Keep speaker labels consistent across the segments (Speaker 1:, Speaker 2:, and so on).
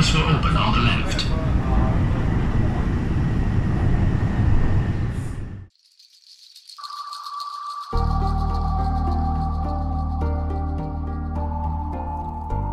Speaker 1: on the left.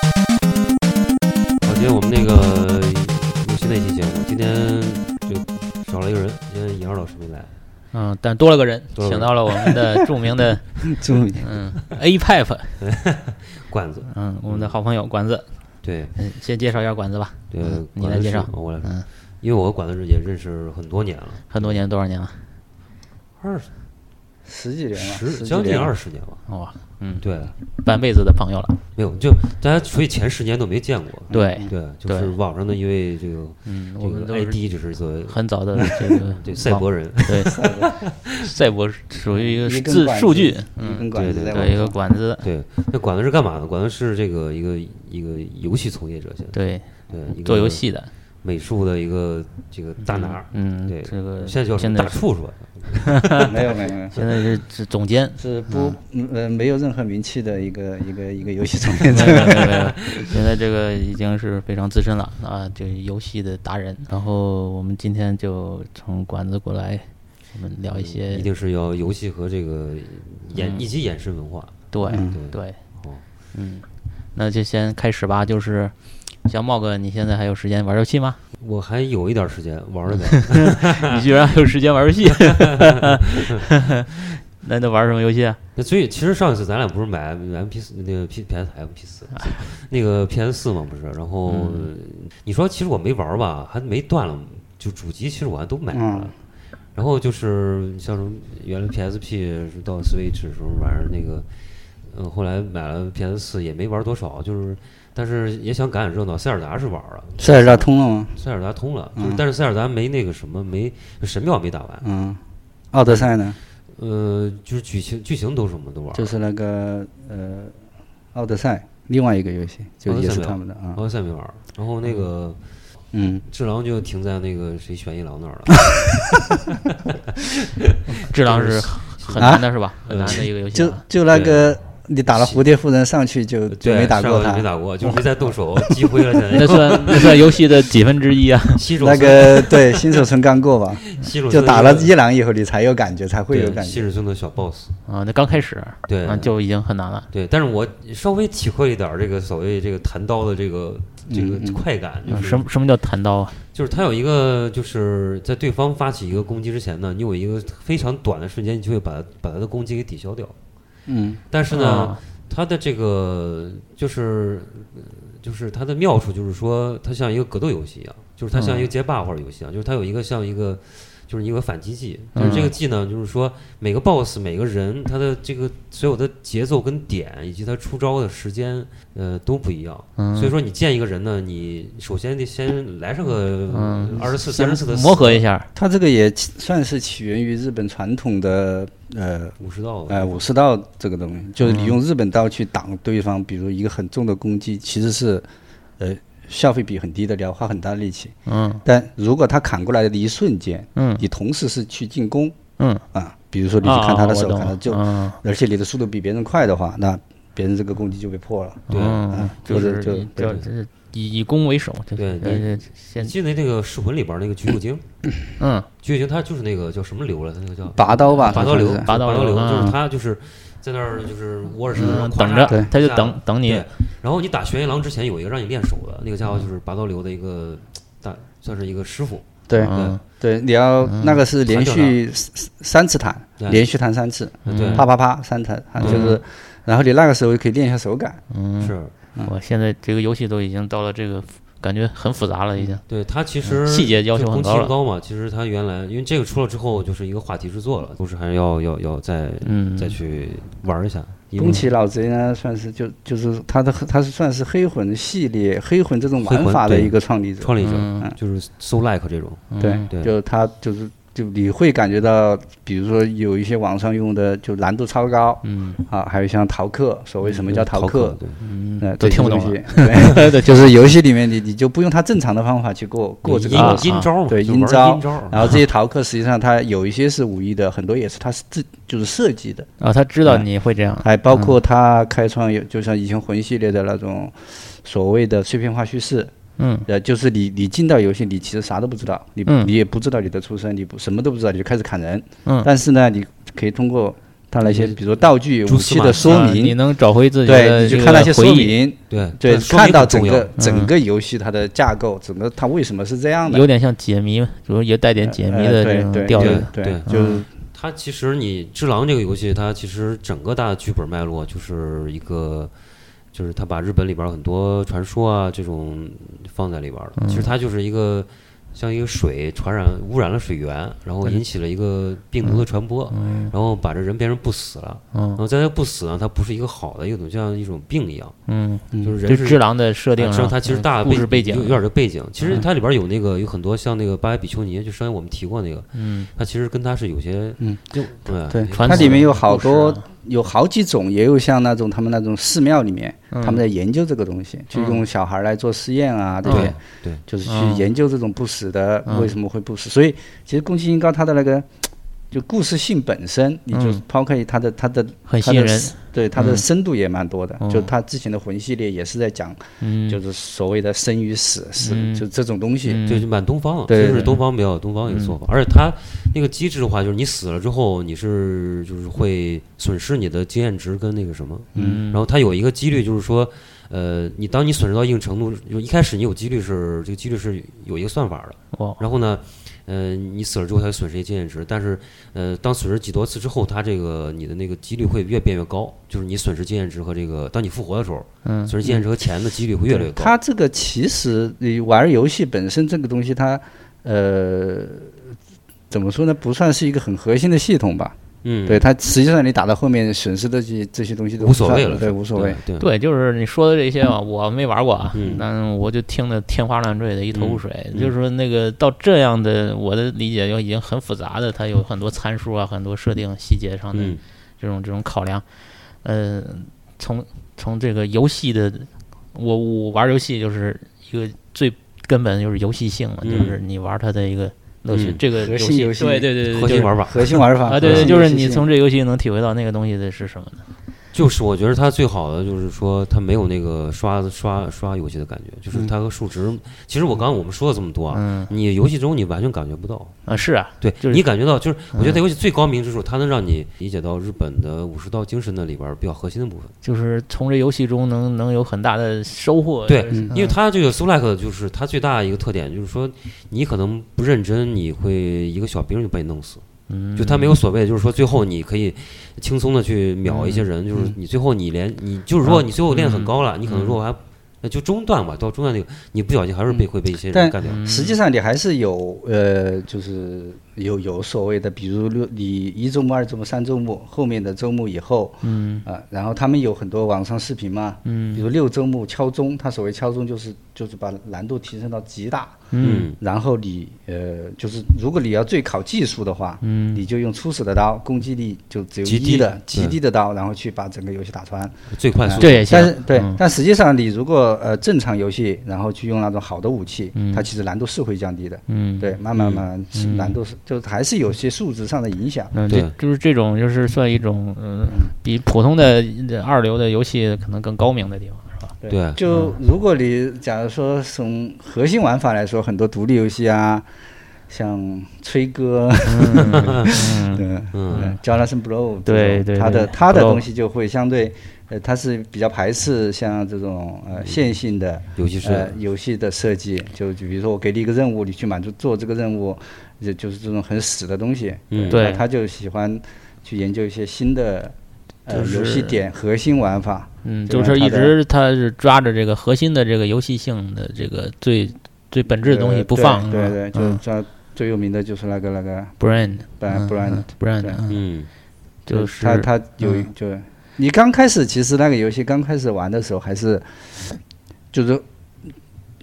Speaker 2: 好，今天我们那个呃录新的一期节目，今天就少了一个人，今天杨老师没来，
Speaker 3: 嗯，但多了个人，
Speaker 2: 多了个人
Speaker 3: 请到了我们的著 名的
Speaker 4: 这么一点
Speaker 3: 嗯 A Pipe，
Speaker 2: 罐子
Speaker 3: 嗯，我们的好朋友管子，
Speaker 2: 对
Speaker 3: 嗯，先介绍一下管子吧，
Speaker 2: 对
Speaker 3: 嗯，你
Speaker 2: 管
Speaker 3: 来
Speaker 2: 子
Speaker 3: 介
Speaker 2: 是
Speaker 3: 绍
Speaker 2: 哦我来说
Speaker 3: 嗯，
Speaker 2: 因为我和管子师姐认识很多年了，
Speaker 3: 很多年多少年了？
Speaker 2: 二
Speaker 4: 十几人了，
Speaker 2: 十
Speaker 4: 几
Speaker 2: 将近
Speaker 4: 人了
Speaker 2: 二十年吧，
Speaker 3: 哇，嗯，
Speaker 2: 对，
Speaker 3: 半辈子的朋友了，
Speaker 2: 没有就大家所以前十年都没见过，
Speaker 3: 对，
Speaker 2: 对，就是
Speaker 3: 对
Speaker 2: 网上的一位这个
Speaker 3: 嗯，我
Speaker 2: 这
Speaker 3: 们
Speaker 2: 个
Speaker 3: 都是
Speaker 2: ID 只是作为
Speaker 3: 很早的这个
Speaker 2: 对赛博
Speaker 3: 网，
Speaker 2: 人，
Speaker 3: 对，赛博属于一个
Speaker 4: 一根
Speaker 3: 自
Speaker 4: 管子
Speaker 3: 数据，
Speaker 4: 一
Speaker 3: 嗯，
Speaker 4: 根管子在
Speaker 3: 对，一个
Speaker 4: 我
Speaker 3: 管子，
Speaker 2: 对，那管子是干嘛的？管子是这个一个一个游戏从业者，现在
Speaker 3: 对，
Speaker 2: 对一个
Speaker 3: 做游戏的，
Speaker 2: 美术的一个这个大拿儿，
Speaker 3: 嗯，
Speaker 2: 对
Speaker 3: 这个
Speaker 2: 现在叫什
Speaker 3: 现
Speaker 2: 么
Speaker 3: 在
Speaker 2: 大触说，
Speaker 4: 上， 没有没有没有，，
Speaker 3: 现在是是总监
Speaker 4: 是不
Speaker 2: 嗯
Speaker 4: 呃没有任何名气的一个一个一个游戏 从业
Speaker 3: 没有没有
Speaker 4: 者，
Speaker 3: 没有没有， 现在这个已经是非常资深了啊，就是游戏的达人。然后我们今天就从馆子过来，我们聊一些
Speaker 2: 嗯
Speaker 3: 嗯
Speaker 2: 一定是要游戏和这个衍以及衍生文化。
Speaker 3: 对
Speaker 2: 嗯
Speaker 3: 对，
Speaker 2: 哦，
Speaker 3: 嗯，那就先开始吧。就是像茂哥，你现在还有时间玩游 戏吗？
Speaker 2: 我还有一点儿时间玩了点儿，
Speaker 3: 你居然还有时间玩游戏？ 那都玩什么游戏啊？
Speaker 2: 那所以其实上一次咱俩不是买 M P 四那个 P P S M P 四那个 P S 四嘛不是？然后、你说其实我没玩儿吧，还没断了，就主机其实我还都买
Speaker 4: 嗯
Speaker 2: 了。然后就是像什么原来 PSP 是到 Switch 的时候玩那个，嗯，后来买了 PS 四也没玩多少，就是但是也想赶赶热闹，塞尔达是玩了，
Speaker 4: 塞尔达啊通了吗？
Speaker 2: 塞尔达通了，就是
Speaker 4: 嗯
Speaker 2: 但是塞尔达没那个什么没神庙没打完，
Speaker 4: 嗯，奥德赛呢？
Speaker 2: 呃，就是剧情剧情都什么都玩了，
Speaker 4: 就是那个呃奥德赛另外一个游戏，就也是他们的啊，
Speaker 2: 奥德赛没玩儿，然后那个
Speaker 4: 嗯，
Speaker 2: 智狼就停在那个谁玄一郎那儿了，
Speaker 4: 啊
Speaker 3: 质量是很难的是吧？很难的一个游戏
Speaker 4: 就
Speaker 3: 啊。
Speaker 4: 就那个你打了蝴蝶夫人上去就就
Speaker 2: 对，
Speaker 4: 没打
Speaker 2: 上
Speaker 4: 过
Speaker 2: 回就
Speaker 4: 他
Speaker 2: 没，打过，就是没再动手，积灰了现在。
Speaker 3: 那 算那算游戏的几分之一啊？
Speaker 2: 新手
Speaker 4: 那个对新手村刚过 吧，
Speaker 2: 新手
Speaker 4: 就
Speaker 2: 村
Speaker 4: 打
Speaker 2: 那
Speaker 4: 了
Speaker 2: 个
Speaker 4: 一狼以后你才有感觉，才会有
Speaker 2: 对
Speaker 4: 感觉
Speaker 2: 新。手村的小 boss。
Speaker 3: 啊，那刚开始，
Speaker 2: 对
Speaker 3: 啊就已经很难了。
Speaker 2: 对，但是我稍微体会一点儿这个所谓这个弹刀的这个这个
Speaker 4: 嗯嗯
Speaker 2: 快感，就
Speaker 3: 啊
Speaker 2: 是
Speaker 3: 什么什么叫弹刀啊？
Speaker 2: 就是它有一个就是在对方发起一个攻击之前呢，你有一个非常短的瞬间，你就会把把他的攻击给抵消掉。
Speaker 4: 嗯
Speaker 2: 但是呢
Speaker 3: 啊，
Speaker 2: 它的这个就是呃就是它的妙处就是说，它像一个格斗游戏一样，就是它像一个街霸或者游戏一样，就是它有一个像一个。就是一个反击技，就是这个技呢，就是说每个 boss 每个人他的这个所有的节奏跟点，以及他出招的时间，呃都不一样。所以说你见一个人呢，你首先得先来上个
Speaker 3: 嗯
Speaker 2: 二十四、三十四的
Speaker 3: 磨合一下，
Speaker 4: 它这个也起算是起源于日本传统的呃
Speaker 2: 五十道吧。
Speaker 4: 呃武士刀这个东西，就是你用日本刀去挡对方，比如一个很重的攻
Speaker 3: 嗯
Speaker 4: 击，其实是呃消费比很低的，你要花很大的力气。
Speaker 3: 嗯
Speaker 4: 但如果他砍过来的一瞬间，
Speaker 3: 嗯
Speaker 4: 你同时是去进攻
Speaker 3: 嗯，
Speaker 4: 啊，比如说你去看他的手，
Speaker 3: 啊我懂
Speaker 4: 看他
Speaker 3: 了
Speaker 4: 就，
Speaker 3: 嗯
Speaker 4: 而且你的速度比别人快的话，那别人这个攻击就被破了。
Speaker 2: 对
Speaker 3: 嗯，就
Speaker 4: 或者
Speaker 3: 是
Speaker 4: 哎就
Speaker 3: 以
Speaker 4: 对
Speaker 3: 叫这是以以攻为守，就
Speaker 2: 对
Speaker 3: 是呃先
Speaker 2: 你记得那个《噬魂》里边那个橘右京，
Speaker 3: 嗯
Speaker 2: 橘右京他就是那个叫什么流了？他那个叫
Speaker 4: 拔刀吧，
Speaker 2: 拔刀流，
Speaker 4: 好
Speaker 3: 拔刀流
Speaker 2: 流，就是
Speaker 3: 嗯
Speaker 2: 他就是在那儿就是窝着身子
Speaker 3: 嗯，
Speaker 2: 咵
Speaker 3: 等
Speaker 2: 嚓
Speaker 3: 着
Speaker 4: 对，
Speaker 3: 他就
Speaker 2: 下
Speaker 3: 等等你
Speaker 2: 对，然后你打玄一郎之前有一个让你练手的，那个家伙就是拔刀流的一个大，算是一个师傅。
Speaker 4: 像是
Speaker 3: 嗯
Speaker 4: 对对，你要那个是连
Speaker 2: 弹
Speaker 4: 续三三次弹，
Speaker 2: 对
Speaker 4: 连续弹三次。
Speaker 3: 嗯
Speaker 2: 对，
Speaker 3: 嗯
Speaker 4: 啪啪啪三弹，啊就是，然后你那个时候可以练一下手感，
Speaker 2: 是
Speaker 3: 我现在这个游戏都已经到了这个感觉很复杂了，已经。
Speaker 2: 对它其实
Speaker 3: 细节要求
Speaker 2: 就工
Speaker 3: 很高
Speaker 2: 期
Speaker 3: 了
Speaker 2: 高嘛，其实它原来因为这个出了之后就是一个话题制作了，同时还是要要要再
Speaker 3: 嗯，
Speaker 2: 再去玩一下。因为
Speaker 4: 宫崎老贼呢，算是就就是他的他是算是黑魂系列黑魂这种
Speaker 2: 黑
Speaker 4: 玩
Speaker 2: 魂
Speaker 4: 法的
Speaker 2: 对
Speaker 4: 一个创立者，
Speaker 2: 创立者
Speaker 3: 嗯
Speaker 2: 就是 So Like 这种，
Speaker 4: 对，
Speaker 2: 对
Speaker 4: 就他就是就你会感觉到，比如说有一些网上用的就难度超高
Speaker 3: 嗯
Speaker 4: 啊，还有像逃课，所谓什么叫
Speaker 2: 逃
Speaker 4: 课？
Speaker 2: 对，
Speaker 4: 呃
Speaker 3: 嗯，，
Speaker 4: 这
Speaker 3: 都
Speaker 4: 些
Speaker 3: 听不懂
Speaker 4: 东
Speaker 3: 了。
Speaker 4: 西。 对，对就是游戏里面你你就不用它正常的方法去过过这个
Speaker 2: 阴
Speaker 4: 过
Speaker 3: 啊
Speaker 4: 程。
Speaker 2: 阴招嘛，
Speaker 4: 对
Speaker 2: 就
Speaker 4: 阴
Speaker 2: 玩
Speaker 4: 招
Speaker 2: 阴招。
Speaker 4: 然后这些逃课实际上它有一些是无意的，很多也是它是自就是设计的，
Speaker 3: 啊，他知道
Speaker 4: 哎
Speaker 3: 你会这样，
Speaker 4: 还包括
Speaker 3: 嗯
Speaker 4: 它开创有就像以前魂系列的那种所谓的碎片化叙事，
Speaker 3: 嗯，
Speaker 4: 呃，就是你你进到游戏，你其实啥都不知道，你、
Speaker 3: 嗯
Speaker 4: 你也不知道你的出身，你不什么都不知道，你就开始砍人。
Speaker 3: 嗯
Speaker 4: 但是呢，你可以通过它那些，比如说道具、
Speaker 2: 嗯蛛
Speaker 4: 武
Speaker 2: 丝
Speaker 4: 器
Speaker 2: 马
Speaker 4: 的
Speaker 2: 迹
Speaker 4: 说
Speaker 3: 啊你
Speaker 4: 明，
Speaker 3: 能找回自己
Speaker 4: 对，
Speaker 3: 的
Speaker 4: 你
Speaker 3: 这
Speaker 4: 去
Speaker 3: 个
Speaker 4: 看那些
Speaker 3: 回
Speaker 4: 说
Speaker 3: 忆，
Speaker 4: 明，
Speaker 2: 对，
Speaker 4: 对，
Speaker 2: 但说
Speaker 4: 看
Speaker 2: 明
Speaker 4: 到
Speaker 2: 很
Speaker 4: 整
Speaker 2: 重
Speaker 4: 个
Speaker 2: 要
Speaker 4: 整
Speaker 3: 嗯
Speaker 4: 个游戏它的架构，整个它为什么是这样的，
Speaker 3: 有点像解谜，主要也带点解谜
Speaker 4: 呃
Speaker 3: 的这
Speaker 4: 对
Speaker 3: 种
Speaker 4: 对
Speaker 3: 调
Speaker 4: 对
Speaker 3: 子。
Speaker 4: 对
Speaker 2: 对
Speaker 4: 就是
Speaker 2: 它其实你《只狼》这个游戏，它其实整个大剧本脉络就是一个，就是它把日本里边很多传说啊这种放在里边了。
Speaker 3: 嗯
Speaker 2: 其实它就是一个像一个水传染污染了水源，然后引起了一个病毒的传播，
Speaker 3: 嗯
Speaker 2: 然后把这人变成不死了。然
Speaker 3: 嗯
Speaker 2: 后在它不死呢，它不是一个好的一种，就像一种病一样，
Speaker 3: 嗯，
Speaker 2: 就是
Speaker 3: 这
Speaker 2: 人是
Speaker 3: 只狼的
Speaker 4: 哎
Speaker 3: 设定
Speaker 2: 啊
Speaker 3: 啊，
Speaker 2: 知道它其实大
Speaker 3: 故事背
Speaker 2: 有有
Speaker 3: 景，嗯
Speaker 2: 点这背景。其实它里边有那个有很多像那个巴莱比丘尼，就上回我们提过那个，
Speaker 3: 嗯，
Speaker 2: 它其实跟它是有些
Speaker 4: 嗯
Speaker 2: 就对
Speaker 4: 对，
Speaker 3: 传
Speaker 4: 它
Speaker 3: 统
Speaker 4: 里面
Speaker 3: 的
Speaker 4: 有好
Speaker 3: 故事
Speaker 4: 多
Speaker 3: 啊
Speaker 4: 有好几种，也有像那种他们那种寺庙里面，他们在研究这个东西，就
Speaker 3: 嗯
Speaker 4: 用小孩来做实验啊，这
Speaker 2: 对
Speaker 4: 些
Speaker 2: 对
Speaker 4: 就是
Speaker 3: 嗯
Speaker 4: 去研究这种不死的
Speaker 3: 嗯
Speaker 4: 为什么会不死。所以其实宫崎英高他的那个就故事性本身，你就
Speaker 3: 嗯
Speaker 4: 抛开他的他的
Speaker 3: 很
Speaker 4: 他
Speaker 3: 吸引
Speaker 4: 的
Speaker 3: 人。
Speaker 4: 对他的
Speaker 3: 嗯
Speaker 4: 深度也蛮多的，就
Speaker 3: 嗯
Speaker 4: 他之前的魂系列也是在讲，
Speaker 3: 嗯，
Speaker 4: 就是所谓的生与死，死
Speaker 3: 嗯
Speaker 4: 就这种东西。
Speaker 3: 嗯
Speaker 2: 就是满东方，
Speaker 4: 对
Speaker 2: 其实是
Speaker 4: 对
Speaker 2: 东方比较有东方一个做法，而且它那个机制的话，就是你死了之后，你是就是会损失你的经验值跟那个什么，
Speaker 3: 嗯
Speaker 2: 然后它有一个几率就是说，呃，你当你损失到一定程度，就一开始你有几率是这个几率是有一个算法的，
Speaker 3: 哇，
Speaker 2: 然后呢，呃，你死了之后它会损失一些经验值，但是呃，当损失几多次之后，它这个你的那个几率会越变越高，就是你损失经验值和这个当你复活的时候，
Speaker 3: 嗯
Speaker 2: 损失经验值和钱的几率会越来越高。
Speaker 4: 它这个其实你玩游戏本身这个东西它，呃，怎么说呢？不算是一个很核心的系统吧。
Speaker 2: 嗯，
Speaker 4: 对，它实际上你打到后面损失的这些这些东西都
Speaker 2: 无所谓了，
Speaker 4: 对，无所谓。
Speaker 2: 对，对
Speaker 3: 对，就是你说的这些嘛，我没玩过啊
Speaker 2: 嗯，
Speaker 3: 但我就听得天花乱坠的，一头雾水。
Speaker 2: 嗯
Speaker 3: 就是说，那个到这样的，我的理解就已经很复杂的，它有很多参数啊，很多设定细节上的
Speaker 2: 嗯。
Speaker 3: 这种这种考量。呃，从从这个游戏的，我我玩游戏就是一个最根本就是游戏性嘛，
Speaker 2: 嗯
Speaker 3: 就是你玩它的一个乐趣。
Speaker 2: 嗯
Speaker 3: 这个
Speaker 4: 核心游戏
Speaker 3: 对对对对，
Speaker 2: 核心玩法，
Speaker 4: 核心玩
Speaker 3: 就是
Speaker 4: 法
Speaker 3: 啊，对
Speaker 4: 核
Speaker 3: 对，
Speaker 4: 心
Speaker 3: 就是
Speaker 4: 游戏
Speaker 3: 你
Speaker 4: 性
Speaker 3: 从这游戏能体会到那个东西的是什么呢？
Speaker 2: 就是我觉得它最好的就是说，它没有那个刷刷刷游戏的感觉，就是它和数值。其实我刚刚我们说了这么多啊，
Speaker 3: 嗯
Speaker 2: 你游戏中你完全感觉不到，
Speaker 3: 啊，是啊，
Speaker 2: 对
Speaker 3: 就是
Speaker 2: 你感觉到就是，我
Speaker 3: 嗯
Speaker 2: 觉得在游戏最高明之处，它能让你理解到日本的武士道精神的里边儿比较核心的部分。
Speaker 3: 就是从这游戏中能能有很大的收获。
Speaker 2: 对
Speaker 3: 就是
Speaker 2: 因为它这个 s o l a k 就是它最大的一个特点，就是说你可能不认真，你会一个小兵就把你弄死。
Speaker 3: 嗯，
Speaker 2: 就它没有所谓，就是说最后你可以轻松的去秒一些人，就是你最后你连你就是如果你最后练得很高了，你可能如果还那就中段吧，到中段那个你不小心还是被会被一些人
Speaker 4: 但嗯
Speaker 2: 干掉。
Speaker 4: 实际上你还是有呃，就是有有所谓的，比如六你一周目、二周目、三周目，后面的周目以后，嗯啊、然后他们有很多网上视频嘛，嗯，比如六周目敲钟，他所谓敲钟就是就是把难度提升到极大，
Speaker 2: 嗯，
Speaker 4: 然后你呃就是如果你要最考技术的话，嗯，你就用初始的刀，攻击力就只有
Speaker 2: 极
Speaker 4: 一
Speaker 2: 低
Speaker 4: 的极
Speaker 2: 对
Speaker 4: 低的刀，然后去把整个游戏打穿，
Speaker 2: 嗯最快速
Speaker 3: 这嗯哎也行
Speaker 4: 但是对，
Speaker 3: 嗯
Speaker 4: 但实际上你如果呃正常游戏，然后去用那种好的武器，它其实难度是会降低的。
Speaker 3: 嗯
Speaker 4: 对，慢慢慢慢是难度是就还是有些数值上的影响。
Speaker 3: 嗯，
Speaker 2: 对
Speaker 3: 这就是这种，就是算一种，嗯，比普通的呃二流的游戏可能更高明的地方，是吧？
Speaker 2: 对
Speaker 3: 嗯
Speaker 4: 就如果你假如说从核心玩法来说，很多独立游戏啊，像吹歌， 对，嗯，Jonathan Blow，
Speaker 3: 对
Speaker 4: 这种
Speaker 3: 对
Speaker 4: 他的
Speaker 3: 对
Speaker 4: 他的
Speaker 3: Blow
Speaker 4: 东西就会相对，呃，他是比较排斥像这种呃线性的。
Speaker 3: 嗯
Speaker 2: 尤其是
Speaker 4: 呃
Speaker 3: 哎
Speaker 4: 游戏的设计，就就比如说我给你一个任务，你去满足做这个任务，就就是这种很死的东西。
Speaker 2: 嗯
Speaker 4: 对
Speaker 3: 对
Speaker 4: 他就喜欢去研究一些新的呃
Speaker 3: 就是
Speaker 4: 游戏点核心玩法，
Speaker 3: 嗯，
Speaker 4: 对
Speaker 3: 就
Speaker 4: 吧
Speaker 3: 是
Speaker 4: 它
Speaker 3: 一
Speaker 4: 的
Speaker 3: 直它是抓着这个核心的这个游戏性的这个最最本质的东西
Speaker 4: 呃
Speaker 3: 不
Speaker 4: 对
Speaker 3: 放，
Speaker 4: 对
Speaker 3: 是吧
Speaker 4: 对，就是
Speaker 3: 嗯
Speaker 4: 这最有名的就是那个那个
Speaker 3: brand
Speaker 4: brand- brand，
Speaker 3: brand，
Speaker 4: 对
Speaker 3: 嗯
Speaker 2: 嗯
Speaker 3: 就
Speaker 4: 他
Speaker 3: 是嗯
Speaker 4: 他有一就你刚开始其实那个游戏刚开始玩的时候还是就是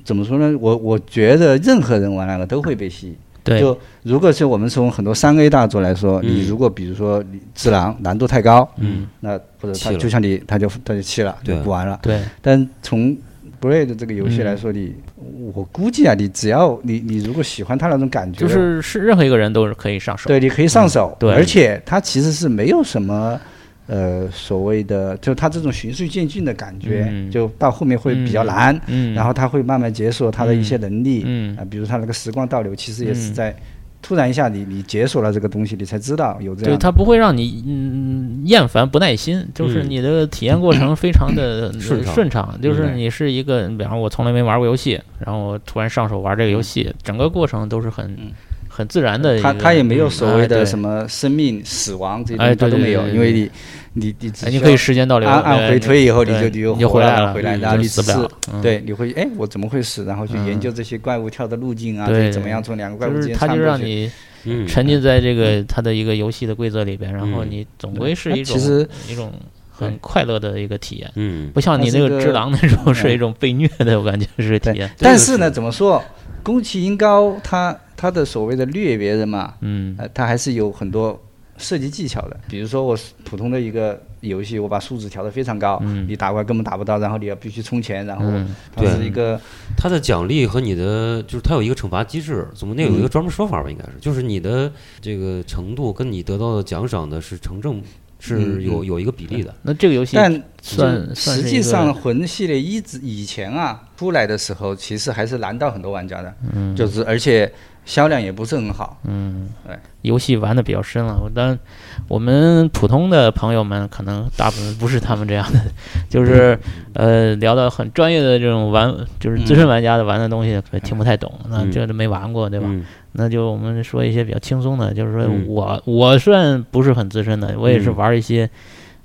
Speaker 4: 怎么说呢？我我觉得任何人玩那个都会被吸引。
Speaker 3: 对
Speaker 4: 就如果是我们从很多三 A 大作来说，
Speaker 2: 嗯
Speaker 4: 你如果比如说你智囊难度太高，
Speaker 2: 嗯，
Speaker 4: 那或者
Speaker 2: 弃
Speaker 4: 他
Speaker 2: 了
Speaker 4: 就像你他就他就弃了，就
Speaker 2: 对
Speaker 4: 不玩了。
Speaker 3: 对嗯
Speaker 4: 但从 Braid 这个游戏来说，你我估计啊，你只要你你如果喜欢他那种感觉，
Speaker 3: 就是是任何一个人都是可以上手，嗯
Speaker 4: 对，你可以上手，
Speaker 3: 对
Speaker 4: 而且它其实是没有什么。呃，所谓的就它这种循序渐进的感觉，
Speaker 3: 嗯
Speaker 4: 就到后面会比较难，
Speaker 3: 嗯，
Speaker 4: 然后它会慢慢解锁它的一些能力，
Speaker 3: 嗯嗯
Speaker 4: 啊，比如它那个时光倒流，其实也是
Speaker 3: 嗯
Speaker 4: 在、突然一下你你解锁了这个东西，你才知道有这
Speaker 3: 对
Speaker 4: 样的，
Speaker 3: 它不会让你嗯厌烦不耐心，就是
Speaker 2: 嗯
Speaker 3: 你的体验过程非常的
Speaker 2: 顺畅
Speaker 3: 顺畅，就是
Speaker 4: 嗯
Speaker 3: 你是一个，比方说我从来没玩过游戏，然后我突然上手玩这个游戏，整个过程都是很很自然的一个，
Speaker 4: 嗯它它也没有所谓
Speaker 3: 嗯哎
Speaker 4: 的
Speaker 3: 对
Speaker 4: 什么生命、死亡这些
Speaker 3: 哎
Speaker 4: 东西，它
Speaker 3: 对
Speaker 4: 都
Speaker 3: 对
Speaker 4: 没有，
Speaker 3: 对对
Speaker 4: 因为你你你只
Speaker 3: 哎，
Speaker 4: 需
Speaker 3: 你可
Speaker 4: 要
Speaker 3: 以时间倒流，
Speaker 4: 按按
Speaker 3: 对
Speaker 4: 回推以后，你就
Speaker 3: 对
Speaker 4: 你就
Speaker 3: 你就
Speaker 4: 回
Speaker 3: 回来
Speaker 4: 了，回来，
Speaker 3: 嗯
Speaker 4: 然后
Speaker 3: 就
Speaker 4: 你
Speaker 3: 死
Speaker 4: 只
Speaker 3: 不
Speaker 4: 是
Speaker 3: 了，嗯，
Speaker 4: 对，你会哎，我怎么会死？然后去研究这些怪物跳的路径啊，
Speaker 3: 对
Speaker 4: 这怎么样从两个怪物
Speaker 3: 就
Speaker 4: 之
Speaker 3: 是
Speaker 4: 间
Speaker 3: 它
Speaker 4: 穿
Speaker 3: 就
Speaker 4: 过
Speaker 3: 让
Speaker 4: 去
Speaker 3: 你
Speaker 2: 嗯，
Speaker 3: 沉浸在这个它的一个游戏的规则里边，然后
Speaker 2: 嗯
Speaker 3: 你总归是
Speaker 4: 它
Speaker 3: 一
Speaker 4: 其
Speaker 3: 种
Speaker 4: 实
Speaker 3: 一种很快乐的一个体验。
Speaker 2: 嗯，
Speaker 3: 不像
Speaker 4: 它
Speaker 3: 你
Speaker 4: 是
Speaker 3: 那
Speaker 4: 一
Speaker 3: 个
Speaker 4: 个
Speaker 3: 只狼那种是
Speaker 4: 嗯
Speaker 3: 一种被虐的，我感觉是体
Speaker 4: 对
Speaker 3: 验。，
Speaker 4: 但是呢，怎么说，宫崎英高他他的所谓的虐别人嘛，
Speaker 3: 嗯
Speaker 4: 呃，他还是有很多设计技巧的。比如说我普通的一个游戏，我把数值调得非常高，
Speaker 3: 嗯
Speaker 4: 你打怪根本打不到，然后你要必须充钱，然后
Speaker 3: 嗯，
Speaker 4: 它
Speaker 2: 对
Speaker 4: 是一个
Speaker 2: 他的奖励和你的就是他有一个惩罚机制，怎么那有一个专门说法吧？应该是，就是你的这个程度跟你得到的奖赏的是成正，是
Speaker 4: 嗯
Speaker 2: 有有一个比例的。
Speaker 3: 那这个游戏
Speaker 4: 但
Speaker 3: 算
Speaker 4: 就
Speaker 3: 算
Speaker 4: 实
Speaker 3: 是一
Speaker 4: 际
Speaker 3: 个
Speaker 4: 上，魂系列一直以前啊出来的时候，其实还是难到很多玩家的，嗯、就是而且销量也不是很好。
Speaker 3: 游戏玩的比较深了。我但我们普通的朋友们可能大部分不是他们这样的，就是呃聊到很专业的这种玩，就是资深玩家的玩的东西可能听不太懂，那
Speaker 2: 嗯
Speaker 3: 这都没玩过，对吧？
Speaker 2: 嗯
Speaker 3: 那就我们说一些比较轻松的，就是说
Speaker 2: 嗯
Speaker 3: 我我算不是很资深的，我也是
Speaker 2: 嗯
Speaker 3: 玩一些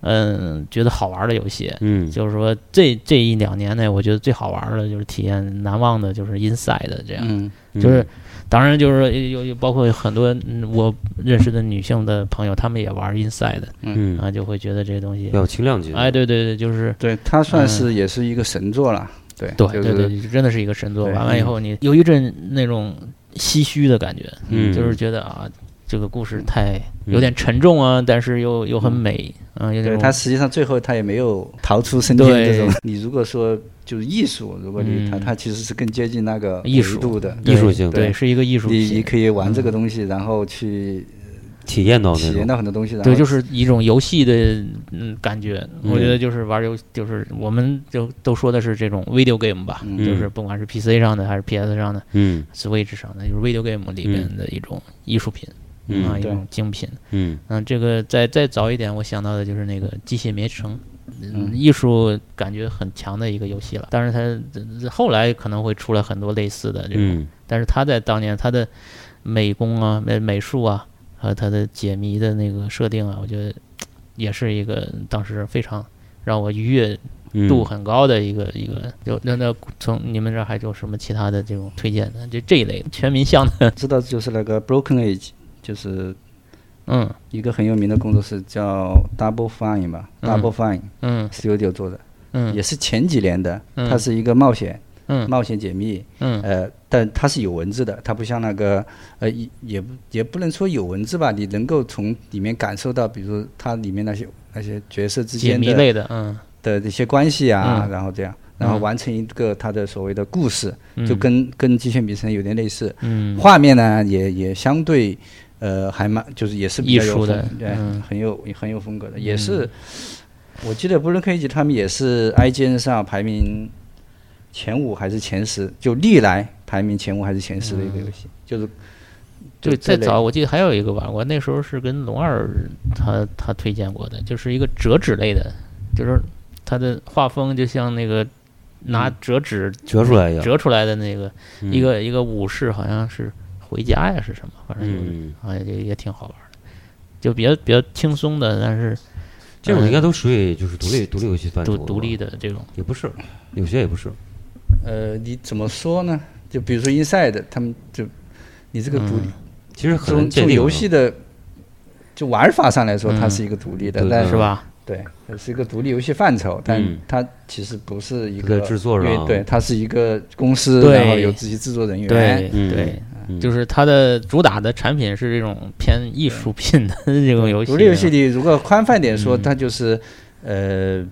Speaker 3: 嗯觉得好玩的游戏。
Speaker 2: 嗯
Speaker 3: 就是说这这一两年内，我觉得最好玩的就是体验难忘的，就是 Inside 的这样。
Speaker 4: 嗯，
Speaker 3: 就是，当然就是说有有包括很多嗯我认识的女性的朋友，她们也玩 Inside 的
Speaker 2: 嗯，
Speaker 3: 啊，就会觉得这些东西，
Speaker 2: 要轻量级。
Speaker 3: 哎，对对对，就是
Speaker 4: 对，它算是也是一个神作了。对
Speaker 3: 对
Speaker 4: 就
Speaker 3: 对
Speaker 4: 是
Speaker 3: 对，真的是一个神作。
Speaker 4: 对嗯
Speaker 3: 玩完以后，你有一阵那种唏嘘的感觉，
Speaker 2: 嗯
Speaker 3: 就是觉得啊，这个故事太
Speaker 2: 嗯
Speaker 3: 有点沉重啊，但是又又很美，啊，有
Speaker 4: 嗯对
Speaker 3: 点
Speaker 4: 他实际上最后他也没有逃出升天这种。 你如果说就是艺术，如果你他
Speaker 3: 嗯
Speaker 4: 他其实是更接近那个
Speaker 3: 艺术
Speaker 4: 维度的
Speaker 2: 艺术性
Speaker 3: 对，
Speaker 4: 对
Speaker 3: 是一个艺术嗯
Speaker 4: 你你
Speaker 3: 品。
Speaker 4: 可以玩这个东西，然后去
Speaker 2: 体验到
Speaker 4: 体
Speaker 2: 那
Speaker 4: 验
Speaker 2: 种，
Speaker 4: 到很多东西，
Speaker 3: 哦
Speaker 4: 然后
Speaker 3: 对，就是一种游戏的嗯感觉，我觉
Speaker 2: 嗯
Speaker 3: 得就是玩游，就是我们就都说的是这种 video game 吧，
Speaker 4: 嗯
Speaker 3: 就是不管是 PC 上的还是 PS 上的
Speaker 2: 嗯
Speaker 3: Switch 上的，就是 video game 里面的一种艺术品、
Speaker 2: 嗯
Speaker 3: 啊，一
Speaker 4: 嗯对
Speaker 3: 种精品。
Speaker 2: 嗯
Speaker 3: 嗯，这个再再早一点，我想到的就是那个《机械迷城》嗯，艺术感觉很强的一个游戏了。但是它呃后来可能会出来很多类似的这种，
Speaker 2: 嗯
Speaker 3: 但是它在当年它的美工啊、美美术啊和它的解谜的那个设定啊，我觉得也是一个当时非常让我愉悦
Speaker 2: 嗯，
Speaker 3: 度很高的一个
Speaker 4: 嗯
Speaker 3: 一个。就那那从你们这儿还有什么其他的这种推荐的？就这一类全民向的，
Speaker 4: 知道就是那个 Broken Age，就是
Speaker 3: 嗯
Speaker 4: 一个很有名的工作室叫 Double Fine 吧
Speaker 3: 嗯
Speaker 4: ，Double Fine
Speaker 3: 嗯
Speaker 4: Studio 做的，
Speaker 3: 嗯
Speaker 4: 也是前几年的，
Speaker 3: 嗯
Speaker 4: 它是一个冒险
Speaker 3: 嗯
Speaker 4: 冒险解密，
Speaker 3: 嗯
Speaker 4: 呃，但它是有文字的，它不像那个呃，也也不也不能说有文字吧，你能够从里面感受到，比如说它里面那些那些角色之
Speaker 3: 解
Speaker 4: 间
Speaker 3: 谜
Speaker 4: 的
Speaker 3: 类的，嗯。
Speaker 4: 的一些关系啊，
Speaker 3: 嗯
Speaker 4: 然后这样，然后
Speaker 3: 嗯
Speaker 4: 完成一个它的所谓的故事，
Speaker 3: 嗯
Speaker 4: 就跟跟《机械迷城》有点类似，
Speaker 3: 嗯
Speaker 4: 画面呢也也相对。呃，还蛮就是也是比较有
Speaker 3: 艺术的
Speaker 4: 风对，
Speaker 3: 嗯
Speaker 4: 很有很有风格的，也是。我记得布伦克一级他们也是 IGN 上排名前五还是前十，就历来排名前五还是前十的一个游戏，就是
Speaker 3: 嗯对，
Speaker 4: 这
Speaker 3: 再
Speaker 4: 类
Speaker 3: 早我记得还有一个玩过，那时候是跟龙二他他推荐过的，就是一个折纸类的，就是它的画风就像那个拿
Speaker 4: 嗯
Speaker 3: 折纸
Speaker 2: 折出来一样，
Speaker 3: 折出来的那个、
Speaker 2: 嗯
Speaker 3: 一个一个武士，好像是回家呀是什哎么，反正有
Speaker 2: 嗯
Speaker 3: 好像也也挺好玩的，就比较比较轻松的，但是
Speaker 2: 这种应该都属于就是独立独立游戏范畴
Speaker 3: 嗯
Speaker 2: 了
Speaker 3: 独
Speaker 2: 吧，
Speaker 3: 独立的这种，
Speaker 2: 也不是，有些也不是。
Speaker 4: 呃，你怎么说呢？就比如说 Inside，他们就你这
Speaker 3: 嗯
Speaker 4: 个独立，
Speaker 2: 其实很
Speaker 4: 从
Speaker 2: 难界
Speaker 4: 从
Speaker 2: 定嗯
Speaker 4: 游
Speaker 2: 啊
Speaker 4: 戏的就玩法上来说，它是一个独立的，
Speaker 2: 对
Speaker 4: 但
Speaker 2: 嗯
Speaker 3: 是吧？
Speaker 4: 对，它是一个独立游戏范畴，但
Speaker 2: 嗯
Speaker 4: 它其实不是一
Speaker 2: 它在
Speaker 4: 个
Speaker 2: 制作
Speaker 4: 因为
Speaker 2: 上
Speaker 4: 对，它是一个公司，
Speaker 3: 对
Speaker 4: 然后有自己制作人员，
Speaker 3: 对
Speaker 2: 嗯
Speaker 3: 对，
Speaker 2: 嗯
Speaker 3: 就是它的主打的产品是这种偏艺术品的这种游戏。啊
Speaker 4: 独立游戏里，如果宽泛点
Speaker 2: 嗯
Speaker 4: 说，它就是呃，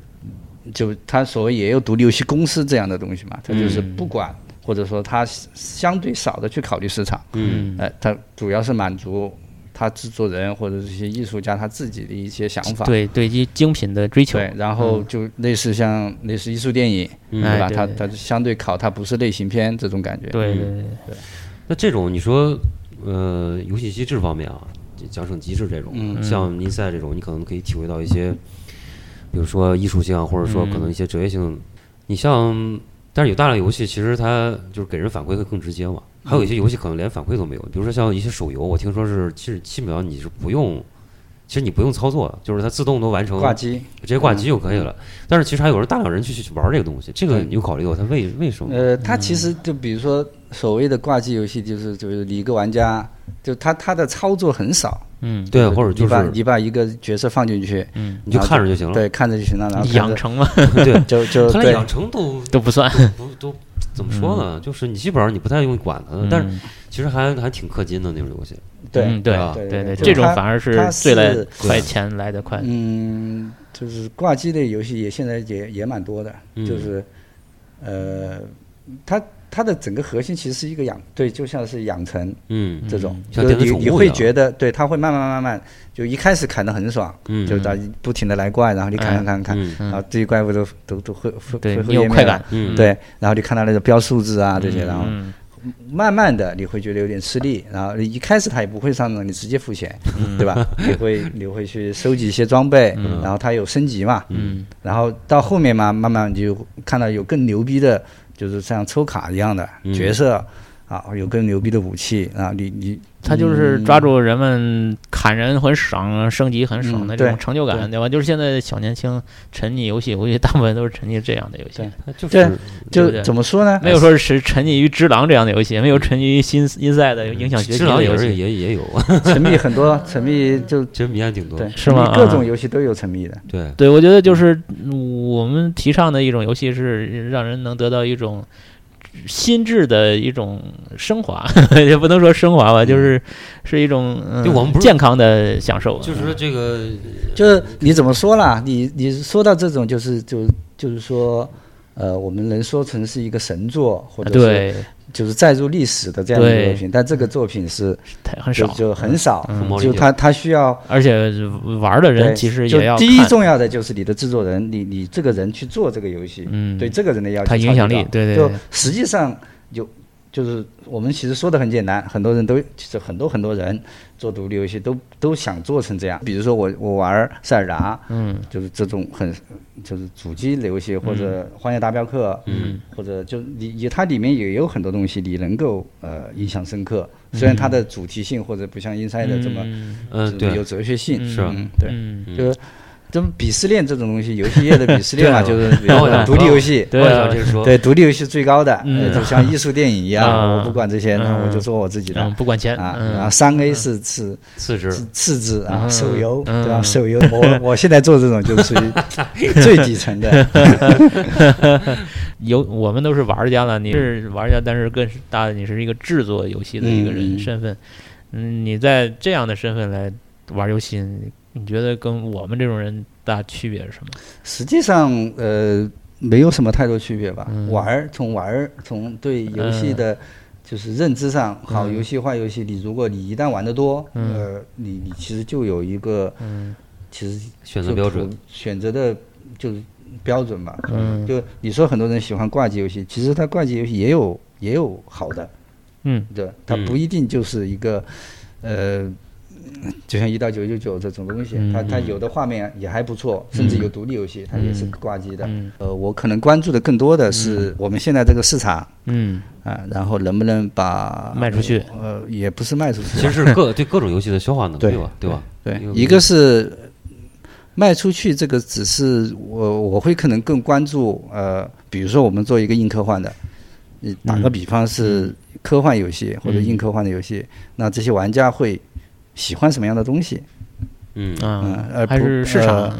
Speaker 4: 就它所谓也有独立游戏公司这样的东西
Speaker 2: 嗯
Speaker 4: 嘛，它就是不管。或者说，它相对少的去考虑市场，
Speaker 2: 嗯，
Speaker 4: 呃，它主要是满足它制作人或者这些艺术家他自己的一些想法，
Speaker 3: 对对精精品的追求，
Speaker 4: 对，然
Speaker 2: 嗯
Speaker 4: 后就类似像类似艺术电影，
Speaker 3: 嗯
Speaker 4: 对吧？
Speaker 3: 哎对
Speaker 4: 它
Speaker 3: 对
Speaker 4: 它相对考它不是类型片这种感觉，
Speaker 3: 对对
Speaker 2: 嗯
Speaker 3: 对，
Speaker 2: 那这种你说，呃，游戏机制方面啊，就奖赏机制这种，
Speaker 3: 嗯
Speaker 2: 像尼赛这种，你可能可以体会到一些，比如说艺术性啊，或者说可
Speaker 3: 嗯
Speaker 2: 能一些哲学性。你像，但是有大量游戏，其实它就是给人反馈会更直接嘛。
Speaker 3: 嗯
Speaker 2: 还有一些游戏可能连反馈都没有，比如说像一些手游，我听说是七十七秒你是不用，其实你不用操作，就是它自动都完成，
Speaker 4: 挂机。
Speaker 2: 直接挂机就可以了。但是其实还有人大量人去去去玩这个东西，这个你有考虑过它为为什么？
Speaker 4: 呃，它其实就比如说所谓的挂机游戏，就是就是你一个玩家，就他他的操作很少，
Speaker 3: 嗯，
Speaker 2: 对，或者就
Speaker 4: 你把
Speaker 2: 是嗯
Speaker 4: 你把一个角色放进去，
Speaker 2: 你就
Speaker 4: 然后
Speaker 2: 看着就行了。
Speaker 4: 对，看着就行了，然后看
Speaker 3: 养
Speaker 4: 着
Speaker 3: 成了
Speaker 2: 对，
Speaker 4: 就 就
Speaker 2: 他连
Speaker 4: 对
Speaker 2: 养成都
Speaker 3: 都不算，
Speaker 2: 不都怎么说呢？就是你基本上你不太用管它的，但是其实还还挺氪金的那种游戏。
Speaker 4: 对
Speaker 3: 嗯对
Speaker 2: 啊
Speaker 4: 对
Speaker 3: 对
Speaker 4: 对，
Speaker 3: 这种
Speaker 4: 它
Speaker 3: 反而是
Speaker 4: 它
Speaker 3: 最来
Speaker 4: 是
Speaker 3: 快钱来的快，
Speaker 4: 嗯，就是挂机类游戏也现在也也蛮多的，
Speaker 2: 嗯
Speaker 4: 就是呃，它它的整个核心其实是一个养，对，就像是养成
Speaker 2: 嗯
Speaker 4: 这种，
Speaker 2: 像
Speaker 4: 就是
Speaker 2: 电子
Speaker 4: 你
Speaker 2: 宠物
Speaker 4: 你
Speaker 2: 一
Speaker 4: 会
Speaker 2: 样
Speaker 4: 觉得，对，它会慢慢慢慢，就一开始砍得很爽，
Speaker 2: 嗯
Speaker 4: 就它不停的来怪，然后你砍砍砍砍，
Speaker 2: 嗯
Speaker 4: 然后这些怪物都都都会会
Speaker 3: 对
Speaker 4: 会
Speaker 3: 你有快感，
Speaker 2: 嗯
Speaker 4: 对，然后你看到那个标数字啊这些，然后
Speaker 3: 嗯
Speaker 4: 慢慢的你会觉得有点吃力，然后一开始他也不会上场，你直接付钱，对吧？你会你会去收集一些装备，然后它有升级嘛，然后到后面嘛，慢慢你就看到有更牛逼的，就是像抽卡一样的角色。啊，有更牛逼的武器啊！你你
Speaker 3: 他
Speaker 2: 嗯
Speaker 3: 就是抓住人们砍人很爽、升级很爽
Speaker 4: 嗯
Speaker 3: 的这种
Speaker 4: 对
Speaker 3: 成就感，对吧？就是现在的小年轻沉溺游戏，我觉得大部分都是沉溺这样的游戏
Speaker 4: 对，
Speaker 2: 它就
Speaker 4: 对
Speaker 2: 是
Speaker 3: 对不
Speaker 4: 就
Speaker 3: 对
Speaker 4: 怎么说呢？
Speaker 3: 没有说是沉溺于《只狼》这样的游戏，没
Speaker 2: 嗯
Speaker 3: 有沉溺于新新赛的影响学习
Speaker 2: 知狼
Speaker 3: 的游
Speaker 2: 也是
Speaker 3: 戏，
Speaker 2: 也也有，
Speaker 4: 沉迷很多，沉迷就
Speaker 2: 其实迷案挺多
Speaker 4: 对，。
Speaker 3: 是吗
Speaker 4: 沉迷各种
Speaker 3: 啊
Speaker 4: 游戏都有沉迷的，
Speaker 2: 对，
Speaker 3: 对，我觉得就是嗯我们提倡的一种游戏是让人能得到一种心智的一种升华， 也不能说升华吧，就是是一种嗯
Speaker 2: 嗯对我们不是
Speaker 3: 健康的享受。
Speaker 2: 就是说这个
Speaker 4: 就是你怎么说啦？你你说到这种，就是就就是说，呃，我们能说成是一个神作，或者是
Speaker 3: 啊对，
Speaker 4: 就是载入历史的这样的
Speaker 3: 对
Speaker 4: 作品，但这个作品是
Speaker 3: 太很
Speaker 4: 就
Speaker 3: 少，嗯
Speaker 4: 就很少
Speaker 2: 凤毛，麟
Speaker 4: 就
Speaker 2: 角
Speaker 4: 它它需要
Speaker 3: 而且玩的人
Speaker 4: 对，
Speaker 3: 其实
Speaker 4: 就
Speaker 3: 也要
Speaker 4: 第一
Speaker 3: 看
Speaker 4: 重要的就是你的制作人，你你这个人去做这个游戏，
Speaker 3: 嗯
Speaker 4: 对这个人的要求
Speaker 3: 他
Speaker 4: 超级高，
Speaker 3: 影响力对对
Speaker 4: 就
Speaker 3: 对
Speaker 4: 实际上有就是我们其实说的很简单，很多人都其实很多很多人做独立游戏都都想做成这样，比如说我我玩塞尔达，嗯，就是这种很就是主机游戏或者荒野大镖客，嗯，或者就你也它里面也有很多东西你能够呃印象深刻，虽然它
Speaker 3: 嗯
Speaker 4: 的主题性或者不像 Inside 这么。
Speaker 2: 嗯
Speaker 4: 就是
Speaker 2: 对
Speaker 4: 有，哲学性，
Speaker 2: 是
Speaker 4: 嗯，对，
Speaker 3: 呃嗯，
Speaker 4: 就是这种鄙视链这种东西，游戏业的鄙视 链嘛，
Speaker 2: 对
Speaker 4: 就
Speaker 2: 啊
Speaker 4: 是比
Speaker 2: 然后
Speaker 4: 如
Speaker 2: 我
Speaker 4: 说
Speaker 2: 想
Speaker 4: 独立游戏，
Speaker 3: 对
Speaker 2: 我也
Speaker 3: 啊
Speaker 2: 想这说，
Speaker 4: 对，独立游戏最高的，呃就像艺术电影 一
Speaker 3: 啊
Speaker 4: 样，我不管这些，那我就做我自己的
Speaker 3: 嗯，不管钱，
Speaker 4: 啊，然
Speaker 3: 嗯
Speaker 4: 后三 A 是次
Speaker 2: 次之
Speaker 4: 次次之啊，
Speaker 3: 嗯
Speaker 4: 手游
Speaker 3: 嗯
Speaker 4: 对吧？手游，我我现在做这种就是属 于最底层的，
Speaker 3: 有我们都是玩家了，
Speaker 4: 嗯
Speaker 3: 你是玩家，但是更大的你是一个制作游戏的一个人
Speaker 4: 嗯
Speaker 3: 身份，嗯，你在这样的身份来玩游戏，你觉得跟我们这种人大区别是什么？
Speaker 4: 实际上呃没有什么太多区别吧。
Speaker 2: 嗯
Speaker 4: 玩儿从玩儿从对游戏的就是认知上，好游戏坏游戏，你如果你一旦玩得多，
Speaker 2: 嗯
Speaker 4: 呃，你你其实就有一个其实
Speaker 2: 选择
Speaker 4: 就
Speaker 2: 标
Speaker 4: 普
Speaker 2: 准，嗯
Speaker 4: 选择的就是标准吧。就你说很多人喜欢挂机游戏，其实它挂机游戏也有也有好的，
Speaker 3: 嗯，
Speaker 4: 对，它不一定就是一个呃。就像一到九九九这种东西，
Speaker 3: 嗯
Speaker 4: 它它有的画面也还不错，甚至有独立游戏，它也是
Speaker 3: 嗯
Speaker 4: 挂机的。呃，我可能关注的更多的是我们现在这个市场
Speaker 3: 嗯，
Speaker 4: 啊，然后能不能把
Speaker 3: 卖出去，
Speaker 4: 呃，也不是卖出去吧，
Speaker 2: 其实是各对各种游戏的消化能力
Speaker 4: 对
Speaker 2: 吧，对吧？
Speaker 4: 对
Speaker 2: 因为，
Speaker 4: 一个是卖出去这个只是我我会可能更关注呃，比如说我们做一个硬科幻的，你打
Speaker 3: 嗯
Speaker 4: 个比方是科幻游戏或者硬科幻的游戏，那这些玩家会喜欢什么样的东西？
Speaker 2: 嗯
Speaker 3: 嗯
Speaker 4: 呃，
Speaker 3: 还
Speaker 4: 不
Speaker 3: 是市场
Speaker 4: 呃，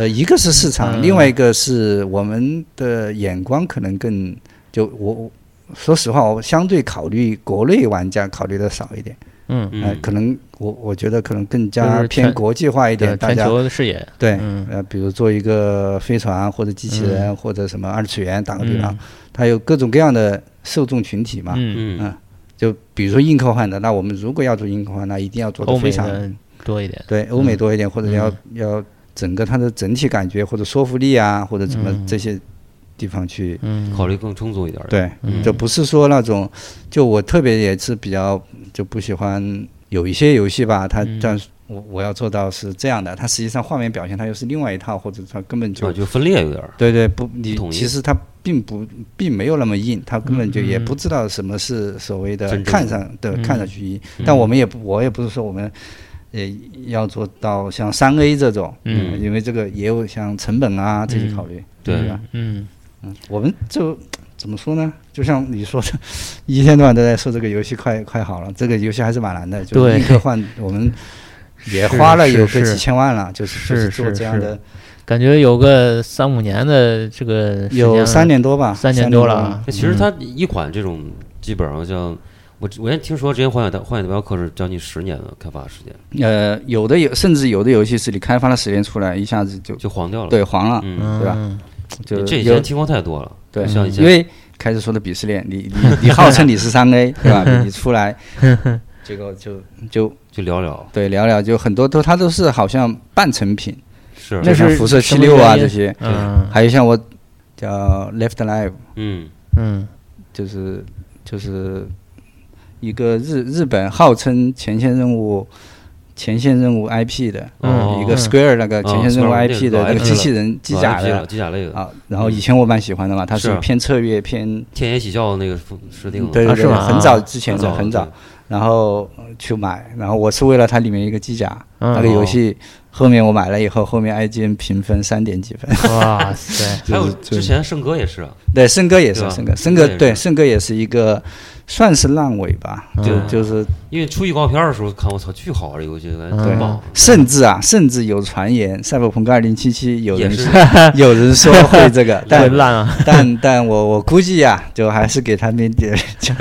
Speaker 4: 呃，一个是市场，
Speaker 3: 嗯
Speaker 4: 另外一个是我们的眼光可能更就我我说实话，我相对考虑国内玩家考虑的少一点，
Speaker 3: 嗯，
Speaker 4: 呃
Speaker 2: 嗯，
Speaker 4: 可能我我觉得可能更
Speaker 3: 就
Speaker 4: 加
Speaker 3: 是
Speaker 4: 偏
Speaker 3: 全
Speaker 4: 国际化一点，
Speaker 3: 对，
Speaker 4: 大
Speaker 3: 全
Speaker 4: 家
Speaker 3: 球的视野，
Speaker 4: 对，
Speaker 3: 嗯
Speaker 4: 呃，比如做一个飞船或者机器人、或者什么二次元，打个比方，它有各种各样的受众群体嘛，
Speaker 3: 嗯，
Speaker 2: 嗯
Speaker 4: 就比如说硬科幻的，那我们如果要做硬科幻，那一定要做
Speaker 3: 欧美
Speaker 4: 的非常
Speaker 3: 的嗯多一点，
Speaker 4: 对欧美多一点，或者要、要整个它的整体感觉或者说服力啊，或者怎么
Speaker 3: 嗯
Speaker 4: 这些地方去，
Speaker 3: 嗯，
Speaker 2: 考虑更充足一点儿。
Speaker 4: 对，
Speaker 3: 嗯
Speaker 4: 就不是说那种，就我特别也是比较就不喜欢有一些游戏吧，它
Speaker 3: 嗯
Speaker 4: 这样、我我要做到是这样的，它实际上画面表现它又是另外一套，或者它根本就、
Speaker 2: 啊，就分裂有点儿。
Speaker 4: 对对不，你
Speaker 2: 统一
Speaker 4: 其实它并不并没有那么硬，它根本就也
Speaker 3: 嗯嗯
Speaker 4: 不知道什么是所谓的
Speaker 2: 真正
Speaker 4: 看上对
Speaker 3: 嗯
Speaker 4: 看上去硬，但我们也不我也不是说我们。呃，要做到像三 A 这种，
Speaker 3: 嗯
Speaker 4: 因为这个也有像成本啊这些考虑，
Speaker 2: 对
Speaker 4: 对吧？
Speaker 3: 嗯，
Speaker 4: 嗯，我们就怎么说呢？就像你说的， 一天到晚都在说这个游戏快快好了，这个游戏还是蛮难的。就
Speaker 3: 对
Speaker 4: 立刻换，我们也
Speaker 3: 是
Speaker 4: 花了
Speaker 3: 是
Speaker 4: 有个
Speaker 3: 是
Speaker 4: 几千万了，就是就是做
Speaker 3: 是
Speaker 4: 这样
Speaker 3: 是
Speaker 4: 的，
Speaker 3: 感觉有个三五年的这个时间
Speaker 4: 有
Speaker 3: 了
Speaker 4: 三年多吧，
Speaker 3: 三
Speaker 4: 年
Speaker 3: 年
Speaker 4: 多
Speaker 3: 多了啊
Speaker 2: 那其实它一款这种基本上像我我原听说之前幻想的幻想的镖客是将近十年的开发时间，
Speaker 4: 呃，有的有，甚至有的游戏是你开发了十年出来，一下子就
Speaker 2: 就黄掉了。
Speaker 4: 对黄了，
Speaker 2: 哦嗯，
Speaker 3: 嗯，
Speaker 4: 对吧
Speaker 3: 嗯？
Speaker 4: 就
Speaker 2: 这以
Speaker 4: 有
Speaker 2: 前听说太多了。
Speaker 4: 对，
Speaker 2: 像以前
Speaker 4: 因为开始说的鄙视链，你你你号称你是三 A 对吧？你出来，结果就就
Speaker 2: 就聊聊
Speaker 4: 对聊聊，就很多都它都是好像半成品，
Speaker 2: 是，
Speaker 3: 那
Speaker 4: 就像
Speaker 3: 是
Speaker 4: 辐射
Speaker 3: 什
Speaker 4: 七
Speaker 3: 么
Speaker 4: 六
Speaker 3: 原
Speaker 4: 啊
Speaker 3: 因
Speaker 4: 这些，
Speaker 3: 嗯
Speaker 4: 还有像我叫 Left Live，
Speaker 2: 嗯
Speaker 3: 嗯
Speaker 4: 就是就是一个日日本号称前线任务前线任务 IP 的，
Speaker 2: 哦
Speaker 4: 一个 Square 那个
Speaker 2: 哦
Speaker 4: 前线任务
Speaker 2: Square 那
Speaker 4: IP
Speaker 2: 个
Speaker 4: 的
Speaker 2: 老
Speaker 4: 那个
Speaker 2: IP
Speaker 4: 机
Speaker 2: 了
Speaker 4: 器人机
Speaker 2: 老
Speaker 4: 甲
Speaker 2: IP 了
Speaker 4: 的
Speaker 2: 机甲类的
Speaker 4: 啊，然后以前我蛮喜欢的嘛，它
Speaker 2: 是
Speaker 4: 是
Speaker 2: 啊
Speaker 4: 偏策略偏。
Speaker 2: 天野喜孝那个设定了，
Speaker 4: 对对
Speaker 3: 啊是
Speaker 4: 对，
Speaker 3: 吗
Speaker 4: 很
Speaker 3: 啊
Speaker 4: 早之前
Speaker 2: 很
Speaker 4: 的，
Speaker 2: 早
Speaker 4: 很
Speaker 2: 对
Speaker 4: 早，然后呃去买，然后我是为了它里面一个机甲，
Speaker 3: 嗯
Speaker 4: 那个游戏
Speaker 2: 哦
Speaker 4: 后面我买了以后，后面 IGN 评分三点几分，
Speaker 3: 哇塞，
Speaker 2: 还有
Speaker 4: 就是
Speaker 2: 之前圣歌也是啊，
Speaker 4: 对，圣哥也是
Speaker 2: 对，吧
Speaker 4: 圣哥，
Speaker 2: 圣
Speaker 4: 圣
Speaker 2: 哥
Speaker 4: 哥
Speaker 2: 也
Speaker 4: 对，
Speaker 2: 是
Speaker 4: 圣哥也是一个算是烂尾吧，就
Speaker 3: 嗯
Speaker 4: 就是
Speaker 2: 因为出预告片儿的时候看，我操，巨好啊，这游戏感觉
Speaker 3: 嗯
Speaker 2: 真棒。
Speaker 4: 甚至啊，甚至有传言《赛博朋克2077》有
Speaker 2: 也
Speaker 4: 人
Speaker 2: 是
Speaker 4: 有人说 会这 个，
Speaker 3: 太
Speaker 4: 但
Speaker 3: 烂啊，
Speaker 4: 但但我我估计呀，就还是给他们点就。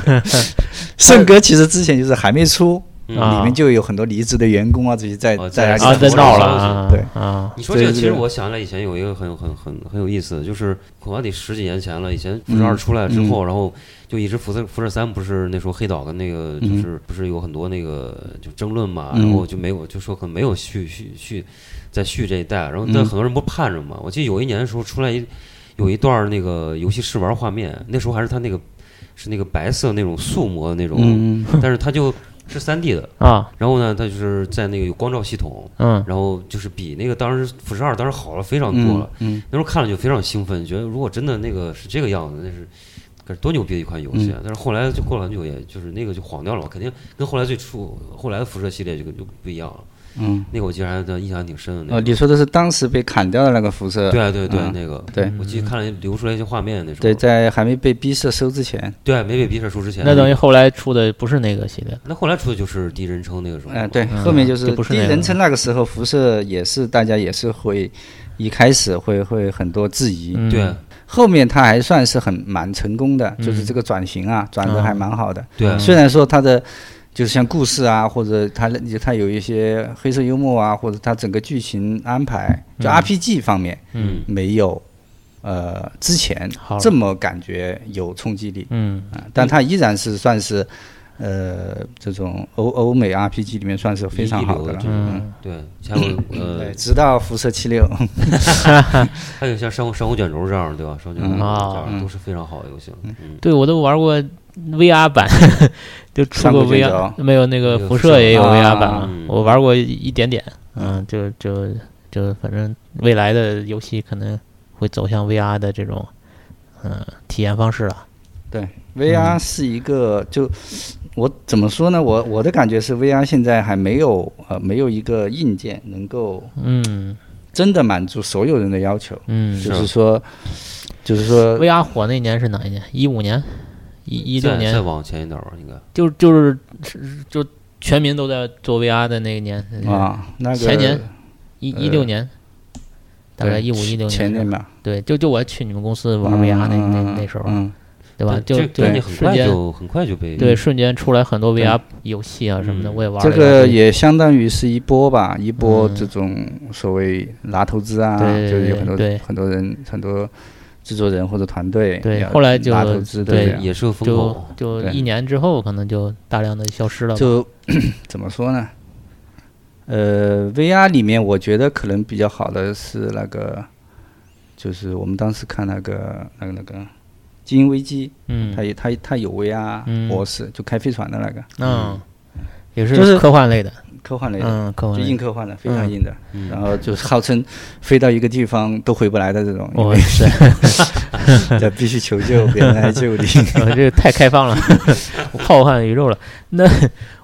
Speaker 4: 圣哥其实之前就是还没出，
Speaker 2: 嗯
Speaker 3: 啊
Speaker 4: 里面就有很多离职的员工啊，这些在
Speaker 2: 哦
Speaker 4: 在
Speaker 2: 在
Speaker 4: 那
Speaker 3: 啊，
Speaker 4: 里
Speaker 3: 在
Speaker 4: 在
Speaker 3: 闹了
Speaker 2: 消
Speaker 3: 啊，
Speaker 4: 对
Speaker 3: 啊，
Speaker 2: 你说这个，
Speaker 4: 对
Speaker 2: 其
Speaker 4: 对
Speaker 2: 实
Speaker 4: 对
Speaker 2: 我想起来以前有一个很很很很有意思的，就是恐怕得十几年前了。以前辐
Speaker 4: 嗯
Speaker 2: 射二出来之后，然后就一直辐射辐射三不是那时候黑岛跟那个就
Speaker 4: 嗯
Speaker 2: 是不是有很多那个就争论嘛，
Speaker 4: 嗯
Speaker 2: 然后就没有就说可能没有续续续再续这一代，然后但
Speaker 4: 嗯
Speaker 2: 很多人不盼着嘛。我记得有一年的时候出来一有一段那个游戏试玩画面，那时候还是它那个是那个白色那种素模的那种，
Speaker 4: 嗯，
Speaker 2: 但是它就是三 D 的，
Speaker 3: 啊，
Speaker 2: 然后呢它就是在那个有光照系统。
Speaker 3: 嗯
Speaker 2: 然后就是比那个当时辐射二当时好了非常多
Speaker 4: 嗯
Speaker 2: 了，
Speaker 4: 嗯，
Speaker 2: 那时候看了就非常兴奋，觉得如果真的那个是这个样子，那是可是多牛逼的一款游
Speaker 3: 嗯
Speaker 2: 戏啊！但是后来就过了很久，也就是那个就黄掉了，肯定跟后来最初后来的辐射系列就就不一样了。
Speaker 4: 嗯，
Speaker 2: 那个我记得还印象还挺深的。那
Speaker 4: 哦，
Speaker 2: 个
Speaker 4: 你说的是当时被砍掉的那个辐射，
Speaker 3: 啊
Speaker 2: 对对对，
Speaker 4: 嗯
Speaker 2: 那个
Speaker 4: 对
Speaker 2: 我记得看了流出来一些画面，那时候
Speaker 4: 对，在还没被逼射收之前，
Speaker 2: 对没被逼射出之前，
Speaker 3: 那等于后来出的不是那个系列，
Speaker 2: 那后来出的就是第一人称那个时候嘛，
Speaker 4: 嗯，对，
Speaker 3: 嗯
Speaker 4: 后面就是
Speaker 3: 就不是
Speaker 4: 第一
Speaker 3: 那个
Speaker 4: 人称那个时候，辐射也是大家也是会一开始会会很多质疑，
Speaker 3: 嗯
Speaker 2: 对
Speaker 4: 后面他还算是很蛮成功的，
Speaker 3: 嗯
Speaker 4: 就是这个转型啊，转的还蛮好的。
Speaker 2: 对，
Speaker 4: 虽然说他的就是像故事啊，或者他他有一些黑色幽默啊，或者他整个剧情安排，就 RPG 方面、
Speaker 2: 嗯
Speaker 4: 没有呃之前
Speaker 3: 好了
Speaker 4: 这么感觉有冲击力
Speaker 3: 嗯
Speaker 4: 啊，但他依然是算是。呃，这种欧欧美 RPG 里面算是非常好的了嗯
Speaker 2: 一，流的
Speaker 3: 嗯，
Speaker 2: 对，还有呃
Speaker 4: 对，直到辐射七六，
Speaker 2: 还有像上山湖卷轴这样的，对吧？上山
Speaker 4: 嗯
Speaker 2: 湖卷轴
Speaker 3: 啊
Speaker 2: 这
Speaker 3: 嗯
Speaker 2: 样的都是非常好的游戏。嗯，
Speaker 3: 对我都玩过 VR 版， 就出过
Speaker 4: 上古卷轴
Speaker 3: VR，没有那个
Speaker 2: 那个
Speaker 3: 辐
Speaker 2: 辐射
Speaker 3: 射也有
Speaker 4: 啊
Speaker 3: VR 版嘛
Speaker 2: 嗯，
Speaker 3: 我玩过一点点，嗯，就就就反正未来的游戏可能会走向 VR 的这种嗯体验方式了，
Speaker 4: 对，VR
Speaker 2: 嗯
Speaker 4: 是一个就我怎么说呢？我我的感觉是 VR 现在还没有呃没有一个硬件能够
Speaker 3: 嗯
Speaker 4: 真的满足所有人的要求，
Speaker 3: 嗯
Speaker 4: 就是说，就是说，
Speaker 3: ，VR 火那年是哪一年？一五年，一一六
Speaker 2: 再再
Speaker 3: 年，
Speaker 2: 往前一点吧，应该
Speaker 3: 就就是是就全民都在做 VR 的那一年，
Speaker 4: 啊，那个呃
Speaker 3: 前年一一六年，大概
Speaker 4: 对
Speaker 3: 一五一六
Speaker 4: 前
Speaker 3: 年
Speaker 4: 年
Speaker 3: 是吧，
Speaker 4: 吧，
Speaker 3: 对，就就我去你们公司玩
Speaker 4: 嗯
Speaker 3: VR 那那
Speaker 4: 嗯
Speaker 3: 那时候，
Speaker 4: 嗯，
Speaker 3: 对吧？
Speaker 2: 这
Speaker 3: 就
Speaker 2: 这你
Speaker 3: 就
Speaker 2: 很
Speaker 3: 瞬
Speaker 2: 快
Speaker 3: 间
Speaker 2: 就很快就被
Speaker 3: 对瞬间出来很多
Speaker 4: 对
Speaker 3: VR 游戏啊什么的，
Speaker 2: 嗯
Speaker 3: 我也玩
Speaker 4: 这
Speaker 3: 了一段
Speaker 4: 个
Speaker 3: 时间
Speaker 4: 也相当于是一波吧，一波
Speaker 3: 嗯
Speaker 4: 这种所谓拿投资啊，
Speaker 3: 对对
Speaker 4: 就是
Speaker 3: 对
Speaker 4: 有很多
Speaker 3: 对
Speaker 4: 很多人很多制作人或者团队
Speaker 3: 对
Speaker 4: 要
Speaker 3: 后来就
Speaker 4: 拿投资
Speaker 3: 对
Speaker 4: 对这样
Speaker 2: 也是个风
Speaker 3: 就
Speaker 2: 口，
Speaker 3: 就
Speaker 4: 对
Speaker 3: 一年之后，可能就大量的消失了吧。
Speaker 4: 就 怎么说呢？呃，VR 里面我觉得可能比较好的是那个，就是我们当时看那个那个那个《精英危机》
Speaker 3: 嗯
Speaker 4: 它也它它有 VR
Speaker 3: 嗯
Speaker 4: 模式，就开飞船的那个
Speaker 3: 嗯，也
Speaker 4: 就是
Speaker 3: 是科幻类的，
Speaker 4: 科幻类的，
Speaker 3: 嗯，科幻
Speaker 4: 就
Speaker 3: 类
Speaker 4: 硬
Speaker 3: 的。
Speaker 4: 科幻的，非常
Speaker 3: 嗯
Speaker 4: 硬的，然后就是号称飞到一个地方都回不来的这种，
Speaker 3: 我是，
Speaker 4: 这必须求救，别人来救 你。
Speaker 3: 我这个太开放了， 我浩瀚宇宙了。那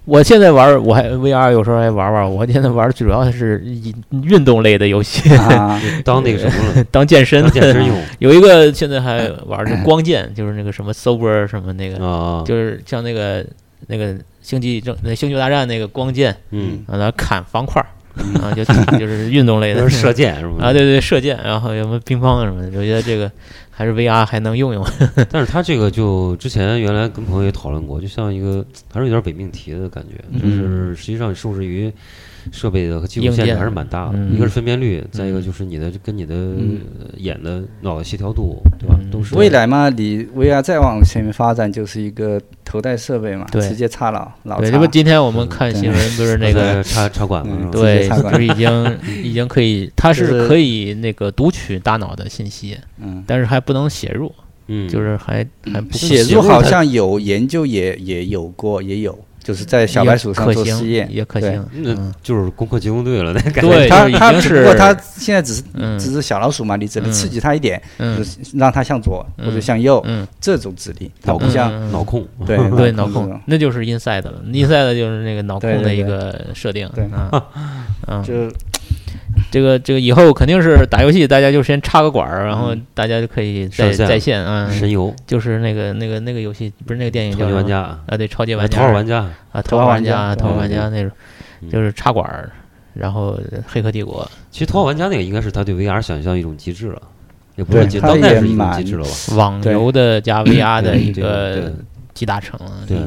Speaker 3: 我现在玩儿，我还 VR 有时候还玩玩儿。我现在玩儿主要是以运动类的游戏，
Speaker 4: 啊，
Speaker 2: 就 当那个什么了，
Speaker 3: 当健身
Speaker 2: 当
Speaker 3: 的。
Speaker 2: 健身 用
Speaker 3: 有一个现在还玩儿这光 剑，就是那个什么 Sober 什么
Speaker 4: 哦
Speaker 3: 那个，
Speaker 2: 啊，
Speaker 3: 就是像那个那个星际争那星球大战那个光剑，
Speaker 2: 嗯，
Speaker 3: 啊，然后砍方块儿，
Speaker 4: 嗯
Speaker 3: 啊，就 就是运动类
Speaker 2: 就
Speaker 3: 的
Speaker 2: 是射箭是吧？
Speaker 3: 啊，对对，射箭，然后有什么乒乓啊什么的，我觉得这个还是 VR 还能用用。
Speaker 2: 但是他这个就之前原来跟朋友也讨论过，就像一个还是有点伪命题的感觉，
Speaker 3: 嗯
Speaker 2: 就是实际上受制于设备的和技术限制还是蛮大的。
Speaker 3: 硬件嗯
Speaker 2: 一个是分辨率，再一个就是你的跟你的呃眼的脑的协调度，对吧？
Speaker 3: 嗯
Speaker 2: 都是
Speaker 4: 未来嘛，你 VR 再往前面发展就是一个头戴设备嘛，
Speaker 3: 对
Speaker 4: 直接插脑，脑
Speaker 3: 对，
Speaker 4: 插。
Speaker 3: 这不今天我们看新闻，不是那个
Speaker 2: 在 插插管嘛，
Speaker 4: 嗯
Speaker 2: 是吧
Speaker 4: 直接
Speaker 3: 对，
Speaker 4: 插管
Speaker 3: 就是已 经已经可以，它
Speaker 4: 就是
Speaker 3: 是可以那个读取大脑的信息，
Speaker 4: 嗯，
Speaker 3: 但是还不能写入，
Speaker 2: 嗯，
Speaker 3: 就是还还不
Speaker 4: 写
Speaker 2: 写
Speaker 4: 入
Speaker 2: 入
Speaker 4: 好
Speaker 2: 它
Speaker 4: 像有研究也也有过，也有，就是在小白鼠上
Speaker 3: 也
Speaker 4: 做
Speaker 3: 可行
Speaker 4: 实验。
Speaker 3: 也可
Speaker 4: 对
Speaker 3: 行，
Speaker 2: 那
Speaker 3: 嗯
Speaker 2: 就是攻克机动队了， 那感觉
Speaker 3: 对，
Speaker 4: 它
Speaker 3: 就是已
Speaker 4: 它
Speaker 3: 经
Speaker 4: 只不过
Speaker 3: 是
Speaker 4: 它现在只是
Speaker 3: 嗯
Speaker 4: 只是小老鼠嘛，你只能
Speaker 3: 嗯
Speaker 4: 刺激它一点，
Speaker 3: 嗯
Speaker 4: 就是让它向左或者
Speaker 3: 嗯
Speaker 4: 向右
Speaker 3: 嗯，
Speaker 4: 这种指令，它
Speaker 2: 脑
Speaker 4: 不像
Speaker 3: 嗯嗯
Speaker 2: 脑控
Speaker 4: 对
Speaker 3: 对
Speaker 4: 脑
Speaker 3: 脑嗯
Speaker 4: 控这
Speaker 3: 控
Speaker 4: 种，
Speaker 3: 那就是 inside 了，inside 就是那个脑控
Speaker 4: 对
Speaker 3: 的
Speaker 4: 对
Speaker 3: 一
Speaker 4: 对
Speaker 3: 个设定，
Speaker 4: 对
Speaker 3: 啊， 嗯，
Speaker 4: 就
Speaker 3: 这个这个以后肯定是打游戏，大家就先插个管儿，然后大家就可以在
Speaker 2: 上线
Speaker 3: 在线啊，
Speaker 2: 神游、
Speaker 3: 就是那个那个那个游戏，不是那个电影
Speaker 2: 超
Speaker 3: 叫
Speaker 2: 级
Speaker 3: 什么
Speaker 2: 玩家、
Speaker 3: 啊，对，超级
Speaker 2: 呃
Speaker 3: 玩家，
Speaker 2: 头号玩家，
Speaker 3: 啊，头
Speaker 4: 头
Speaker 3: 号
Speaker 4: 号
Speaker 3: 玩
Speaker 4: 玩
Speaker 3: 家，
Speaker 4: 家
Speaker 3: 头号玩
Speaker 2: 对
Speaker 3: 家那种，
Speaker 2: 嗯
Speaker 3: 就是插管儿，然后黑客帝国，
Speaker 2: 其实头号玩家那个应该是他对 VR 想象一种极致了，也不
Speaker 4: 对
Speaker 2: 是极
Speaker 4: 它
Speaker 2: 当代
Speaker 4: 也
Speaker 2: 是一种
Speaker 4: 蛮
Speaker 2: 极致了吧？
Speaker 3: 网
Speaker 4: 对
Speaker 3: 游的加 VR 的
Speaker 2: 嗯对
Speaker 3: 一
Speaker 2: 对
Speaker 3: 个
Speaker 2: 对
Speaker 3: 集大成啊，
Speaker 2: 对，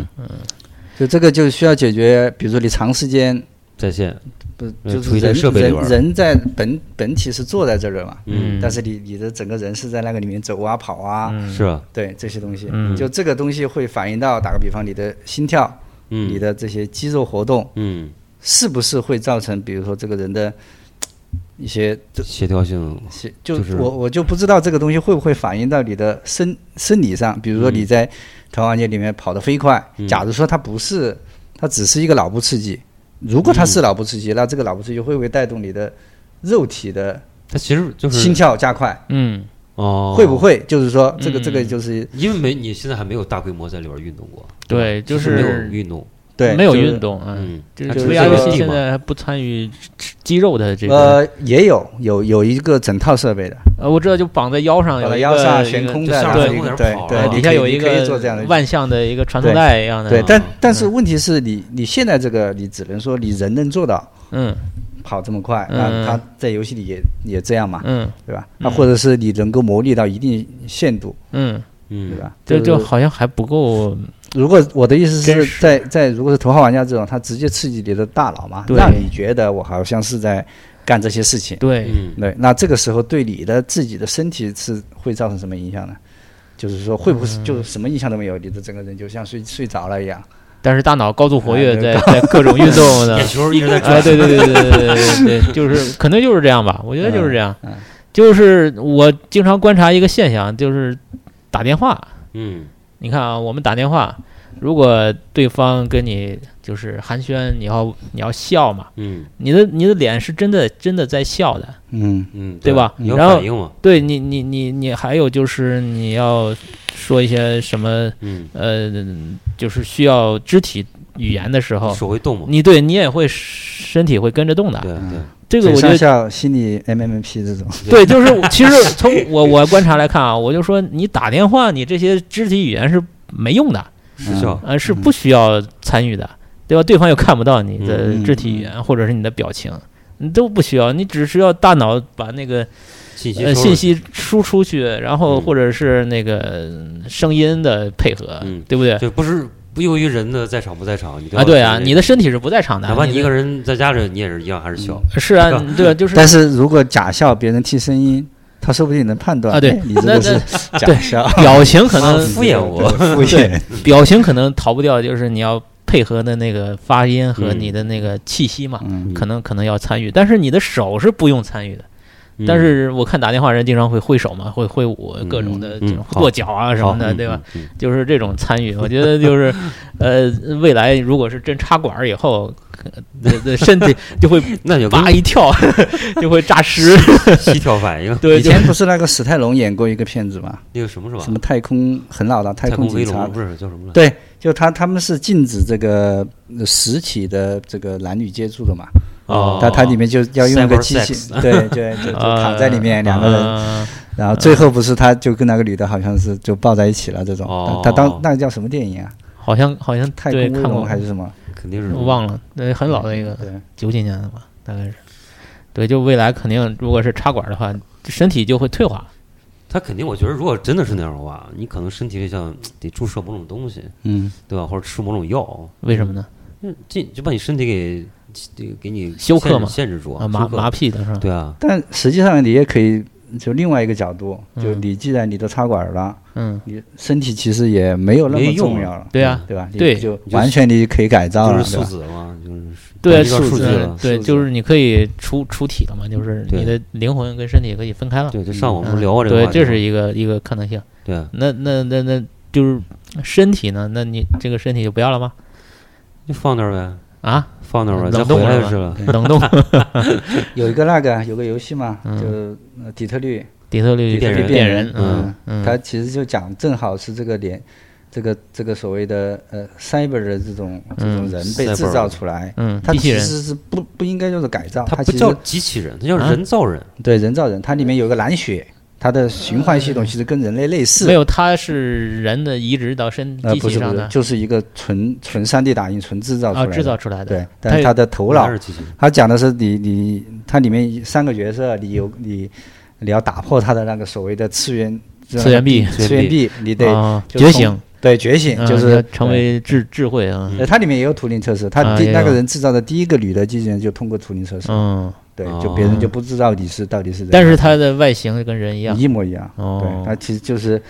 Speaker 4: 就这个就需要解决，比如说你长时间
Speaker 2: 在线，
Speaker 4: 不
Speaker 2: 呃
Speaker 4: 就
Speaker 2: 处
Speaker 4: 是
Speaker 2: 于在
Speaker 4: 人
Speaker 2: 设备里边
Speaker 4: 人
Speaker 2: 儿
Speaker 4: 人在本本体是坐在这儿的嘛，
Speaker 3: 嗯
Speaker 4: 但是你你的整个人是在那个里面走啊跑啊，
Speaker 3: 嗯
Speaker 2: 是啊，
Speaker 4: 对这些东西，
Speaker 3: 嗯
Speaker 4: 就这个东西会反映到打个比方，你的心跳，
Speaker 2: 嗯，
Speaker 4: 你的这些肌肉活动
Speaker 2: 嗯
Speaker 4: 是不是会造成，比如说这个人的嘖一些这
Speaker 2: 协调性，
Speaker 4: 些，就
Speaker 2: 就是
Speaker 4: 我我就不知道这个东西会不会反映到你的生生理上，比如说你在头环节里面跑得飞快，
Speaker 2: 嗯
Speaker 4: 假如说它不是，它只是一个脑部刺激，如果它是脑部刺激，那这个脑部刺激会不会带动你的肉体的
Speaker 2: 它其实就是
Speaker 4: 心跳加快？
Speaker 3: 嗯，
Speaker 2: 哦，
Speaker 4: 会不？会就是说这个
Speaker 3: 嗯
Speaker 4: 这个就是
Speaker 2: 因为没你现在还没有大规模在里边运动过，
Speaker 3: 对，就
Speaker 2: 其实没有
Speaker 3: 是
Speaker 2: 运动，
Speaker 4: 对
Speaker 3: 没有
Speaker 4: 就是
Speaker 3: 运动啊，
Speaker 2: 嗯，
Speaker 3: 就
Speaker 2: 它
Speaker 3: 是
Speaker 2: 只
Speaker 4: 就是
Speaker 2: 这
Speaker 3: VR 游
Speaker 2: 个
Speaker 3: 戏
Speaker 2: 地
Speaker 3: 现
Speaker 2: 嘛，
Speaker 3: 在还不参与肌肌肉的这个，
Speaker 4: 呃也有有有一个整套设备的，
Speaker 3: 呃，我知道就绑在腰上
Speaker 4: 绑
Speaker 3: 啊有
Speaker 4: 在
Speaker 3: 一
Speaker 4: 腰
Speaker 3: 个
Speaker 4: 上
Speaker 3: 一
Speaker 4: 悬
Speaker 3: 个
Speaker 4: 空
Speaker 2: 就
Speaker 4: 的，
Speaker 2: 像
Speaker 4: 然后
Speaker 2: 在
Speaker 4: 一
Speaker 2: 空
Speaker 4: 个
Speaker 2: 中
Speaker 4: 对
Speaker 2: 跑
Speaker 4: 对
Speaker 2: 啊，
Speaker 4: 你
Speaker 3: 底下
Speaker 4: 可以
Speaker 3: 有一
Speaker 4: 你可以
Speaker 3: 个
Speaker 4: 做这样的
Speaker 3: 万向的一个传送
Speaker 4: 对
Speaker 3: 带一样的，
Speaker 4: 对
Speaker 3: 啊，
Speaker 4: 但但是问题是你你现在这个你只能说你人能做到
Speaker 3: 嗯
Speaker 4: 跑这么快，
Speaker 3: 嗯
Speaker 4: 那他在游戏里也也这样嘛，
Speaker 3: 嗯
Speaker 4: 对吧？那或者是你能够磨砺到一定限度，
Speaker 3: 嗯，
Speaker 4: 对
Speaker 2: 嗯，
Speaker 4: 吧？
Speaker 3: 就就是好像还不够，
Speaker 4: 如果我的意思
Speaker 3: 真
Speaker 4: 是
Speaker 3: 实
Speaker 4: 在在如果是头号玩家这种，他直接刺激你的大脑嘛，
Speaker 3: 对
Speaker 4: 让你觉得我好像是在干这些事情。
Speaker 3: 对，
Speaker 2: 嗯，
Speaker 4: 对，那这个时候对你的自己的身体是会造成什么影响呢？就是说，会不
Speaker 3: 嗯
Speaker 4: 会是就是什么影响都没有，你的整个人就像睡睡着了一样？
Speaker 3: 但是大脑高度活跃，
Speaker 4: 哎
Speaker 3: 在在各种运 动的
Speaker 2: 眼，球一直在
Speaker 3: 哎，
Speaker 2: 转，
Speaker 3: 对对对对对对对对，就是可能就是这样吧，我觉得就是这样，
Speaker 4: 嗯
Speaker 3: 就是我经常观察一个现象，就是打电话，
Speaker 2: 嗯
Speaker 3: 你看啊，我们打电话，如果对方跟你就是寒暄，你要你要笑嘛，
Speaker 2: 嗯
Speaker 3: 你的你的脸是真的真的在笑的，
Speaker 4: 嗯
Speaker 2: 嗯，
Speaker 3: 对吧
Speaker 2: 你要
Speaker 3: 然后
Speaker 2: 反应嘛，
Speaker 3: 对你你你你还有就是你要说一些什么
Speaker 2: 嗯，
Speaker 3: 呃，就是需要肢体语言的时候，
Speaker 2: 手会动嘛，
Speaker 3: 你对你也会是身体会跟着动的。
Speaker 2: 对对，
Speaker 3: 这个我觉
Speaker 4: 上
Speaker 3: 得
Speaker 4: 校、心理 MMP 这种，
Speaker 3: 对，就是我其实从我我观察来看啊，我就说你打电话，你这些肢体语言是没用的，
Speaker 4: 嗯
Speaker 2: 失效。
Speaker 3: 呃，是不需要参与的，对吧？对方又看不到你的
Speaker 4: 嗯
Speaker 3: 肢体语言或者是你的表情，你都不需要，你只需要大脑把那个
Speaker 2: 信息
Speaker 3: 呃
Speaker 2: 收
Speaker 3: 信
Speaker 2: 入
Speaker 3: 息输出去，然后
Speaker 2: 嗯
Speaker 3: 或者是那个嗯声音的配合，
Speaker 2: 嗯
Speaker 3: 对不对？
Speaker 2: 对，不是不由于人的在场不在场，你都
Speaker 3: 啊，
Speaker 2: 要
Speaker 3: 对啊，
Speaker 2: 这
Speaker 3: 你的身体是不在场的，
Speaker 2: 哪怕你
Speaker 3: 你
Speaker 2: 一
Speaker 3: 的
Speaker 2: 个人在家里，你也是一样还是笑。
Speaker 3: 是啊，对啊，就是
Speaker 4: 但是如果假笑，别人听声音，他说不定能判断。
Speaker 3: 啊对
Speaker 4: 哎你这
Speaker 3: 那
Speaker 4: 个是假
Speaker 3: 对
Speaker 4: 笑，
Speaker 3: 表情可
Speaker 2: 啊
Speaker 3: 能
Speaker 2: 敷衍我
Speaker 4: 对敷
Speaker 3: 对
Speaker 4: 衍。
Speaker 3: 表情可能逃不掉，就是你要配合的那个发音和
Speaker 2: 嗯
Speaker 3: 你的那个气息嘛，
Speaker 4: 嗯，
Speaker 3: 可能可能要参与，但是你的手是不用参与的。
Speaker 2: 嗯
Speaker 3: 但是我看打电话人经常会挥手嘛，会挥舞
Speaker 2: 嗯
Speaker 3: 各种的
Speaker 2: 嗯
Speaker 3: 这种
Speaker 2: 好
Speaker 3: 跺脚啊什
Speaker 2: 好
Speaker 3: 么的，
Speaker 2: 嗯
Speaker 3: 对吧？
Speaker 2: 嗯
Speaker 3: 就是这种参与，我觉得就是， 呃，未来如果是真插管儿以后，呃呃身体就会
Speaker 2: 嗯那就 跟
Speaker 3: 叭一跳，就会炸尸。
Speaker 2: 膝跳反应，
Speaker 3: 对，
Speaker 4: 以
Speaker 3: 就
Speaker 4: 前不是那个史泰龙演过一个片子嘛，
Speaker 2: 那个什么是吧
Speaker 4: 什？么太空很老的太
Speaker 2: 太
Speaker 4: 空
Speaker 2: 空
Speaker 4: 警
Speaker 2: 飞
Speaker 4: 察
Speaker 2: 龙，不是叫什么来着？
Speaker 4: 对，就他他们是禁止这个呃实体的这个男女接触的嘛，
Speaker 2: 哦
Speaker 4: 他他里面就要用一个
Speaker 2: Cyber
Speaker 4: 机器，
Speaker 2: sex 啊
Speaker 4: 对对， 就就躺在里面
Speaker 3: 呃
Speaker 4: 两个人，
Speaker 3: 呃
Speaker 4: 然后最后不是他就跟那个女的好像是就抱在一起了这种
Speaker 2: 哦，
Speaker 4: 他他当那个叫什么电影啊？
Speaker 3: 好像好像
Speaker 4: 太
Speaker 3: 对
Speaker 4: 空威
Speaker 3: 看过
Speaker 4: 龙还是什么？
Speaker 2: 肯定是
Speaker 3: 我忘了，对，很老的一个，
Speaker 4: 对，
Speaker 3: 九几年的吧，大概是。对，就未来肯定，如果是插管儿的话，身体就会退化。
Speaker 2: 他肯定，我觉得如果真的是那样的话，你可能身体里像得注射某种东西，
Speaker 4: 嗯，
Speaker 2: 对吧？或者吃某种药，
Speaker 3: 为什么呢？
Speaker 2: 嗯这就把你身体给这个给你
Speaker 3: 休克
Speaker 2: 限制
Speaker 3: 嘛
Speaker 2: 限制住
Speaker 3: 啊，麻
Speaker 2: 休克
Speaker 3: 麻痹的是吧？
Speaker 2: 对啊，
Speaker 4: 但实际上你也可以就另外一个角度，就
Speaker 3: 嗯
Speaker 4: 你既然你都插管了，
Speaker 3: 嗯，
Speaker 4: 你身体其实也没有那
Speaker 2: 没
Speaker 4: 么
Speaker 2: 用
Speaker 4: 重
Speaker 2: 了
Speaker 4: 要了，
Speaker 3: 对啊，
Speaker 4: 对吧？你
Speaker 3: 对
Speaker 4: 就
Speaker 2: 你就
Speaker 4: 完全你可以改造
Speaker 3: 啊
Speaker 2: 就
Speaker 4: 了，
Speaker 2: 是
Speaker 4: 对
Speaker 2: 素
Speaker 4: 吧？
Speaker 2: 子嘛，啊就是
Speaker 3: 对，
Speaker 2: 一段数
Speaker 3: 字
Speaker 2: 据了，
Speaker 3: 对，
Speaker 4: 数字
Speaker 3: 就是你可以出出体了嘛，就是
Speaker 2: 对
Speaker 3: 你的灵魂跟身体可以分开了。
Speaker 2: 对，就上
Speaker 3: 嗯
Speaker 2: 网不是聊过这个
Speaker 3: 对，
Speaker 2: 话题
Speaker 3: 这
Speaker 2: 吗，
Speaker 3: 是一个一个可能性。
Speaker 2: 对，
Speaker 3: 那那那那就是身体呢？那你这个身体就不要了吗？
Speaker 2: 就放那儿呗，
Speaker 3: 啊，
Speaker 2: 放那儿呗，
Speaker 3: 冷
Speaker 2: 再
Speaker 3: 冻
Speaker 2: 回来就
Speaker 3: 了
Speaker 2: 是是嗯了。
Speaker 3: 冷冻
Speaker 4: 有一个那个有个游戏嘛，
Speaker 3: 嗯
Speaker 4: 就呃底特律，
Speaker 3: 底特律
Speaker 2: 变人
Speaker 3: 变人，
Speaker 2: 嗯
Speaker 3: 嗯，
Speaker 4: 它其实就讲正好是这个连。这个这个所谓的呃 cyber 的这种这种
Speaker 3: 嗯
Speaker 4: 人被
Speaker 2: cyber
Speaker 4: 制造出来，
Speaker 3: 嗯，
Speaker 4: 它
Speaker 3: 机器
Speaker 4: 其
Speaker 3: 人，
Speaker 4: 实是不不应该叫做改造，
Speaker 2: 它
Speaker 4: 它
Speaker 2: 不
Speaker 4: 其实
Speaker 2: 叫机器人，它叫
Speaker 3: 啊
Speaker 2: 人造人。
Speaker 4: 对人造人，它里面有个蓝血，它的循环系统其实跟人类类似
Speaker 3: 没，有，它是人的移植到身
Speaker 4: 呃
Speaker 3: 机
Speaker 4: 不
Speaker 3: 器
Speaker 4: 是
Speaker 3: 上
Speaker 4: 不是
Speaker 3: 的，
Speaker 4: 就是一个纯纯三 D 打印纯制造出
Speaker 3: 啊，
Speaker 4: 来的，
Speaker 3: 制造出来的嗯
Speaker 4: 对，，但是它的头脑
Speaker 2: 还是机器人，
Speaker 4: 他讲的是你你它里面三个角色，你有你你要打破他的那个所谓的次元
Speaker 3: 次元壁
Speaker 4: 次元壁，你得、
Speaker 3: 啊
Speaker 4: 就
Speaker 3: 觉
Speaker 4: 从
Speaker 3: 醒，
Speaker 4: 对觉醒，
Speaker 3: 嗯
Speaker 4: 就
Speaker 3: 要
Speaker 4: 是
Speaker 3: 成。为智智慧啊
Speaker 2: 嗯，
Speaker 4: 呃，它里面也有图灵测试，
Speaker 3: 啊
Speaker 4: 他第
Speaker 3: 也有
Speaker 4: 那个人制造的第一个女的机器人就通过图灵测试，
Speaker 3: 嗯，
Speaker 4: 对
Speaker 2: 哦，
Speaker 4: 就别人就不知道你是到底是人，
Speaker 3: 但是它的外形跟人一样
Speaker 4: 你，一模一样，
Speaker 3: 哦
Speaker 4: 对，它其实就是，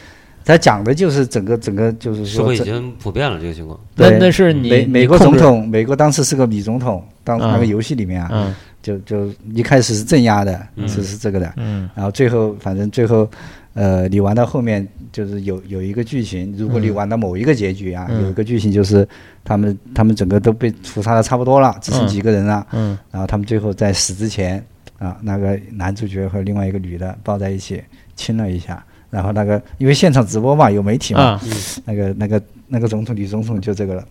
Speaker 4: 它讲的就是整个整个就是
Speaker 2: 社
Speaker 4: 说
Speaker 2: 会已
Speaker 4: 这，
Speaker 2: 经普遍了这个情况。
Speaker 3: 那
Speaker 4: 对
Speaker 3: 那是你
Speaker 4: 美美
Speaker 3: 你
Speaker 4: 国
Speaker 3: 控
Speaker 4: 总
Speaker 3: 制
Speaker 4: 统，美国当时是个女总统，当那个
Speaker 3: 嗯
Speaker 4: 游戏里面啊，
Speaker 3: 嗯
Speaker 4: 就就一开始是镇压的，
Speaker 2: 嗯
Speaker 4: 是是这个的，
Speaker 3: 嗯
Speaker 4: 然后最后反正最后，呃，你玩到后面就是有有一个剧情，如果你
Speaker 3: 嗯
Speaker 4: 玩到某一个结局啊，
Speaker 3: 嗯
Speaker 4: 有一个剧情就是他们他们整个都被屠杀的差不多了，只剩
Speaker 3: 嗯
Speaker 4: 几个人了，
Speaker 3: 嗯
Speaker 4: 然后他们最后在死之前啊，那个男主角和另外一个女的抱在一起亲了一下。然后那个，因为现场直播嘛，有媒体嘛，
Speaker 3: 啊，
Speaker 4: 那个那个那个总统女总统就这个了，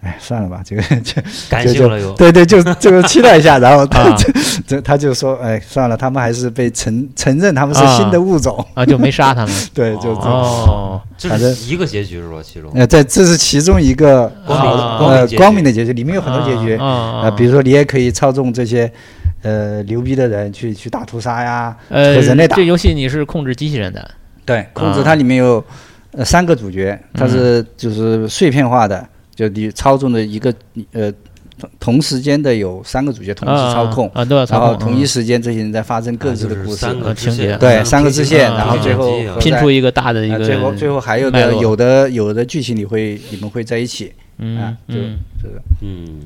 Speaker 4: 哎，算了吧，这个 就
Speaker 2: 感
Speaker 4: 就
Speaker 2: 性
Speaker 4: 就
Speaker 2: 了又
Speaker 4: 对对，就这个期待一下，然后他
Speaker 3: 啊
Speaker 4: 就这他就说，哎，算了，他们还是被承承认他们是
Speaker 3: 啊
Speaker 4: 新的物种，
Speaker 3: 啊，就没杀他们。
Speaker 4: 对，就这，
Speaker 3: 哦，
Speaker 2: 这
Speaker 4: 反
Speaker 2: 是一个结局是吧？其中
Speaker 4: 呃，在这是其中一个
Speaker 2: 光明
Speaker 3: 啊
Speaker 2: 光明
Speaker 4: 呃
Speaker 2: 结局
Speaker 4: 光明的结局，里面有很多结局
Speaker 3: 啊啊
Speaker 4: 呃，比如说你也可以操纵这些呃牛逼的人去去大屠杀呀，
Speaker 3: 呃，
Speaker 4: 和人类打
Speaker 3: 这，游戏你是控制机器人的，
Speaker 4: 对，控
Speaker 3: 啊
Speaker 4: 制它里面有呃三个主角，它是就是碎片化的，就你操纵的一个呃同同时间的有三个主角同时操控。
Speaker 3: 啊啊，都要操
Speaker 4: 然后
Speaker 3: 控，
Speaker 4: 同一时间，这些人在发生各自的
Speaker 2: 啊就是
Speaker 4: 故事，
Speaker 2: 三个
Speaker 3: 呃
Speaker 2: 支
Speaker 3: 情
Speaker 2: 线
Speaker 3: 节
Speaker 4: 对三个
Speaker 2: 拼
Speaker 4: 支
Speaker 2: 接
Speaker 4: 线
Speaker 2: 啊
Speaker 4: 然后最后
Speaker 2: 拼接啊
Speaker 4: 合
Speaker 3: 拼出一个大的一
Speaker 4: 啊
Speaker 3: 个，
Speaker 4: 最后最后还有
Speaker 3: 脉
Speaker 4: 的
Speaker 3: 络
Speaker 4: 有的有的剧情你会你们会在一起，
Speaker 3: 嗯
Speaker 4: 啊就
Speaker 3: 嗯
Speaker 4: 这个
Speaker 2: 嗯，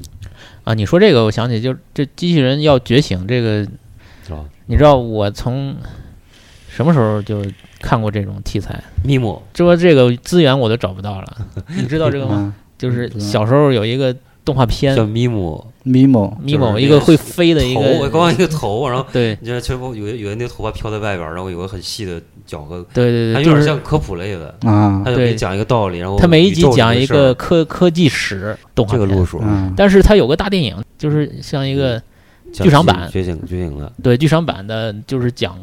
Speaker 3: 啊，你说这个，我想起就是这机器人要觉醒这个，
Speaker 2: 是吧？
Speaker 3: 你知道我从什么时候就看过这种题材？
Speaker 2: 密码
Speaker 3: 说这个资源我都找不 到了，你知道这个吗？
Speaker 4: 啊
Speaker 3: 就是
Speaker 4: 不知道
Speaker 3: 小时候有一个动画片
Speaker 2: 叫，咪姆
Speaker 4: Mimo
Speaker 3: 咪蒙
Speaker 2: 就是那
Speaker 3: 一个
Speaker 2: 个
Speaker 3: 会飞的一
Speaker 2: 头，我
Speaker 3: 个，
Speaker 2: 光一个头，然后
Speaker 3: 对
Speaker 2: 你知道全部有的有的那个头发飘在外边儿，然后有个很细的角和，
Speaker 3: 对对
Speaker 2: 它有
Speaker 3: 对，就
Speaker 2: 点
Speaker 3: 是
Speaker 2: 像科普类的，
Speaker 4: 啊
Speaker 2: 它，就给
Speaker 3: 对
Speaker 2: 你讲一个道理，然后
Speaker 3: 他每一
Speaker 2: 宇
Speaker 3: 集
Speaker 2: 宙这
Speaker 3: 讲一
Speaker 2: 事儿
Speaker 3: 个科科技史动画
Speaker 2: 这个
Speaker 3: 片
Speaker 2: 路数，嗯
Speaker 4: 嗯
Speaker 3: 但是它有个大电影，就是像一个
Speaker 2: 讲
Speaker 3: 剧场版
Speaker 2: 觉醒觉醒了，
Speaker 3: 对，剧场版的就是讲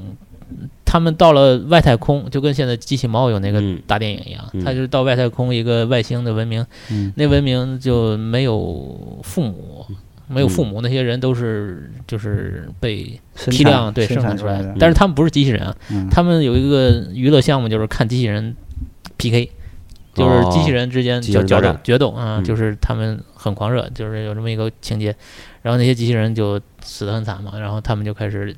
Speaker 3: 他们到了外太空，就跟现在机器猫有那个
Speaker 2: 嗯
Speaker 3: 大电影一样，
Speaker 2: 嗯
Speaker 3: 他就是到外太空一个外星的文明，
Speaker 4: 嗯
Speaker 3: 那文明就没有父母。
Speaker 2: 嗯
Speaker 3: 没有父母，那些人都是就是被
Speaker 4: 生
Speaker 3: 批
Speaker 4: 产
Speaker 3: 量对
Speaker 4: 生
Speaker 3: 生产
Speaker 4: 产
Speaker 3: 出
Speaker 4: 来
Speaker 3: 来
Speaker 4: 的，
Speaker 3: 但是他们不是机器人啊，
Speaker 4: 嗯
Speaker 3: 他们有一个娱乐项目就是看机器人 PK，就是
Speaker 4: 哦
Speaker 3: 机器人之间
Speaker 2: 机器
Speaker 3: 叫
Speaker 2: 人
Speaker 3: 角
Speaker 2: 大
Speaker 3: 斗
Speaker 2: 战
Speaker 3: 决斗啊，
Speaker 2: 嗯
Speaker 3: 就是他们很狂热，就是有这么一个情节，然后那些机器人就死得很惨嘛，然后他们就开始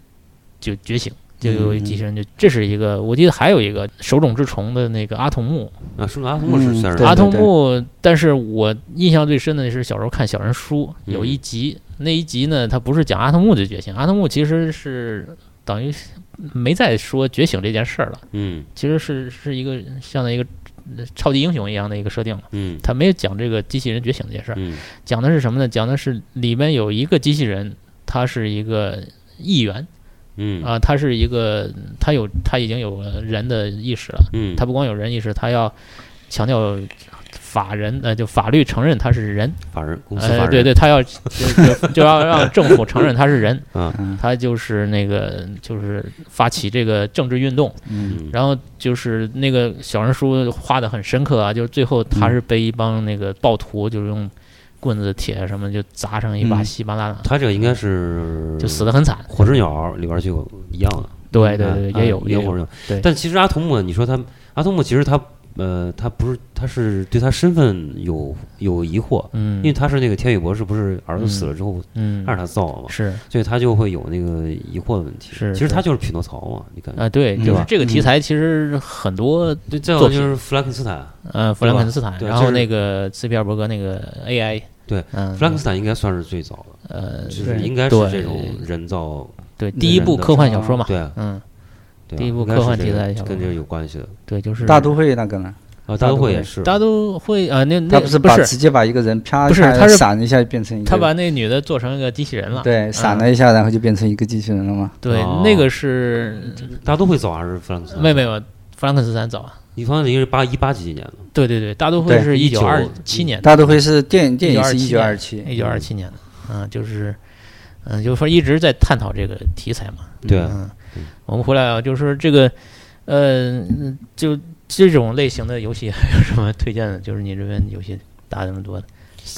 Speaker 3: 就觉醒。就有
Speaker 4: 嗯
Speaker 3: 机器人就，这是一个，我记得还有一个手冢治虫的那个阿童木，
Speaker 2: 啊，是不是阿童木是
Speaker 4: 嗯
Speaker 2: 算是
Speaker 4: 对
Speaker 3: 阿童木，但是我印象最深的是小时候看小人书，有
Speaker 4: 嗯
Speaker 3: 一集，那一集呢，它不是讲阿童木的觉醒，阿童木其实是等于没再说觉醒这件事儿了，
Speaker 2: 嗯
Speaker 3: 其实是是一个像一个呃超级英雄一样的一个设定了。
Speaker 2: 嗯
Speaker 3: 他没有讲这个机器人觉醒这件事儿，
Speaker 2: 嗯
Speaker 3: 讲的是什么呢？讲的是里面有一个机器人，他是一个议员
Speaker 2: 嗯
Speaker 3: 啊，他是一个他有他已经有了人的意识了，
Speaker 2: 嗯，
Speaker 3: 他不光有人意识，他要强调法人呃，就法律承认他是人，
Speaker 2: 法人公司法
Speaker 3: 呃，
Speaker 2: 人
Speaker 3: 对对，他要就就就要让政府承认他是人，
Speaker 2: 啊
Speaker 4: 嗯
Speaker 3: 他就是那个就是发起这个政治运动。
Speaker 4: 嗯
Speaker 2: 嗯
Speaker 3: 然后就是那个小人书画的很深刻啊，就是最后他是被一帮那个暴徒就是用棍子、铁什么就砸成一把
Speaker 4: 嗯
Speaker 3: 稀巴烂的，
Speaker 2: 他这个应该是
Speaker 3: 就死得很惨。
Speaker 2: 火之鸟里边就有一样的，
Speaker 3: 对对
Speaker 2: 啊
Speaker 3: 对，
Speaker 2: 啊
Speaker 3: 也有
Speaker 2: 也有
Speaker 3: 也
Speaker 2: 火之
Speaker 3: 有
Speaker 2: 鸟。
Speaker 3: 对
Speaker 2: 但其实阿童木，你说他阿童木，其实他呃，他不是，他是对他身份有有疑惑，因为
Speaker 3: 嗯
Speaker 2: 他是那个天宇博士，不是儿子
Speaker 3: 嗯
Speaker 2: 死了之后
Speaker 3: 嗯
Speaker 2: 让他造的嘛，
Speaker 3: 是
Speaker 2: 所以他就会有那个疑惑的问题。
Speaker 3: 是
Speaker 2: 其实
Speaker 3: 是
Speaker 2: 他就是匹诺曹嘛，你感觉？
Speaker 3: 啊，对，
Speaker 4: 嗯
Speaker 3: 就是
Speaker 2: 吧
Speaker 3: 这个题材其实很多
Speaker 2: 对，再有
Speaker 3: 作
Speaker 2: 就
Speaker 3: 品
Speaker 2: 是弗兰肯斯坦，啊
Speaker 3: 呃，弗兰肯斯坦，
Speaker 2: 对
Speaker 3: 然
Speaker 2: 就
Speaker 3: 后
Speaker 2: 是
Speaker 3: 那个斯皮尔伯格那个 AI，
Speaker 2: 对
Speaker 3: 嗯，
Speaker 2: 弗兰肯斯坦应该算是最早的，
Speaker 3: 呃
Speaker 2: 就是
Speaker 4: 对
Speaker 2: 应该是
Speaker 3: 对
Speaker 2: 这种人造，
Speaker 3: 对第一部
Speaker 2: 人的
Speaker 3: 科幻小说嘛，
Speaker 2: 对啊，
Speaker 3: 嗯，
Speaker 2: 对啊
Speaker 3: 第一部
Speaker 2: 应该
Speaker 3: 科
Speaker 2: 是
Speaker 3: 幻
Speaker 2: 这
Speaker 3: 题
Speaker 2: 个
Speaker 3: 材小
Speaker 2: 跟
Speaker 3: 说
Speaker 2: 这个有关系的
Speaker 3: 对，就是
Speaker 4: 大都会那个呢？
Speaker 2: 啊，
Speaker 4: 大
Speaker 2: 大
Speaker 4: 都
Speaker 2: 都会
Speaker 4: 会
Speaker 2: 也是，
Speaker 3: 大都会啊，那那
Speaker 4: 他不是把直接把一个人啪
Speaker 3: 不
Speaker 4: 一
Speaker 3: 是
Speaker 4: 下
Speaker 3: 他是
Speaker 4: 闪一下就变成一个，
Speaker 3: 他把那嗯女的做成一个机器人了，
Speaker 4: 对闪了一下，然后就变成一个机器人了嘛？
Speaker 3: 对，
Speaker 2: 哦
Speaker 3: 那个是
Speaker 2: 大都会早还是弗兰肯斯坦？
Speaker 3: 没有没，有，弗兰克斯坦早啊。
Speaker 2: 一方面应该是八一八几年的，
Speaker 3: 对对对，大都会
Speaker 4: 对
Speaker 3: 是一九二七
Speaker 2: 1927
Speaker 3: 年的，
Speaker 4: 大都会是电影电影是一九二
Speaker 3: 1927
Speaker 4: 七，
Speaker 3: 一九二七年的，嗯，就是，嗯，就是说一直在探讨这个题材嘛。
Speaker 2: 对啊，
Speaker 3: 嗯，我们回来啊，就是说这个，呃，就这种类型的游戏还有什么推荐的？就是你这边游戏打这么多的，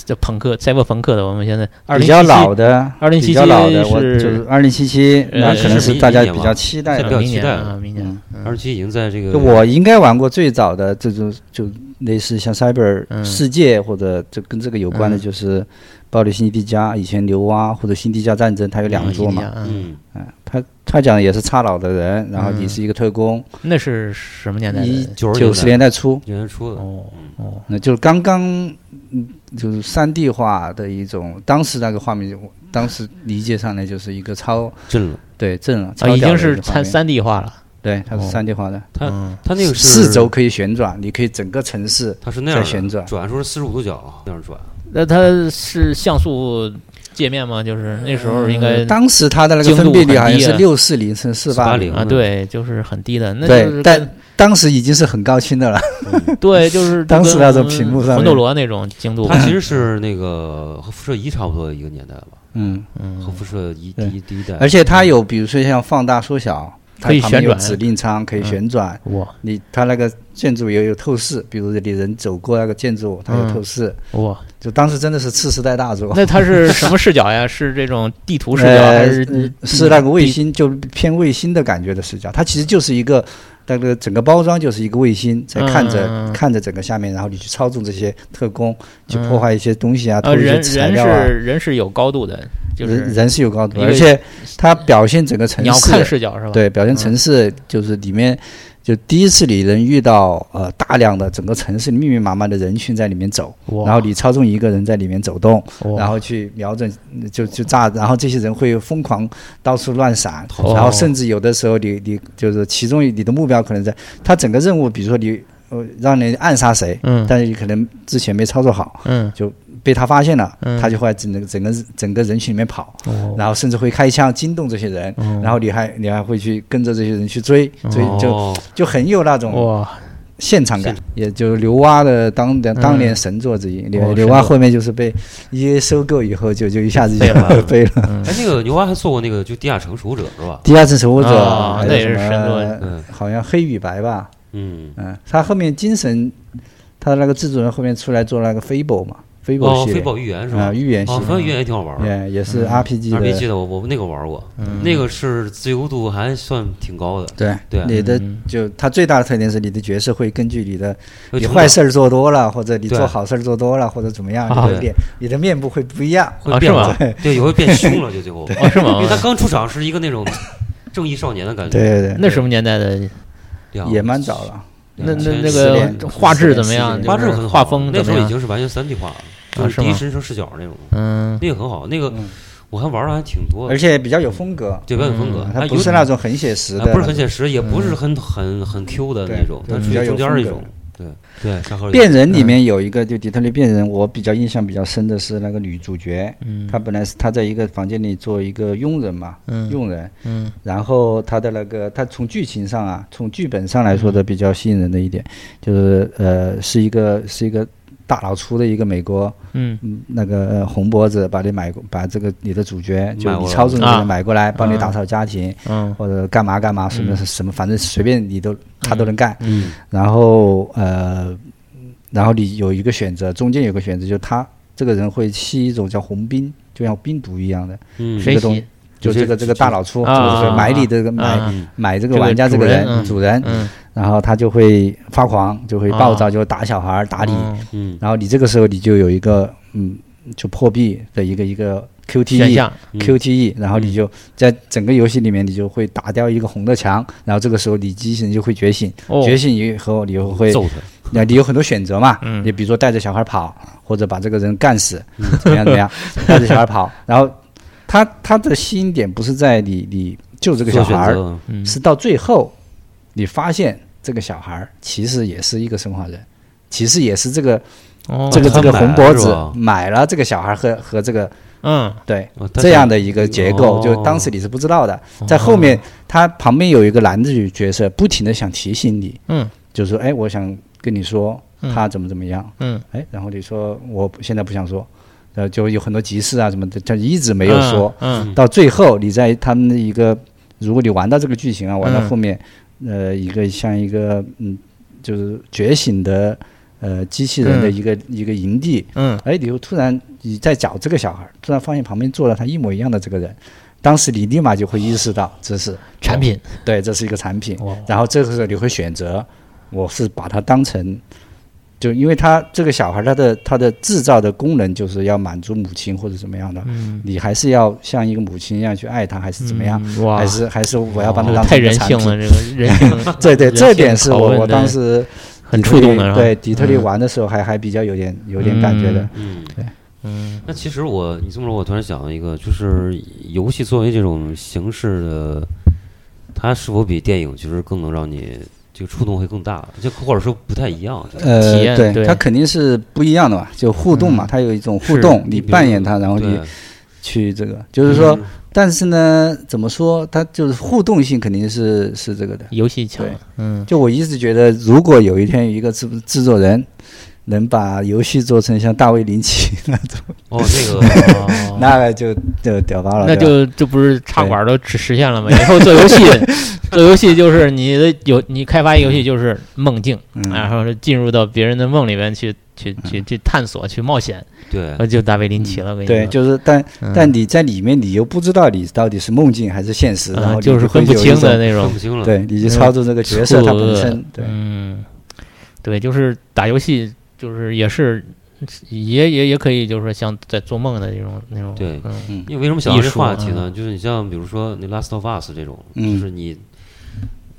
Speaker 3: 这朋克、赛博朋克的，我们现在哎二
Speaker 4: 比
Speaker 3: 零
Speaker 4: 较老的，
Speaker 3: 2077
Speaker 4: 比较老的，我
Speaker 3: 是
Speaker 4: 就是二零七七，
Speaker 3: 呃
Speaker 4: 那可能
Speaker 2: 是
Speaker 4: 大家
Speaker 2: 明年
Speaker 4: 比
Speaker 2: 吧
Speaker 4: 较期待嗯
Speaker 2: 现在
Speaker 4: 的
Speaker 2: 比。较
Speaker 3: 明
Speaker 2: 期
Speaker 3: 年
Speaker 2: 待
Speaker 3: 啊，
Speaker 2: 了
Speaker 3: 明年，
Speaker 2: 二十七已经在这个
Speaker 4: 就我应该玩过最早的这种，就类似像 Cyber
Speaker 3: 嗯
Speaker 4: 世界或者就跟这个有关的，
Speaker 3: 嗯
Speaker 4: 就是《暴力星际家》，以前牛蛙或者《星际家战争》，它有两座嘛。，
Speaker 3: 嗯，
Speaker 2: 嗯
Speaker 4: 它它讲的也是差佬的人，然后你
Speaker 3: 嗯
Speaker 4: 是一个特工，
Speaker 3: 那是什么年代
Speaker 4: 一
Speaker 3: 的？
Speaker 2: 九
Speaker 4: 九十年代初，
Speaker 2: 年代出的，
Speaker 3: 哦哦，
Speaker 4: 那就是刚刚嗯就是三 D 化的一种，当时那个画面，当时理解上来就是一个超
Speaker 2: 震了。
Speaker 4: 对震了，
Speaker 3: 啊，
Speaker 4: 超
Speaker 3: 已经
Speaker 4: 屌的一
Speaker 3: 是
Speaker 4: 个画
Speaker 3: 三
Speaker 4: 面
Speaker 3: 三 D 化了。
Speaker 4: 对，它是
Speaker 3: 哦
Speaker 4: 三 D 化的。
Speaker 2: 它
Speaker 3: 嗯
Speaker 2: 他那个是
Speaker 4: 四轴，可以旋转，你可以整个城市
Speaker 2: 它是那样的
Speaker 4: 在旋转
Speaker 2: 转的时候是四十五度角啊那样转，
Speaker 3: 那它是像素界面吗？就是那时候应该啊
Speaker 4: 呃当时它的那个分辨率好像是六四零乘四八
Speaker 2: 480
Speaker 3: 啊，对，就是很低的。那就是跟
Speaker 4: 对，但当时已经是很高清的了。
Speaker 3: 对， 就是
Speaker 4: 当时那种
Speaker 3: 跟
Speaker 4: 屏幕上面
Speaker 3: 魂斗罗那种精度吧
Speaker 2: 它，其实是那个和辐射一差不多的一个年代吧，
Speaker 4: 嗯，
Speaker 2: 和
Speaker 3: 嗯，
Speaker 2: 辐射一第
Speaker 4: 对
Speaker 2: 一第一代，
Speaker 4: 而且它有，比如说像放大、缩小，它
Speaker 3: 可以
Speaker 4: 旁边有
Speaker 3: 旋转嗯
Speaker 4: 指令舱可以旋转。
Speaker 3: 哇
Speaker 4: 你它那个建筑也有透视，比如你人走过那个建筑，它有
Speaker 3: 嗯
Speaker 4: 透视。
Speaker 3: 哇，
Speaker 4: 就当时真的是次时代大作。
Speaker 3: 那它是什么视角呀？是这种地图视角还
Speaker 4: 呃，
Speaker 3: 是
Speaker 4: 呃是那个卫星，就偏卫星的感觉的视角。它其实就是一个，那个整个包装就是一个卫星在看着、
Speaker 3: 嗯嗯嗯
Speaker 4: 看着整个下面，然后你去操纵这些特工，去
Speaker 3: 嗯
Speaker 4: 破坏一些东西啊，
Speaker 3: 呃
Speaker 4: 偷一些
Speaker 3: 人
Speaker 4: 材
Speaker 3: 人
Speaker 4: 料
Speaker 3: 是
Speaker 4: 啊。
Speaker 3: 人是有高度的，就
Speaker 4: 人
Speaker 3: 是
Speaker 4: 人是有高度
Speaker 3: 一
Speaker 4: 的，
Speaker 3: 个
Speaker 4: 而且它表现整个城
Speaker 3: 你要看
Speaker 4: 市，
Speaker 3: 视角是吧？嗯
Speaker 4: 对，表现城市就是里面。就第一次你能遇到呃大量的整个城市密密麻麻的人群在里面走，
Speaker 3: 哇，
Speaker 4: 然后你操纵一个人在里面走动，
Speaker 3: 哇
Speaker 4: 然后去瞄准，就就炸，然后这些人会疯狂到处乱闪，
Speaker 3: 哦
Speaker 4: 然后甚至有的时候你你就是其中你的目标可能在他整个任务，比如说你呃让人暗杀谁，
Speaker 3: 嗯
Speaker 4: 但是你可能之前没操作好，
Speaker 3: 嗯
Speaker 4: 被他发现了，
Speaker 3: 嗯
Speaker 4: 他就会在整个整个整个人群里面跑，
Speaker 3: 哦
Speaker 4: 然后甚至会开枪惊动这些人，
Speaker 3: 嗯哦
Speaker 4: 然后你还你还会去跟着这些人去追追，就
Speaker 2: 哦
Speaker 4: 就很有那种
Speaker 3: 哇
Speaker 4: 现场感，也就是刘蛙的当年当年神哦作之一。刘刘蛙后面就是被 EA 收购以后，就就一下子就
Speaker 3: 废 了
Speaker 4: 飞了。
Speaker 3: 嗯
Speaker 2: 哎，那个牛蛙还做过那个就《地下城守护者》是吧？
Speaker 4: 第二次守护者
Speaker 3: 啊
Speaker 4: 还有
Speaker 3: 那也是
Speaker 4: 什么呃
Speaker 3: 神作
Speaker 2: 嗯
Speaker 4: 好像黑与白吧，
Speaker 2: 嗯，
Speaker 4: 嗯，他后面精神，他的那个制作人后面出来做那个 Fable 嘛，Fable
Speaker 2: 哦，
Speaker 4: 系
Speaker 2: 飞
Speaker 4: 列
Speaker 2: 宝预言是
Speaker 4: 啊，
Speaker 2: 吧？
Speaker 4: 预言系
Speaker 2: 哦，飞宝预言也挺好玩
Speaker 4: 列，
Speaker 2: 的。
Speaker 4: 也也是
Speaker 3: 嗯
Speaker 4: RPG 的
Speaker 2: RPG 的我我们那个玩过，那个是自由度还算挺高的，
Speaker 4: 对，
Speaker 2: 对，
Speaker 4: 你的
Speaker 3: 嗯
Speaker 4: 就它最大的特点是你的角色会根据你的
Speaker 2: 有
Speaker 4: 你
Speaker 2: 成
Speaker 4: 坏
Speaker 2: 长
Speaker 4: 事儿做多了，或者你
Speaker 2: 对
Speaker 4: 做好事儿做多了，或者怎么样，你
Speaker 3: 啊
Speaker 4: 的脸你的面部会不一样。
Speaker 2: 会
Speaker 3: 啊
Speaker 2: 变
Speaker 3: 是吗
Speaker 2: 了，对，有会变凶了，就最 后，
Speaker 3: 哦，是
Speaker 2: 因为他
Speaker 3: 吗？
Speaker 2: 刚出场是一个那种正义少年的感觉，
Speaker 4: 对对
Speaker 3: 那什么年代的？
Speaker 2: 两
Speaker 4: 对，也蛮早了。
Speaker 3: 那那
Speaker 2: 2000
Speaker 3: 那
Speaker 4: 十年
Speaker 3: 个画质怎么
Speaker 4: 十
Speaker 3: 样？
Speaker 4: 年
Speaker 3: 就
Speaker 2: 画质
Speaker 3: 是
Speaker 2: 很好
Speaker 3: 画风
Speaker 2: 那
Speaker 3: 怎
Speaker 2: 时
Speaker 3: 么
Speaker 2: 候已
Speaker 3: 样？
Speaker 2: 经是完全三 D 化了，就
Speaker 3: 啊
Speaker 2: 是
Speaker 3: 是
Speaker 2: 第一
Speaker 3: 吗
Speaker 2: 人称视角那种，
Speaker 3: 嗯，
Speaker 2: 那个很好，那个
Speaker 4: 嗯
Speaker 2: 我还玩的还挺多
Speaker 4: 而
Speaker 2: 的，
Speaker 4: 且比较有风格，嗯
Speaker 2: 对表演风格，啊哎
Speaker 4: 它
Speaker 2: 有
Speaker 4: 不是那种很写实
Speaker 2: 啊
Speaker 4: 的，嗯
Speaker 2: 不是很写实，也不是很很很 Q 的那种，
Speaker 4: 对
Speaker 2: 它
Speaker 4: 对
Speaker 2: 处
Speaker 4: 比较
Speaker 2: 于
Speaker 4: 有
Speaker 2: 中间儿一
Speaker 4: 风格
Speaker 2: 种，对对，沙盒里
Speaker 4: 变人里面有一个就底特律变人，我比较印象比较深的是那个女主角，
Speaker 3: 嗯
Speaker 4: 她本来是她在一个房间里做一个佣人嘛，
Speaker 3: 嗯
Speaker 4: 佣人，
Speaker 3: 嗯
Speaker 4: 然后她的那个她从剧情上啊，从剧本上来说
Speaker 2: 嗯
Speaker 4: 的比较吸引人的一点，就是呃是一个是一个大老粗的一个美国
Speaker 3: 嗯
Speaker 4: 嗯那个呃红脖子把你买过把这个你的主角就
Speaker 2: 买过
Speaker 4: 你
Speaker 2: 来
Speaker 4: 操纵的
Speaker 3: 啊
Speaker 4: 人买过来，帮你
Speaker 3: 嗯
Speaker 4: 打扫家庭。
Speaker 3: 嗯
Speaker 4: 或者干嘛干嘛，什么什么，反正随便你都他都能干。
Speaker 2: 嗯，
Speaker 4: 然后呃，然后你有一个选择，中间有个选择，就是他这个人会吸一种叫红冰，就像冰毒一样的，
Speaker 2: 嗯
Speaker 3: 谁
Speaker 4: 这个东
Speaker 3: 洗？
Speaker 4: 就
Speaker 2: 就是
Speaker 4: 这个这个大老粗，
Speaker 3: 啊
Speaker 4: 就是买你这个
Speaker 3: 啊
Speaker 4: 买
Speaker 2: 嗯
Speaker 4: 买这
Speaker 3: 这
Speaker 4: 个
Speaker 3: 个
Speaker 4: 玩家这个
Speaker 3: 主人
Speaker 4: 人
Speaker 3: 嗯
Speaker 4: 主人，
Speaker 3: 嗯，
Speaker 4: 然后他就会发狂，就会暴
Speaker 3: 啊
Speaker 4: 躁，就会打小孩儿打你。
Speaker 3: 嗯
Speaker 2: 嗯
Speaker 4: 然后你这个时候你就有一个嗯，就破壁的一个一个
Speaker 3: 选
Speaker 4: QTE
Speaker 3: 项，
Speaker 2: 嗯
Speaker 4: QTE，然后 E，你就在整个游戏里面，你就会打掉一个红的墙，然后这个时候你机器人就会觉醒，
Speaker 3: 哦
Speaker 4: 觉醒以后你又会，
Speaker 2: 揍他，
Speaker 4: 那你有很多选择嘛，
Speaker 3: 嗯
Speaker 4: 你比如说带着小孩跑，或者把这个人干死，
Speaker 2: 嗯
Speaker 4: 怎么样怎 么样，带着小孩跑，然后他他的吸引点不是在你你救这个小
Speaker 2: 做
Speaker 4: 孩
Speaker 2: 选
Speaker 4: 儿，
Speaker 2: 择，
Speaker 3: 嗯
Speaker 4: 是到最后你发现这个小孩儿其实也是一个生化人，其实也是这个
Speaker 3: 哦
Speaker 4: 这个
Speaker 2: 他
Speaker 4: 这个
Speaker 2: 买
Speaker 4: 红
Speaker 2: 了
Speaker 4: 脖
Speaker 2: 是
Speaker 4: 子
Speaker 2: 吧
Speaker 4: 买了这个小孩和和这个
Speaker 3: 嗯
Speaker 4: 对。
Speaker 2: 哦他
Speaker 4: 这样
Speaker 2: 想
Speaker 4: 的一个结构，
Speaker 3: 哦
Speaker 4: 就当时你是不知道的。在后面，他旁边有一个男的角色，不停的想提醒你，
Speaker 3: 嗯
Speaker 4: 就说：“哎，我想跟你说
Speaker 3: 嗯
Speaker 4: 他怎么怎么样。
Speaker 3: 嗯”
Speaker 4: 哎，然后你说：“我现在不想说。”然后就有很多急事啊什么的，他一直没有说。
Speaker 3: 嗯
Speaker 4: 到最后，你在他们的一个，如果你玩到这个剧情啊，玩到
Speaker 3: 嗯
Speaker 4: 后面，呃，一个像一个嗯，就是觉醒的呃机器人的
Speaker 3: 嗯
Speaker 4: 一个一个营地，
Speaker 3: 嗯
Speaker 4: 哎，你又突然你在找这个小孩儿，突然发现旁边坐了他一模一样的这个人，当时你立马就会意识到这是
Speaker 3: 产，品
Speaker 4: 对，这是一个产品
Speaker 3: 哦。
Speaker 4: 然后这个时候你会选择，我是把它当成，就因为他这个小孩儿他的他的制造的功能就是要满足母亲或者怎么样的，你还是要像一个母亲一样去爱他，还是怎么样？
Speaker 3: 嗯哇
Speaker 4: 还是还是我要把它
Speaker 3: 这
Speaker 4: 当
Speaker 3: 太
Speaker 4: 成一个
Speaker 3: 人
Speaker 4: 产
Speaker 3: 性
Speaker 4: 品？
Speaker 3: 了，这个人性
Speaker 4: 对对，
Speaker 3: 人
Speaker 4: 这
Speaker 3: 性
Speaker 4: 点是
Speaker 3: 拷
Speaker 4: 我
Speaker 3: 问
Speaker 4: 我
Speaker 3: 的
Speaker 4: 当时
Speaker 3: 很
Speaker 4: 底
Speaker 3: 触
Speaker 4: 特律
Speaker 3: 动的，是吧
Speaker 4: 对底特律
Speaker 3: 嗯
Speaker 4: 玩的时候还还比较有点有点感觉的。
Speaker 3: 嗯
Speaker 2: 嗯，
Speaker 3: 嗯
Speaker 2: 那其实我你这么说，我突然想到一个，就是游戏作为这种形式的，它是否比电影其实更能让你这个触动会更大？就或者说不太一样？就是
Speaker 4: 呃，
Speaker 3: 体验对嗯
Speaker 4: 对，它肯定是不一样的嘛，就互动嘛，它有一种互动，
Speaker 2: 比
Speaker 4: 你
Speaker 2: 如
Speaker 4: 扮演它，然后
Speaker 2: 对
Speaker 4: 你去这个，就是说，
Speaker 2: 嗯
Speaker 4: 但是呢，怎么说，它就是互动性肯定是是这个的。
Speaker 3: 游戏强
Speaker 4: 对，
Speaker 3: 嗯
Speaker 4: 就我一直觉得，如果有一天有一个制制作人能把游戏做成像大卫林奇那种，
Speaker 2: 哦，这个
Speaker 3: 哦
Speaker 4: 那个就就屌爆了，
Speaker 3: 那
Speaker 4: 对吧
Speaker 3: 就这不是插管都实实现了吗？以后做游戏， 做游戏就是你的有你开发一个游戏就是梦境，
Speaker 4: 嗯
Speaker 3: 然后是进入到别人的梦里边去去去去探索去冒险，
Speaker 2: 对
Speaker 3: 呃，就大卫林奇了，我跟你
Speaker 4: 对，
Speaker 3: 说，
Speaker 4: 就是但
Speaker 3: 嗯
Speaker 4: 但你在里面，你又不知道你到底是梦境还是现实，然
Speaker 3: 啊
Speaker 4: 后你
Speaker 3: 就是
Speaker 4: 会
Speaker 3: 分不
Speaker 4: 有一
Speaker 3: 清的
Speaker 4: 种，
Speaker 3: 那种
Speaker 2: 分不，清了。
Speaker 4: 对，你就操纵这个角色它
Speaker 3: 错愕
Speaker 4: 本身，对，
Speaker 3: 嗯，对，就是打游戏，就是也是，也也也可以，就是说像在做梦的那种那种。
Speaker 2: 对
Speaker 3: 嗯
Speaker 2: 你为什么想到这
Speaker 3: 艺术
Speaker 2: 话题呢？就是你像比如说那《Last of Us》这种，
Speaker 4: 啊嗯
Speaker 2: 就是你，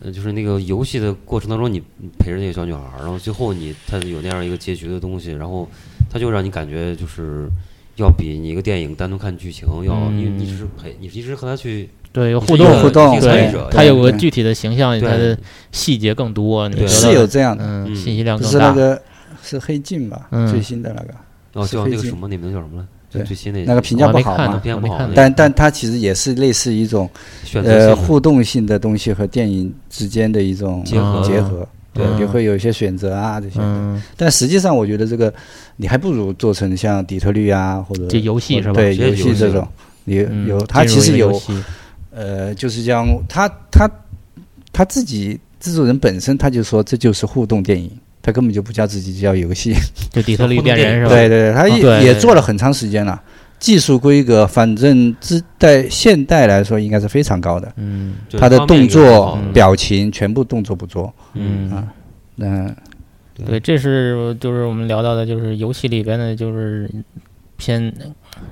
Speaker 2: 呃，就是那个游戏的过程当中，你陪着那个小女孩儿，然后最后你她有那样一个结局的东西，然后它就让你感觉就是要比你一个电影单独看剧情要，
Speaker 3: 嗯
Speaker 2: 因为你只是陪，你一直和她去
Speaker 3: 对，有互
Speaker 2: 是一个
Speaker 3: 动，
Speaker 4: 互
Speaker 2: 参
Speaker 4: 动
Speaker 3: 对
Speaker 2: 与者，
Speaker 3: 它有个
Speaker 4: 对
Speaker 3: 具体的形象，它
Speaker 2: 对
Speaker 3: 的细节更多，你
Speaker 2: 对
Speaker 3: 得
Speaker 4: 是
Speaker 3: 到
Speaker 4: 有
Speaker 3: 的
Speaker 4: 这样的。
Speaker 3: 嗯
Speaker 2: 嗯
Speaker 3: 信息量
Speaker 4: 不
Speaker 3: 更
Speaker 4: 是那
Speaker 3: 大。
Speaker 4: 个是黑镜吧？
Speaker 3: 嗯
Speaker 4: 最新的那个，
Speaker 2: 哦，
Speaker 4: 是
Speaker 2: 叫那个
Speaker 4: 费劲
Speaker 2: 什么，你们叫什么来？就
Speaker 4: 对
Speaker 2: 最新那
Speaker 4: 那个评价
Speaker 3: 我
Speaker 4: 不
Speaker 3: 没
Speaker 4: 好
Speaker 3: 看
Speaker 4: 嘛
Speaker 3: 呢，
Speaker 2: 片
Speaker 3: 我
Speaker 2: 不
Speaker 3: 没
Speaker 2: 好
Speaker 3: 看呢。
Speaker 4: 但但它其实也是类似一种
Speaker 2: 选择
Speaker 4: 呃
Speaker 2: 性的
Speaker 4: 互动性的东西和电影之间的一种
Speaker 2: 结合
Speaker 4: 结合。对，
Speaker 3: 嗯
Speaker 4: 就会有一些选择啊这些。
Speaker 3: 嗯，
Speaker 4: 但实际上，我觉得这个你还不如做成像底特律啊，或者
Speaker 3: 这游戏是吧？
Speaker 4: 对
Speaker 2: 直接
Speaker 4: 游
Speaker 2: 游
Speaker 4: 戏
Speaker 2: 戏
Speaker 4: 这种，你
Speaker 3: 嗯
Speaker 4: 有它
Speaker 3: 进
Speaker 4: 其
Speaker 3: 入一
Speaker 4: 实
Speaker 3: 个
Speaker 4: 有
Speaker 3: 游戏
Speaker 4: 呃，就是将他他他自己制作人本身他就说这就是互动电影，他根本就不叫自己叫游戏。
Speaker 3: 就底特律变人是吧？
Speaker 4: 对对对，他
Speaker 3: 嗯对
Speaker 4: 也也做了很长时间了，技术规格反正之在现代来说应该是非常高的，
Speaker 3: 嗯
Speaker 2: 对
Speaker 4: 他的
Speaker 2: 方面
Speaker 4: 动
Speaker 2: 也很好
Speaker 4: 作嗯
Speaker 2: 的、
Speaker 4: 表情全部动作捕捉。
Speaker 3: 嗯
Speaker 4: 啊嗯、
Speaker 3: 对，这是就是我们聊到的，就是游戏里边的，就是偏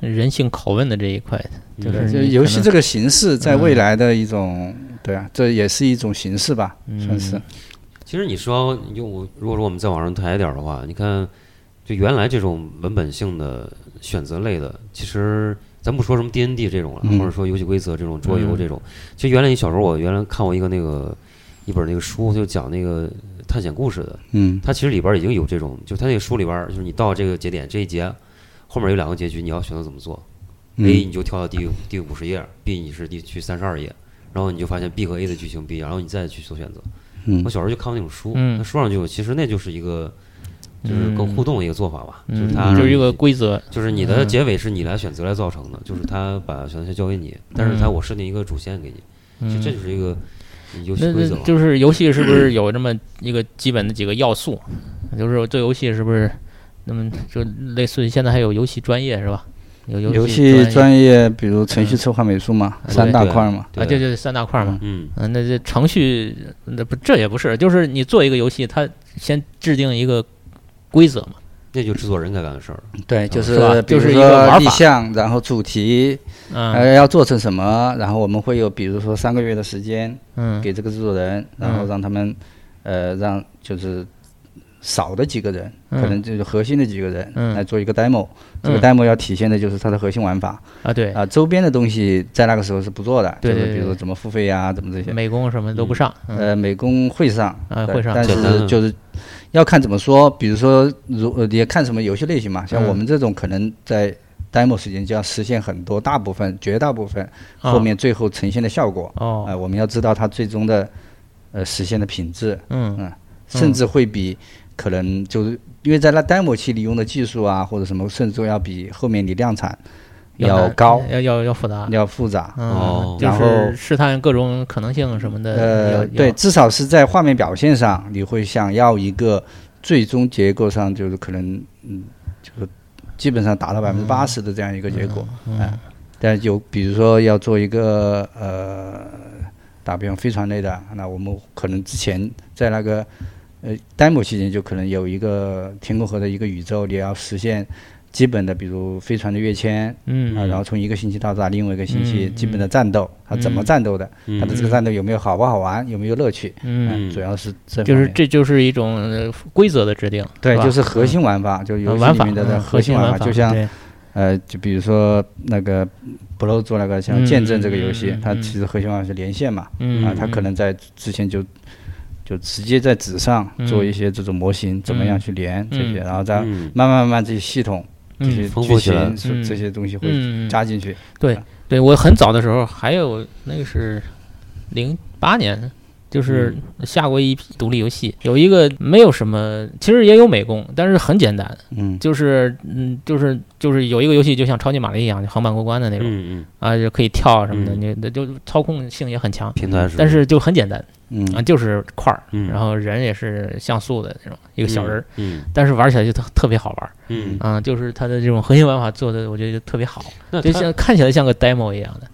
Speaker 3: 人性拷问的这一块，
Speaker 2: 嗯
Speaker 3: 就是
Speaker 4: 就
Speaker 3: 你可
Speaker 4: 游戏
Speaker 3: 能嗯
Speaker 4: 这个形式在未来的一种，对啊，这也是一种形式吧，算是。
Speaker 2: 其实你说用我，如果说我们再往上抬一点儿的话，你看，就原来这种文本性的选择类的，其实咱不说什么 D N D 这种了，
Speaker 4: 嗯
Speaker 2: 或者说游戏规则这种桌游
Speaker 3: 嗯
Speaker 2: 这种，其实原来你小时候我原来看过一个那个一本那个书，就讲那个探险故事的，
Speaker 4: 嗯
Speaker 2: 它其实里边儿已经有这种，就它那个书里边儿，就是你到这个节点这一节，后面有两个结局，你要选择怎么做。A
Speaker 4: 嗯
Speaker 2: 你就跳到第第五十页，B 你是第去三十二页，然后你就发现 B 和 A 的剧情不一样，然后你再去做选择。
Speaker 4: 嗯
Speaker 2: 我小时候就看过那种书，
Speaker 3: 嗯
Speaker 2: 那书上就有，其实那就是一个就是更互动的一个做法吧，就是它
Speaker 3: 嗯，就是一个规则，
Speaker 2: 就是你
Speaker 3: 嗯
Speaker 2: 的结尾是你来选择来造成的，就是他把选择权交给你，但是他
Speaker 3: 嗯
Speaker 2: 我设定一个主线给你，其实这就是一个游戏
Speaker 3: 那
Speaker 2: 规
Speaker 3: 那
Speaker 2: 则嘛。
Speaker 3: 就是游戏是不是有这么一个基本的几个要素？就是做游戏是不是那么就类似于现在还有游戏专业是吧？有
Speaker 4: 游戏
Speaker 3: 戏专啊
Speaker 4: 专业，比如程序、策划、美术嘛，
Speaker 3: 对
Speaker 4: 三大块嘛。
Speaker 3: 啊，这就是三大块嘛。
Speaker 2: 嗯，
Speaker 3: 嗯，那这程序那不这也不是，就是你做一个游戏，它先制定一个规则嘛。
Speaker 2: 那就制作人该干的事儿。
Speaker 4: 对，啊就是
Speaker 3: 吧
Speaker 4: 比
Speaker 3: 就是
Speaker 4: 如
Speaker 3: 一个玩
Speaker 4: 说
Speaker 3: 法
Speaker 4: 立项，然后主题，
Speaker 3: 嗯
Speaker 4: 呃，要做成什么，然后我们会有比如说三个月的时间
Speaker 3: 嗯
Speaker 4: 给这个制作人，然后
Speaker 3: 嗯
Speaker 4: 让他们，呃，让就是少的几个人，可
Speaker 3: 嗯
Speaker 4: 能就是核心的几个
Speaker 3: 嗯
Speaker 4: 人来做一个 demo。这
Speaker 3: 嗯
Speaker 4: 个 demo 要体现的就是它的核心玩法
Speaker 3: 啊，对，
Speaker 4: 啊，周边的东西在那个时候是不做的，就
Speaker 3: 对对
Speaker 4: 是
Speaker 3: 对
Speaker 4: 比如说
Speaker 3: 对
Speaker 4: 怎么付费呀，怎么这些。
Speaker 3: 美工什么都不上。嗯
Speaker 4: 呃，美工会上，
Speaker 3: 啊
Speaker 4: 嗯对
Speaker 3: 会上
Speaker 4: 但
Speaker 2: 简单的
Speaker 4: 是就是要看怎么说，比如说如呃也看什么游戏类型嘛，像
Speaker 3: 嗯
Speaker 4: 我们这种可能在 demo 时间就要实现很多大部分、绝大部分
Speaker 3: 啊
Speaker 4: 后面最后呈现的效果，
Speaker 3: 哦
Speaker 4: 呃，我们要知道它最终的呃实现的品质，
Speaker 3: 嗯
Speaker 4: 嗯甚至会比可能就是因为在那 demo 期你用的技术啊或者什么，甚至要比后面你量产要
Speaker 3: 难
Speaker 4: 高、
Speaker 3: 嗯要要要复杂。
Speaker 4: 要复杂，
Speaker 2: 哦
Speaker 3: 嗯，就
Speaker 4: 然
Speaker 3: 是
Speaker 4: 后
Speaker 3: 试探各种可能性什么的。要
Speaker 4: 呃，对，，至少是在画面表现上，你会想要一个最终结构上就是可能，嗯，就是基本上达到百分之八十的这样一个结果，
Speaker 3: 嗯
Speaker 4: 哎但有比如说要做一个呃，打比方飞船类的，那我们可能之前在那个呃 demo 期间就可能有一个天空河的一个宇宙，你要实现基本的，比如飞船的跃迁。
Speaker 3: 嗯
Speaker 4: 啊，然后从一个星期到达另外一个星期，
Speaker 3: 嗯
Speaker 4: 基本的战斗，它怎么
Speaker 3: 嗯
Speaker 4: 战斗的，它的
Speaker 2: 嗯
Speaker 4: 这个战斗有没有好不好玩，有没有乐趣？哎
Speaker 3: 嗯，
Speaker 2: 嗯
Speaker 4: 主要是这
Speaker 3: 就是
Speaker 4: 方面
Speaker 3: 这就是一种呃规则的制定，
Speaker 4: 对，
Speaker 3: 吧
Speaker 4: 就是核心玩法，就游
Speaker 3: 呃
Speaker 4: 戏
Speaker 3: 玩
Speaker 4: 里
Speaker 3: 法
Speaker 4: 面的
Speaker 3: 嗯
Speaker 4: 的
Speaker 3: 核
Speaker 4: 核
Speaker 3: 心
Speaker 4: 心玩
Speaker 3: 法，
Speaker 4: 法，就像
Speaker 3: 对
Speaker 4: 呃，就比如说那个 Blow 做那个像
Speaker 3: 嗯
Speaker 4: 见证这个游戏
Speaker 3: 嗯嗯，
Speaker 4: 它
Speaker 3: 嗯
Speaker 4: 其实核心玩法是连线嘛，
Speaker 3: 嗯
Speaker 4: 啊，它可能在之前就就直接在纸上做
Speaker 3: 嗯
Speaker 4: 一些这种模型，怎么样去连这些，
Speaker 3: 嗯
Speaker 4: 然后再
Speaker 2: 嗯
Speaker 4: 慢慢慢慢这些系统、这
Speaker 3: 嗯
Speaker 4: 些
Speaker 2: 丰
Speaker 4: 剧
Speaker 2: 富起来
Speaker 4: 情是
Speaker 3: 嗯
Speaker 4: 这些东西会
Speaker 3: 嗯，嗯
Speaker 4: 加进去。
Speaker 3: 对对，我很早的时候还有那个是零八年。就是
Speaker 4: 嗯
Speaker 3: 下过一批独立游戏，有一个没有什么，其实也有美工，但是很简单，
Speaker 4: 嗯
Speaker 3: 就是嗯，就是就是有一个游戏就像超级玛丽一样，就横版过关的那种、
Speaker 2: 嗯嗯，
Speaker 3: 啊，就可以跳啊什么的，
Speaker 2: 嗯
Speaker 3: 你那就操控性也很强，
Speaker 2: 平台是，
Speaker 3: 但是就很简单
Speaker 4: 嗯
Speaker 3: 啊，就是块儿，
Speaker 2: 嗯
Speaker 3: 然后人也是像素的那种一
Speaker 2: 一
Speaker 3: 个小人儿，，
Speaker 2: 嗯
Speaker 3: 但是玩起来就特特别好玩儿
Speaker 2: 嗯，
Speaker 3: 啊，就是它的这种核心玩法做的，我觉得就特别好，
Speaker 2: 那
Speaker 3: 就
Speaker 2: 它
Speaker 3: 像看起来像个 demo 一样的。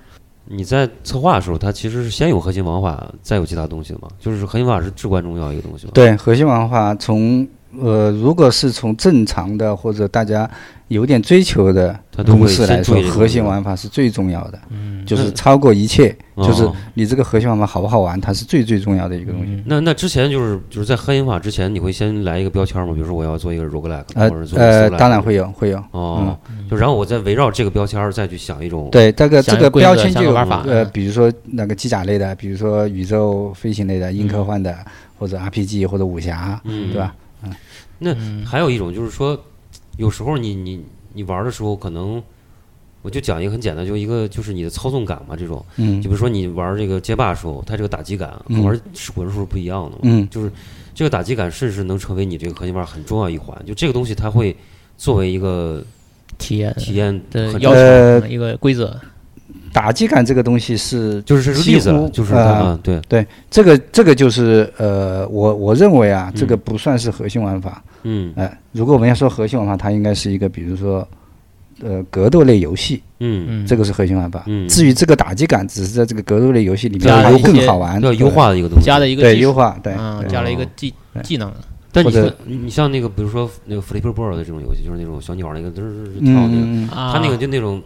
Speaker 2: 你在策划的时候，它其实是先有核心玩法，再有其他东西的嘛？就是核心玩法是至关重要一个东西嘛？
Speaker 4: 对，核心玩法从呃，如果是从正常的或者大家有点追求的
Speaker 2: 它都
Speaker 4: 公
Speaker 2: 会
Speaker 4: 式
Speaker 2: 先
Speaker 4: 来
Speaker 2: 注
Speaker 4: 说
Speaker 2: 意这，个
Speaker 4: 核心
Speaker 2: 东西
Speaker 4: 玩法是最重要的，
Speaker 3: 嗯，
Speaker 4: 就是
Speaker 2: 嗯
Speaker 4: 超过一切，就是
Speaker 2: 哦
Speaker 4: 你这个核心玩法好不好玩，它是最最重要的一个东西。
Speaker 2: 那那之前就是就是在核心法之前，你会先来一个标签吗？比如说我要做一个 roguelike，
Speaker 4: 呃
Speaker 2: 或者做一个
Speaker 4: 呃，
Speaker 2: roguelike
Speaker 4: 当然会有会有，
Speaker 2: 哦，就然后我再围绕这个标签儿再去想一种
Speaker 4: 对，这个呃这
Speaker 3: 想个
Speaker 4: 个
Speaker 3: 规则
Speaker 4: 标签就
Speaker 3: 想个
Speaker 4: 有
Speaker 3: 玩法
Speaker 4: 呃，
Speaker 3: 嗯
Speaker 4: 比如说那个机甲类的，比如说宇宙飞行类的、硬科幻的，或者 RPG 或者武侠，
Speaker 2: 嗯
Speaker 4: 对吧？
Speaker 2: 那还有一种就是说，有时候你你你玩的时候，可能我就讲一个很简单，就一个就是你的操纵感嘛，这种，
Speaker 4: 嗯
Speaker 2: 就比如说你玩这个街霸的时候，它这个打击感和
Speaker 4: 嗯
Speaker 2: 玩滚的时候不一样的嘛，
Speaker 4: 嗯
Speaker 2: 就是这个打击感甚至能成为你这个核心玩很重要一环，就这个东西它会作为一个
Speaker 3: 体验
Speaker 2: 体验
Speaker 3: 的
Speaker 2: 很重
Speaker 3: 要求
Speaker 2: 要，
Speaker 4: 呃
Speaker 3: 一个规则，
Speaker 4: 打击感这个东西是
Speaker 2: 就是这是例子
Speaker 4: 几
Speaker 2: 了，
Speaker 4: 乎
Speaker 2: 就是它
Speaker 4: 呃
Speaker 2: 啊，对，
Speaker 4: 对这个这个就是呃，我我认为啊，这个不算是核心玩法。
Speaker 2: 嗯
Speaker 4: 呃，如果我们要说核心玩法，它应该是一个比如说呃格斗类游戏，
Speaker 2: 嗯，
Speaker 3: 嗯，
Speaker 4: 这个是核心玩法。
Speaker 2: 嗯
Speaker 4: 至于这个打击感，只是在这个格斗类游戏里面
Speaker 3: 加了
Speaker 4: 让它
Speaker 3: 一些
Speaker 4: 更好玩，
Speaker 2: 要优
Speaker 4: 对
Speaker 2: 化的一个东西，
Speaker 3: 加了一个
Speaker 4: 对
Speaker 3: 技术
Speaker 4: 优化，对
Speaker 3: 嗯，
Speaker 4: 对
Speaker 3: 加了一个
Speaker 2: 哦
Speaker 3: 技
Speaker 4: 对
Speaker 3: 技能，
Speaker 2: 但你
Speaker 4: 或
Speaker 2: 像
Speaker 4: 者
Speaker 2: 你像那个，比如说那个 Flipper Bird 的这种游戏，就是那种小鸟那个滋儿
Speaker 4: 嗯
Speaker 2: 跳那个，
Speaker 4: 嗯
Speaker 3: 啊，
Speaker 2: 它那个就那种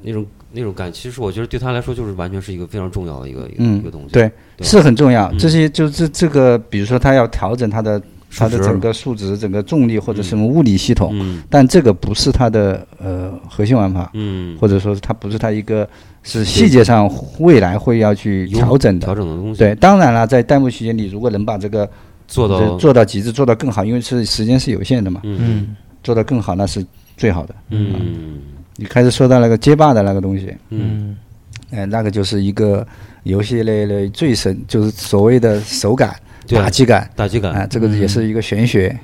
Speaker 2: 那种那种感，其实我觉得对他来说就是完全是一个非常重要的一个一个
Speaker 4: 嗯
Speaker 2: 一个东西。
Speaker 4: 对，
Speaker 2: 对
Speaker 4: 是很重要。
Speaker 2: 嗯
Speaker 4: 这些就这这个，比如说他要调整他的
Speaker 2: 数
Speaker 4: 他
Speaker 2: 值
Speaker 4: 的整个数值、整个重力或者什么物理系统，
Speaker 2: 嗯
Speaker 4: 但这个不是他的呃核心玩法，
Speaker 2: 嗯，
Speaker 4: 或者说是它不是他一个是细节上未来会要去
Speaker 2: 优
Speaker 4: 调整的
Speaker 2: 调。整的东西，
Speaker 4: 嗯对，当然了，在弹幕期间，你如果能把这个
Speaker 2: 做到
Speaker 4: 呃做到极致，做到更好，因为是时间是有限的嘛，
Speaker 2: 嗯
Speaker 3: 嗯
Speaker 4: 做到更好那是最好的。
Speaker 2: 嗯
Speaker 4: 你开始说到那个街霸的那个东西，
Speaker 2: 嗯
Speaker 3: 嗯
Speaker 4: 哎，那个就是一个游戏类的最神，就是所谓的手感、
Speaker 2: 对
Speaker 4: 打击感
Speaker 2: 打击
Speaker 4: 啊，
Speaker 2: 感。
Speaker 4: 这个也是一嗯个玄学。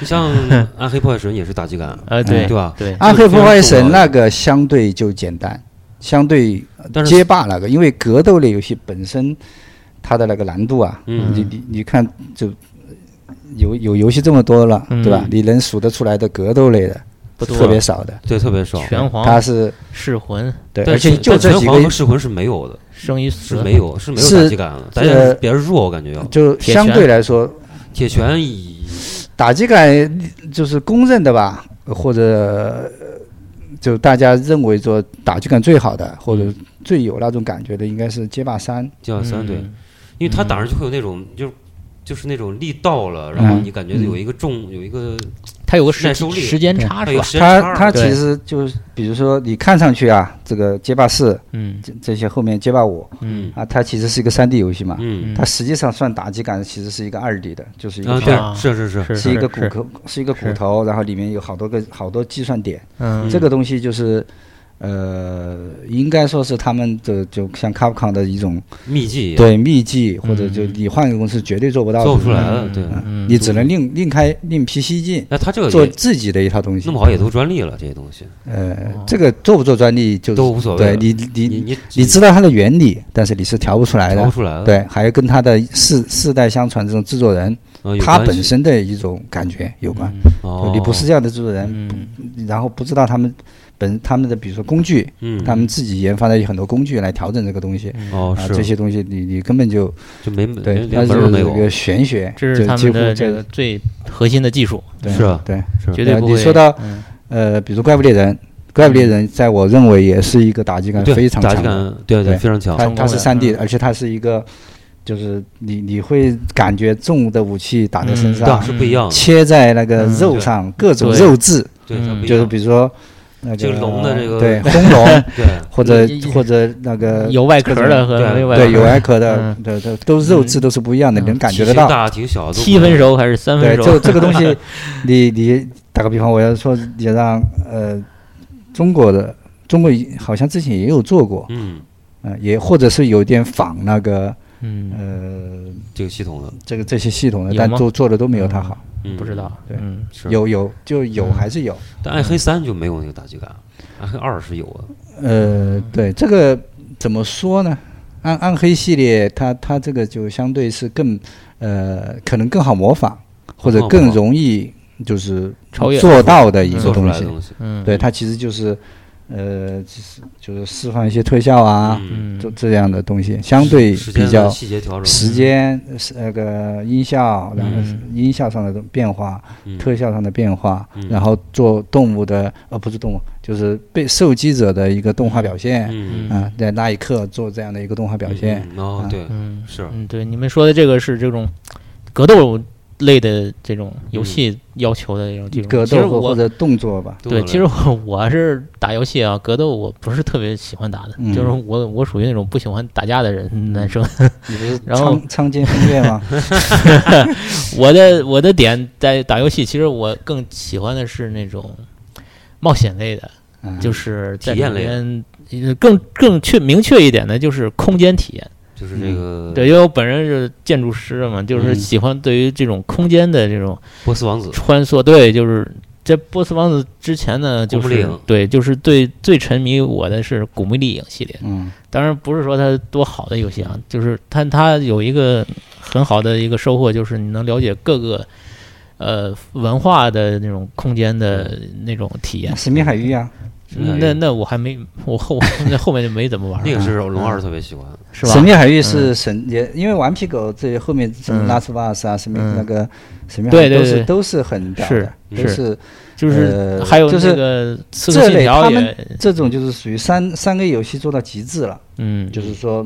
Speaker 2: 你 像 暗黑破坏神也是打击感，
Speaker 4: 嗯
Speaker 3: 呃对
Speaker 2: 对吧？
Speaker 3: 对
Speaker 4: 暗黑破坏神
Speaker 2: 那
Speaker 4: 那个相对就简单，相对
Speaker 2: 但是
Speaker 4: 街霸那个，因为格斗类游戏本身它的那个难度啊，
Speaker 2: 嗯
Speaker 4: 你你你看就。呃有有游戏这么多了，对吧
Speaker 3: 嗯？
Speaker 4: 你能数得出来的格斗类的，
Speaker 3: 不多
Speaker 4: 特别少的。
Speaker 2: 对特别
Speaker 4: 哦
Speaker 2: 少。
Speaker 3: 拳皇
Speaker 4: 它是
Speaker 3: 噬魂
Speaker 4: 对，
Speaker 2: 哦但
Speaker 4: 而且
Speaker 2: 是
Speaker 4: 就
Speaker 2: 但
Speaker 4: 这
Speaker 2: 拳
Speaker 4: 几
Speaker 2: 皇
Speaker 4: 个
Speaker 2: 和噬魂是没有的，
Speaker 3: 生于死
Speaker 2: 是没有是没有
Speaker 4: 是呃嗯
Speaker 2: 打击感的，打击感是比较弱，我感觉要。
Speaker 4: 就
Speaker 3: 铁
Speaker 4: 相
Speaker 3: 拳
Speaker 4: 对来说，
Speaker 2: 铁拳以
Speaker 4: 打击感就是公认的吧，或者呃就大家认为说打击感最好的，或
Speaker 2: 嗯
Speaker 4: 者最有那种感觉的，应该是街霸三。
Speaker 2: 街霸啊三对，
Speaker 3: 嗯
Speaker 2: 因为他打上就会有那种就是。就是那种力到了，然后
Speaker 4: 嗯
Speaker 2: 你感觉有一个重，有一个
Speaker 3: 它有个时
Speaker 2: 耐受力
Speaker 3: 时间差
Speaker 2: 它
Speaker 3: 是
Speaker 2: 有
Speaker 3: 吧？
Speaker 2: 时间差
Speaker 4: 它
Speaker 2: 了
Speaker 4: 它
Speaker 3: 对
Speaker 4: 其实就是，比如说你看上去啊，这个街霸四
Speaker 3: 嗯
Speaker 4: 这这些后面街霸五
Speaker 2: 嗯
Speaker 4: 啊，它其实是一个三 D 游戏嘛，
Speaker 2: 嗯
Speaker 4: 它实际上算打击感其实是一个二 D 的，就是一个
Speaker 2: 啊，
Speaker 4: 头
Speaker 2: 对，
Speaker 3: 啊
Speaker 2: 是是是，
Speaker 3: 是
Speaker 4: 是一个骨
Speaker 3: 是
Speaker 4: 头，是一个骨
Speaker 3: 是
Speaker 4: 头，然后里面有好多个好多计算点。
Speaker 3: 嗯
Speaker 4: 这个东西就是，呃，应该说是他们的就像 Capcom 的一种
Speaker 2: 秘技
Speaker 4: 对秘技，或者就你换一个公司绝对做不到的，
Speaker 2: 嗯做不出来的，对。
Speaker 4: 嗯你只能另另开另辟蹊径，
Speaker 2: 那他这个
Speaker 4: 做
Speaker 2: 也
Speaker 4: 自己的一套东西。
Speaker 2: 弄不好也都专利了，这些东西
Speaker 4: 呃，这个做不做专利就
Speaker 2: 都无所谓了。
Speaker 4: 对你
Speaker 2: 你
Speaker 4: 你
Speaker 2: 你
Speaker 4: 你知道它的原理，但是你是调不出来
Speaker 2: 调不
Speaker 4: 的。
Speaker 2: 出来了，
Speaker 4: 对，还要跟他的世世代相传这种制作人，
Speaker 2: 嗯，有
Speaker 4: 他
Speaker 2: 关系
Speaker 4: 本身的一种感觉有关。
Speaker 2: 哦，
Speaker 4: 你不是这样的制作人，
Speaker 3: 嗯
Speaker 4: 然后不知道他们本他们的比如说工具，
Speaker 2: 嗯
Speaker 4: 他们自己研发的很多工具来调整这个东西。
Speaker 2: 哦
Speaker 4: 啊，这
Speaker 2: 是
Speaker 4: 些东西你你根本就
Speaker 2: 就没
Speaker 4: 对，
Speaker 2: 连
Speaker 4: 那
Speaker 2: 连
Speaker 4: 就
Speaker 2: 门儿都没
Speaker 4: 是一个
Speaker 2: 有，
Speaker 4: 玄学，
Speaker 3: 这
Speaker 4: 就是
Speaker 3: 他
Speaker 4: 几
Speaker 3: 们
Speaker 4: 乎
Speaker 3: 的这
Speaker 4: 这
Speaker 3: 个最核心的技术，
Speaker 4: 对
Speaker 2: 是啊
Speaker 4: 对
Speaker 2: 是
Speaker 3: 绝对
Speaker 4: 呃
Speaker 3: 不
Speaker 4: 你
Speaker 3: 会。
Speaker 4: 说到
Speaker 3: 嗯
Speaker 4: 呃，比如说怪物猎人，怪物猎人在我认为也是一个打击感
Speaker 2: 对
Speaker 4: 非常
Speaker 2: 打击
Speaker 4: 强的，
Speaker 2: 感，对
Speaker 4: 对
Speaker 2: 非常强
Speaker 4: 它，
Speaker 3: 成功
Speaker 4: 它是
Speaker 3: 的
Speaker 4: 三 D，
Speaker 3: 嗯
Speaker 4: 而且它是一个就是你你会感觉重的武器打在身
Speaker 3: 嗯
Speaker 2: 对
Speaker 4: 上
Speaker 2: 啊，是不一样的，
Speaker 4: 切在那个
Speaker 3: 嗯
Speaker 4: 肉
Speaker 2: 对
Speaker 4: 上各种
Speaker 3: 对
Speaker 4: 肉质，
Speaker 2: 对，它不一
Speaker 4: 就是
Speaker 2: 样
Speaker 4: 比如说那
Speaker 2: 这个龙的这个
Speaker 4: 对轰 龙
Speaker 2: 对，
Speaker 4: 或者
Speaker 3: 一一
Speaker 4: 或者那个
Speaker 3: 有外壳的和
Speaker 2: 对
Speaker 3: 没外壳
Speaker 4: 呃对，有
Speaker 3: 的，
Speaker 4: 外壳的
Speaker 3: 嗯，
Speaker 4: 对对，都肉质都是不一样的，
Speaker 3: 嗯
Speaker 4: 你能感觉
Speaker 2: 体型
Speaker 4: 得到。
Speaker 2: 大挺小的都不一
Speaker 3: 七
Speaker 2: 样，
Speaker 3: 分熟还是三分
Speaker 4: 对，这
Speaker 3: 熟？
Speaker 4: 这个东 西，你你打个比方，我要说你让呃中国的中国好像之前也有做过，
Speaker 2: 嗯，
Speaker 4: 嗯、也或者是有点仿那个
Speaker 3: 嗯，
Speaker 4: 呃
Speaker 2: 这个系统的，
Speaker 4: 这个这些系统的，
Speaker 3: 有
Speaker 4: 但
Speaker 3: 吗
Speaker 4: 做做的都没有它好。
Speaker 2: 嗯
Speaker 3: 不知道，
Speaker 4: 对
Speaker 3: 嗯
Speaker 2: 是，嗯
Speaker 4: 有有就有还是有，
Speaker 2: 但暗黑三就没有那个打击感，暗黑二是有啊，
Speaker 4: 呃，对这个怎么说呢？暗暗黑系列它它这个就相对是更呃可能更好模仿，或者
Speaker 2: 更好模
Speaker 4: 更
Speaker 2: 仿
Speaker 4: 容易就是
Speaker 3: 超越
Speaker 4: 做到的一个
Speaker 2: 做出
Speaker 4: 东
Speaker 2: 来的
Speaker 4: 西。
Speaker 2: 东西，
Speaker 3: 嗯，
Speaker 4: 对，它其实就是，呃，就是就是释放一些特效啊，
Speaker 2: 嗯
Speaker 3: 嗯，
Speaker 4: 就这样的东西，相对
Speaker 2: 时间
Speaker 4: 比
Speaker 2: 的
Speaker 4: 较
Speaker 2: 细节调整，
Speaker 4: 时间是那个音效，然后
Speaker 3: 嗯
Speaker 4: 音效上的变化，
Speaker 2: 嗯
Speaker 4: 特效上的变化
Speaker 2: 嗯，
Speaker 4: 然后做动物的呃不是动物，就是被受击者的一个动画表现
Speaker 2: 嗯
Speaker 3: 嗯
Speaker 4: 啊，在那一刻做这样的一个动画表现，
Speaker 2: 嗯哦
Speaker 4: 啊
Speaker 2: 对
Speaker 3: 嗯
Speaker 2: 是
Speaker 3: 嗯，对，你们说的这个是这种格斗类的这种
Speaker 2: 嗯
Speaker 3: 游戏要求的这种技术。
Speaker 4: 格
Speaker 3: 其实
Speaker 4: 斗或
Speaker 3: 我
Speaker 4: 或者动作吧，
Speaker 2: 都有
Speaker 3: 对，
Speaker 2: 了
Speaker 3: 其实我我是打游戏啊，格斗我不是特别喜欢打的，
Speaker 4: 嗯
Speaker 3: 就是我我属于那种不喜欢打架的
Speaker 2: 嗯
Speaker 3: 人 男生。
Speaker 4: 你不是
Speaker 3: 然后
Speaker 4: 苍苍间飞跃 吗？
Speaker 3: 我的我的点在打游戏，其实我更喜欢的是那种冒险类的，
Speaker 4: 啊
Speaker 3: 就是在
Speaker 2: 嗯体验
Speaker 3: 里面呃更更确明确一点的就是空间体验。
Speaker 2: 就是这个
Speaker 3: 对，因为我本人是建筑师嘛，就是
Speaker 4: 嗯
Speaker 3: 喜欢对于这种空间的这种
Speaker 2: 波斯
Speaker 4: 啊
Speaker 2: 王子，
Speaker 3: 穿梭，对，就是在波斯王子之前呢，就
Speaker 2: 古墓丽
Speaker 3: 是
Speaker 2: 影
Speaker 3: 对，就是对最沉迷我的是古墓丽影系列。
Speaker 4: 嗯
Speaker 3: 当然不是说它多好的游戏啊，就是它它有一个很好的一个收获，就是你能了解各个呃文化的那种空间的那种体验。
Speaker 4: 神秘海域啊，
Speaker 2: 神秘海域
Speaker 3: 那那我还没我后那后面就没怎么玩
Speaker 2: 那
Speaker 3: 了，
Speaker 2: 个是
Speaker 4: 啊
Speaker 2: 龙二特别喜欢的，
Speaker 3: 是吧
Speaker 4: 神？秘海域是神也，因为顽皮狗这后面什么
Speaker 3: 嗯
Speaker 4: 拉斯瓦尔斯啊，神秘
Speaker 3: 嗯
Speaker 4: 那个神秘海
Speaker 3: 对
Speaker 4: 域
Speaker 3: 对
Speaker 4: 都是
Speaker 3: 对
Speaker 4: 都是很屌的，
Speaker 2: 是
Speaker 4: 都是
Speaker 3: 就是
Speaker 4: 呃
Speaker 3: 还有
Speaker 4: 就
Speaker 3: 那
Speaker 4: 是
Speaker 3: 个刺客
Speaker 4: 这
Speaker 3: 信
Speaker 4: 类
Speaker 3: 条
Speaker 4: 他
Speaker 3: 也
Speaker 4: 们，这种就是属于三三个游戏做到极致了，
Speaker 3: 嗯
Speaker 4: 就是说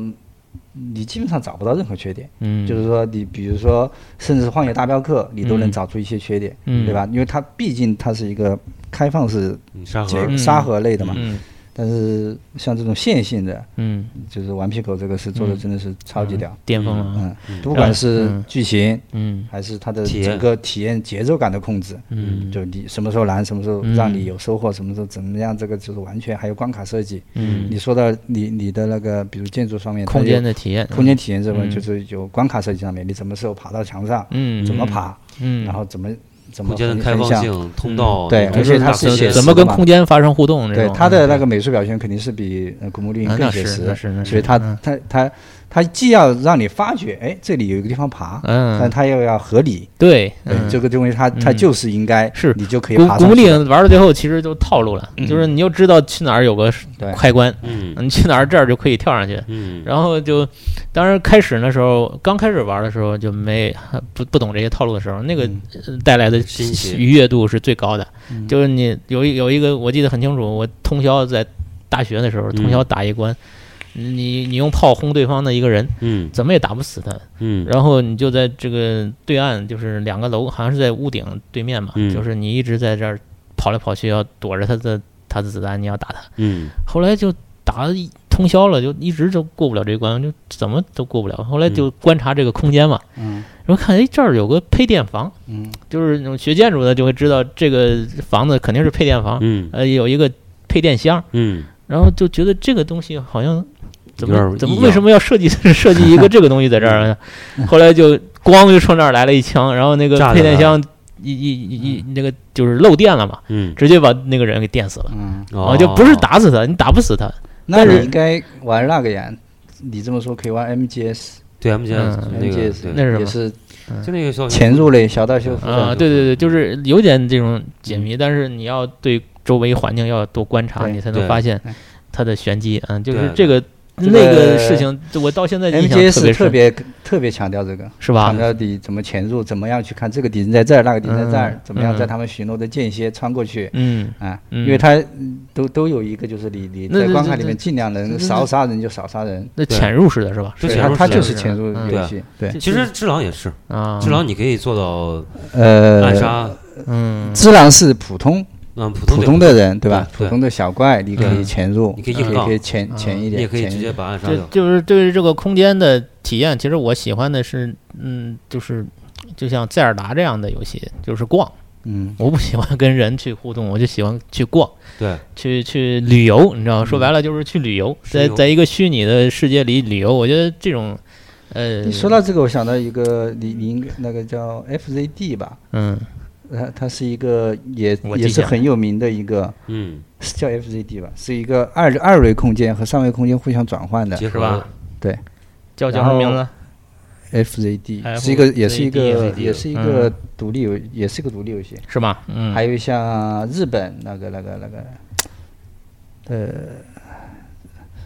Speaker 4: 你基本上找不到任何缺点。
Speaker 3: 嗯，
Speaker 4: 就是说，你比如说，甚至《荒野大镖客》，你都能
Speaker 3: 嗯
Speaker 4: 找出一些缺点，
Speaker 3: 嗯
Speaker 4: 对吧？因为它毕竟它是一个开放式
Speaker 2: 嗯，沙
Speaker 4: 这
Speaker 2: 盒
Speaker 4: 个
Speaker 3: 嗯
Speaker 4: 沙盒类的嘛。
Speaker 3: 嗯
Speaker 4: 但是像这种线性的，
Speaker 3: 嗯
Speaker 4: 就是顽皮狗这个是做的
Speaker 3: 嗯
Speaker 4: 真的是超级屌，
Speaker 3: 巅峰了，
Speaker 4: 嗯，不管是
Speaker 3: 嗯
Speaker 4: 剧情
Speaker 3: 嗯
Speaker 4: 还是它的
Speaker 2: 体验
Speaker 4: 整个体验节奏感的控制，
Speaker 3: 嗯
Speaker 4: 就你什么时候难，什么时候
Speaker 3: 嗯
Speaker 4: 让你有收获，什么时候怎么样，这个就是完全还有关卡设计。
Speaker 3: 嗯
Speaker 4: 你说到你你的那个，比如建筑方面，它
Speaker 3: 空间
Speaker 4: 有
Speaker 3: 的体验，
Speaker 4: 空间体验这块，
Speaker 3: 嗯
Speaker 4: 就是有关卡设计上面，你什么时候爬到墙上，
Speaker 3: 嗯
Speaker 4: 怎么爬，
Speaker 3: 嗯，
Speaker 4: 然后怎么怎么
Speaker 2: 空间的
Speaker 4: 横
Speaker 2: 开放
Speaker 4: 横向
Speaker 2: 性、通道，
Speaker 4: 嗯对
Speaker 2: 那种
Speaker 4: 而且它
Speaker 2: 大空
Speaker 4: 是
Speaker 2: 间
Speaker 4: 写
Speaker 3: 怎
Speaker 4: 实
Speaker 3: 么
Speaker 4: 的
Speaker 3: 跟
Speaker 4: 嘛
Speaker 3: 空间发生互动这
Speaker 4: 对
Speaker 3: 种，嗯
Speaker 4: 他的那个美术表现肯定是比呃古墓丽影
Speaker 3: 啊
Speaker 4: 更
Speaker 3: 那
Speaker 4: 写
Speaker 3: 是
Speaker 4: 实，
Speaker 3: 那是那是
Speaker 4: 所以他
Speaker 3: 嗯
Speaker 4: 他他他既要让你发觉，哎，这里有一个地方爬，但
Speaker 3: 嗯，
Speaker 4: 他又要合理，
Speaker 3: 对，
Speaker 4: 对
Speaker 3: 嗯
Speaker 4: 这个东西他他
Speaker 3: 嗯
Speaker 4: 就是应该
Speaker 3: 是
Speaker 4: 你就可以
Speaker 3: 古
Speaker 4: 爬
Speaker 3: 古墓
Speaker 4: 上
Speaker 3: 丽
Speaker 4: 去。嗯
Speaker 3: 影玩到最后其实就套路了，就是你就知道去哪儿有个
Speaker 4: 对
Speaker 3: 开关，
Speaker 2: 嗯
Speaker 3: 你去哪儿这儿就可以跳上去。
Speaker 2: 嗯，
Speaker 3: 然后就，当然开始那时候，刚开始玩的时候就没不不懂这些套路的时候，那个
Speaker 4: 嗯
Speaker 3: 呃带来的
Speaker 2: 新奇
Speaker 3: 愉悦度是最高的。
Speaker 4: 嗯
Speaker 3: 就是你有一有一个我记得很清楚，我通宵在大学的时候通宵
Speaker 4: 嗯
Speaker 3: 打一关，你你用炮轰对方的一个人，
Speaker 2: 嗯
Speaker 3: 怎么也打不死他，
Speaker 2: 嗯，
Speaker 3: 然后你就在这个对岸，就是两个楼，好像是在屋顶对面嘛，
Speaker 2: 嗯
Speaker 3: 就是你一直在这儿跑来跑去，要躲着他的他的子弹，你要打他。
Speaker 2: 嗯
Speaker 3: 后来就打一通宵了，就一直就过不了这关，就怎么都过不了。后来
Speaker 2: 嗯
Speaker 3: 就观察这个空间嘛，
Speaker 4: 嗯
Speaker 3: 然后看哎这儿有个配电房，
Speaker 4: 嗯
Speaker 3: 就是那种学建筑的就会知道这个房子肯定是配电
Speaker 4: 啊
Speaker 3: 房，
Speaker 2: 嗯
Speaker 3: 呃有一个配电箱，
Speaker 2: 嗯，
Speaker 3: 然后就觉得这个东西好像怎
Speaker 2: 有点儿
Speaker 3: 么怎么
Speaker 2: 异样
Speaker 3: 为什么要设计设计一个这个东西在这儿呢？ 后来就咣就冲那儿来了一枪，然后那个
Speaker 2: 炸
Speaker 3: 配
Speaker 2: 着
Speaker 3: 电
Speaker 2: 来
Speaker 3: 箱一一一一那个就是漏电了嘛，
Speaker 4: 啊
Speaker 2: 嗯，
Speaker 3: 直接把那个人给电死了。
Speaker 4: 嗯，
Speaker 3: 啊，就不是打死他，你打不死他。
Speaker 4: 那
Speaker 3: 但是
Speaker 4: 你应该玩那个呀。你这么说可以玩 MGS，
Speaker 2: 哦对 M G S
Speaker 3: 嗯
Speaker 2: 那个
Speaker 4: MGS
Speaker 2: 对
Speaker 3: 那是什
Speaker 4: 也
Speaker 3: 么
Speaker 4: 是
Speaker 2: 就那个小
Speaker 4: 潜入类小道修复
Speaker 3: 啊，
Speaker 4: 的，
Speaker 3: 对对对，就是有点这种解谜，但是你要对周围环境要多观察，
Speaker 4: 对
Speaker 3: 你才能
Speaker 2: 对
Speaker 3: 发现
Speaker 4: 对
Speaker 3: 它的玄机。嗯，就是
Speaker 2: 对
Speaker 3: 这个
Speaker 4: 这
Speaker 3: 那个
Speaker 4: 个
Speaker 3: 事情，我到现在印象特别
Speaker 4: MGS 特
Speaker 3: 深，
Speaker 4: 别特别强调这个，
Speaker 3: 是吧
Speaker 4: 强？调你怎么潜入，怎么样去看这个敌人在这儿，那个敌人在
Speaker 3: 嗯
Speaker 4: 这儿，怎么样在
Speaker 3: 嗯
Speaker 4: 他们巡逻的间歇穿过去，
Speaker 3: 嗯，
Speaker 4: 啊，
Speaker 3: 嗯
Speaker 4: 因为它嗯都都有一个就是你你
Speaker 3: 那
Speaker 4: 在
Speaker 3: 那
Speaker 4: 关
Speaker 3: 那
Speaker 4: 卡里面
Speaker 3: 那
Speaker 4: 尽量能少杀人就少杀人，
Speaker 3: 那
Speaker 2: 对
Speaker 3: 潜入式的是吧？
Speaker 2: 就是潜
Speaker 4: 它
Speaker 2: 入
Speaker 4: 它
Speaker 2: 式
Speaker 4: 就
Speaker 2: 的
Speaker 4: 是
Speaker 3: 是
Speaker 4: 潜入
Speaker 3: 嗯
Speaker 2: 对
Speaker 4: 游戏，对，
Speaker 2: 其实只狼也是，
Speaker 4: 嗯
Speaker 3: 啊，
Speaker 2: 只狼你可以做到暗
Speaker 4: 呃，
Speaker 2: 杀，
Speaker 3: 嗯，
Speaker 4: 只狼是普通
Speaker 2: 嗯，普通
Speaker 4: 普
Speaker 2: 队
Speaker 4: 通的人对吧？
Speaker 2: 对
Speaker 4: 普
Speaker 2: 对
Speaker 4: 通的小怪你可
Speaker 2: 对
Speaker 4: 以潜入，
Speaker 2: 你可以
Speaker 4: 也
Speaker 3: 嗯
Speaker 2: 硬杠
Speaker 4: 可以潜潜一
Speaker 2: 你
Speaker 4: 点，
Speaker 2: 也可以
Speaker 4: 潜一
Speaker 2: 直接
Speaker 4: 点
Speaker 2: 把暗杀
Speaker 3: 就
Speaker 2: 掉，
Speaker 3: 就是对于这个空间的体验，其实我喜欢的是，嗯，就是就像塞尔达这样的游戏，就是逛。
Speaker 4: 嗯
Speaker 3: 我不喜欢跟人去互动，我就喜欢去逛，
Speaker 2: 对，
Speaker 3: 去去旅游，你知道吗？
Speaker 4: 嗯
Speaker 3: 说白了就是去旅游，
Speaker 2: 石
Speaker 3: 在
Speaker 2: 油
Speaker 3: 在一个虚拟的世界里旅游，我觉得这种，呃，
Speaker 4: 你说到这个，我想到一个，你你应该那个叫 FZD 吧，
Speaker 3: 嗯
Speaker 4: 它呃它是一个也
Speaker 3: 我
Speaker 4: 也
Speaker 3: 记
Speaker 4: 是
Speaker 3: 下
Speaker 4: 很有名的一个，
Speaker 2: 嗯，
Speaker 4: 是叫 FZD 吧，是一个二二维空间和三维空间互相转换的
Speaker 2: 结合
Speaker 3: 是吧
Speaker 4: 对，
Speaker 3: 叫叫什
Speaker 4: 然
Speaker 3: 么
Speaker 4: 后
Speaker 3: 名字？
Speaker 4: FZD
Speaker 3: FZD
Speaker 4: 是一个，也是一个，
Speaker 2: FZD
Speaker 4: 也是一个独立游，也是一个独立游戏。
Speaker 3: 是吧？嗯，
Speaker 4: 还有像日本那个、那个、那个，呃，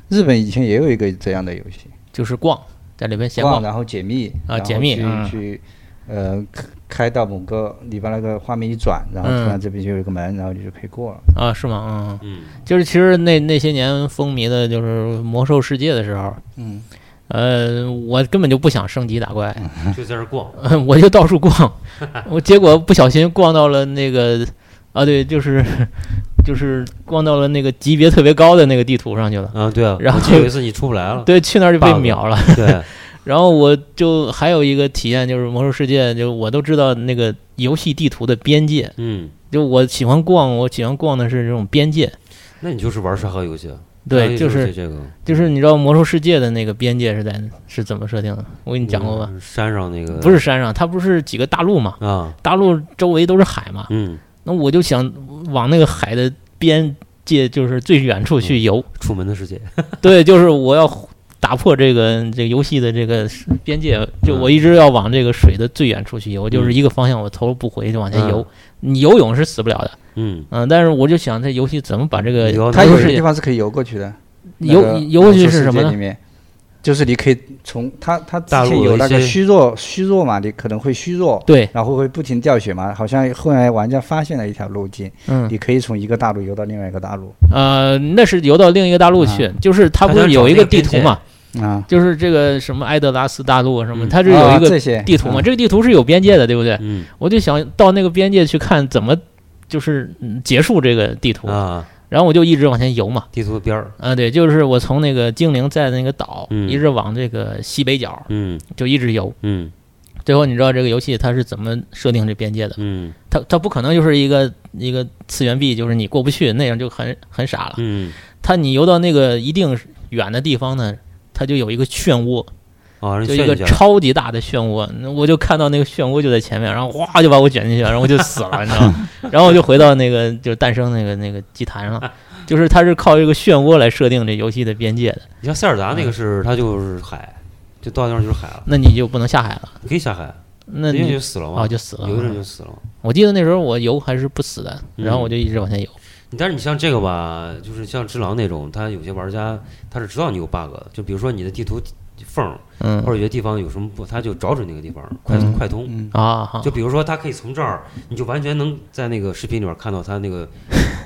Speaker 4: 日本以前也有一个这样的游戏，
Speaker 3: 就是逛，在里边闲
Speaker 4: 逛
Speaker 3: 逛，
Speaker 4: 然后解密
Speaker 3: 啊
Speaker 4: 然后
Speaker 3: 解密
Speaker 4: 去
Speaker 3: 嗯
Speaker 4: 去，呃，开开到某个你把那个画面一转，然后
Speaker 3: 嗯
Speaker 4: 突然这边就有一个门，然后你就可以过了。
Speaker 3: 啊，是吗？嗯，
Speaker 2: 嗯，
Speaker 3: 就是其实那那些年风靡的就是魔兽世界的时候，
Speaker 4: 嗯，
Speaker 3: 呃，我根本就不想升级打怪，
Speaker 2: 就在这儿逛，
Speaker 3: 我就到处逛， 我结果不小心逛到了那个啊，对，就是就是逛到了那个级别特别高的那个地图上去了。
Speaker 2: 啊，对啊，
Speaker 3: 然后
Speaker 2: 我记得有一次你出不来了，
Speaker 3: 对，去那儿就被
Speaker 2: 啊 bug
Speaker 3: 秒了。
Speaker 2: 对，
Speaker 3: 然后我就还有一个体验就是《魔兽世界》，就我都知道那个游戏地图的边界，
Speaker 2: 嗯，
Speaker 3: 就我喜欢逛，我喜欢逛的是这种边界，
Speaker 2: 那你就是玩沙盒游戏啊？
Speaker 3: 对，
Speaker 2: 就
Speaker 3: 就是
Speaker 2: 这个，
Speaker 3: 就是你知道魔兽世界的那个边界是在是怎么设定的？我跟你讲过吧？
Speaker 2: 嗯？山上那个
Speaker 3: 不是山上，它不是几个大陆嘛？
Speaker 2: 啊，
Speaker 3: 大陆周围都是海嘛？
Speaker 2: 嗯，
Speaker 3: 那我就想往那个海的边界，就是最远处去游。
Speaker 2: 楚门的世界，
Speaker 3: 对，就是我要打破这个这个游戏的这个边界，就我一直要往这个水的最远处去游，就是一个方向，我头不回就往前游。你游泳是死不了的，
Speaker 2: 嗯，
Speaker 3: 嗯，但是我就想这游戏怎么把这个
Speaker 2: 你要
Speaker 3: 它
Speaker 4: 它
Speaker 3: 就
Speaker 4: 有
Speaker 2: 游
Speaker 4: 些
Speaker 3: 是
Speaker 4: 地方是可以游过去的。那
Speaker 3: 游
Speaker 4: 个
Speaker 3: 游过去
Speaker 4: 魔兽
Speaker 3: 是
Speaker 4: 世
Speaker 3: 什么
Speaker 4: 界
Speaker 3: 呢
Speaker 4: 里？面，就是你可以从它它之
Speaker 2: 大陆
Speaker 4: 前
Speaker 2: 有
Speaker 4: 有
Speaker 2: 一
Speaker 4: 那个
Speaker 2: 些
Speaker 4: 虚弱虚弱嘛，你可能会虚弱，
Speaker 3: 对，
Speaker 4: 然后会不停掉血嘛。好像后来玩家发现了一条路径，
Speaker 3: 嗯，
Speaker 4: 你可以从一个大陆游到另外一个大陆
Speaker 3: 呃，那是游到另一个大陆去，就是它不是有一个地图嘛，
Speaker 4: 啊。
Speaker 3: 就是这个什么埃德拉斯大陆什么，
Speaker 2: 嗯
Speaker 3: 它是有一
Speaker 4: 啊
Speaker 3: 个
Speaker 4: 这些
Speaker 3: 地图嘛，
Speaker 4: 啊
Speaker 3: 这个地图是有边界的，对不对？
Speaker 2: 嗯
Speaker 3: 我就想到那个边界去看怎么就是嗯结束这个地图，
Speaker 2: 啊，
Speaker 3: 然后我就一直往前游嘛。
Speaker 2: 地图的边儿，
Speaker 3: 啊，对，就是我从那个精灵在的那个岛，
Speaker 2: 嗯
Speaker 3: 一直往这个西北角
Speaker 2: 嗯
Speaker 3: 就一直游。
Speaker 2: 嗯
Speaker 3: 最后你知道这个游戏它是怎么设定这边界的？
Speaker 2: 嗯
Speaker 3: 它它不可能就是一个一个次元壁，就是你过不去那样就很很傻了。
Speaker 2: 嗯，
Speaker 3: 它你游到那个一定远的地方呢，它就有一个漩涡，
Speaker 2: 啊，让你
Speaker 3: 就
Speaker 2: 炫
Speaker 3: 一个
Speaker 2: 下，
Speaker 3: 超级大的漩涡，那我就看到那个漩涡就在前面，然后哗就把我卷进去了，然后我就死 了，你知道吗？然后我就回到那个就是诞生那个那个祭 坛上，就是它是靠这个漩涡来设定这游戏的边界的，
Speaker 2: 你像塞尔达那个是它就是海，就到那儿就是海了，
Speaker 3: 那你就不能下海了，
Speaker 2: 可以下海，
Speaker 3: 那
Speaker 2: 人家
Speaker 3: 你
Speaker 2: 就死了嘛
Speaker 3: 哦，就死了
Speaker 2: 有的。人就死了嘛。
Speaker 3: 我记得那时候我游还是不死的，
Speaker 2: 嗯
Speaker 3: 然后我就一直往前游。
Speaker 2: 你但是你像这个吧，就是像只狼那种，他有些玩家他是知道你有 bug 的，就比如说你的地图缝儿
Speaker 3: 嗯
Speaker 2: 或者有些地方有什么不，他就找准那个地方快
Speaker 3: 嗯
Speaker 2: 快通。
Speaker 4: 嗯，
Speaker 3: 啊哈
Speaker 2: 就比如说，他可以从这儿，你就完全能在那个视频里面看到他那 个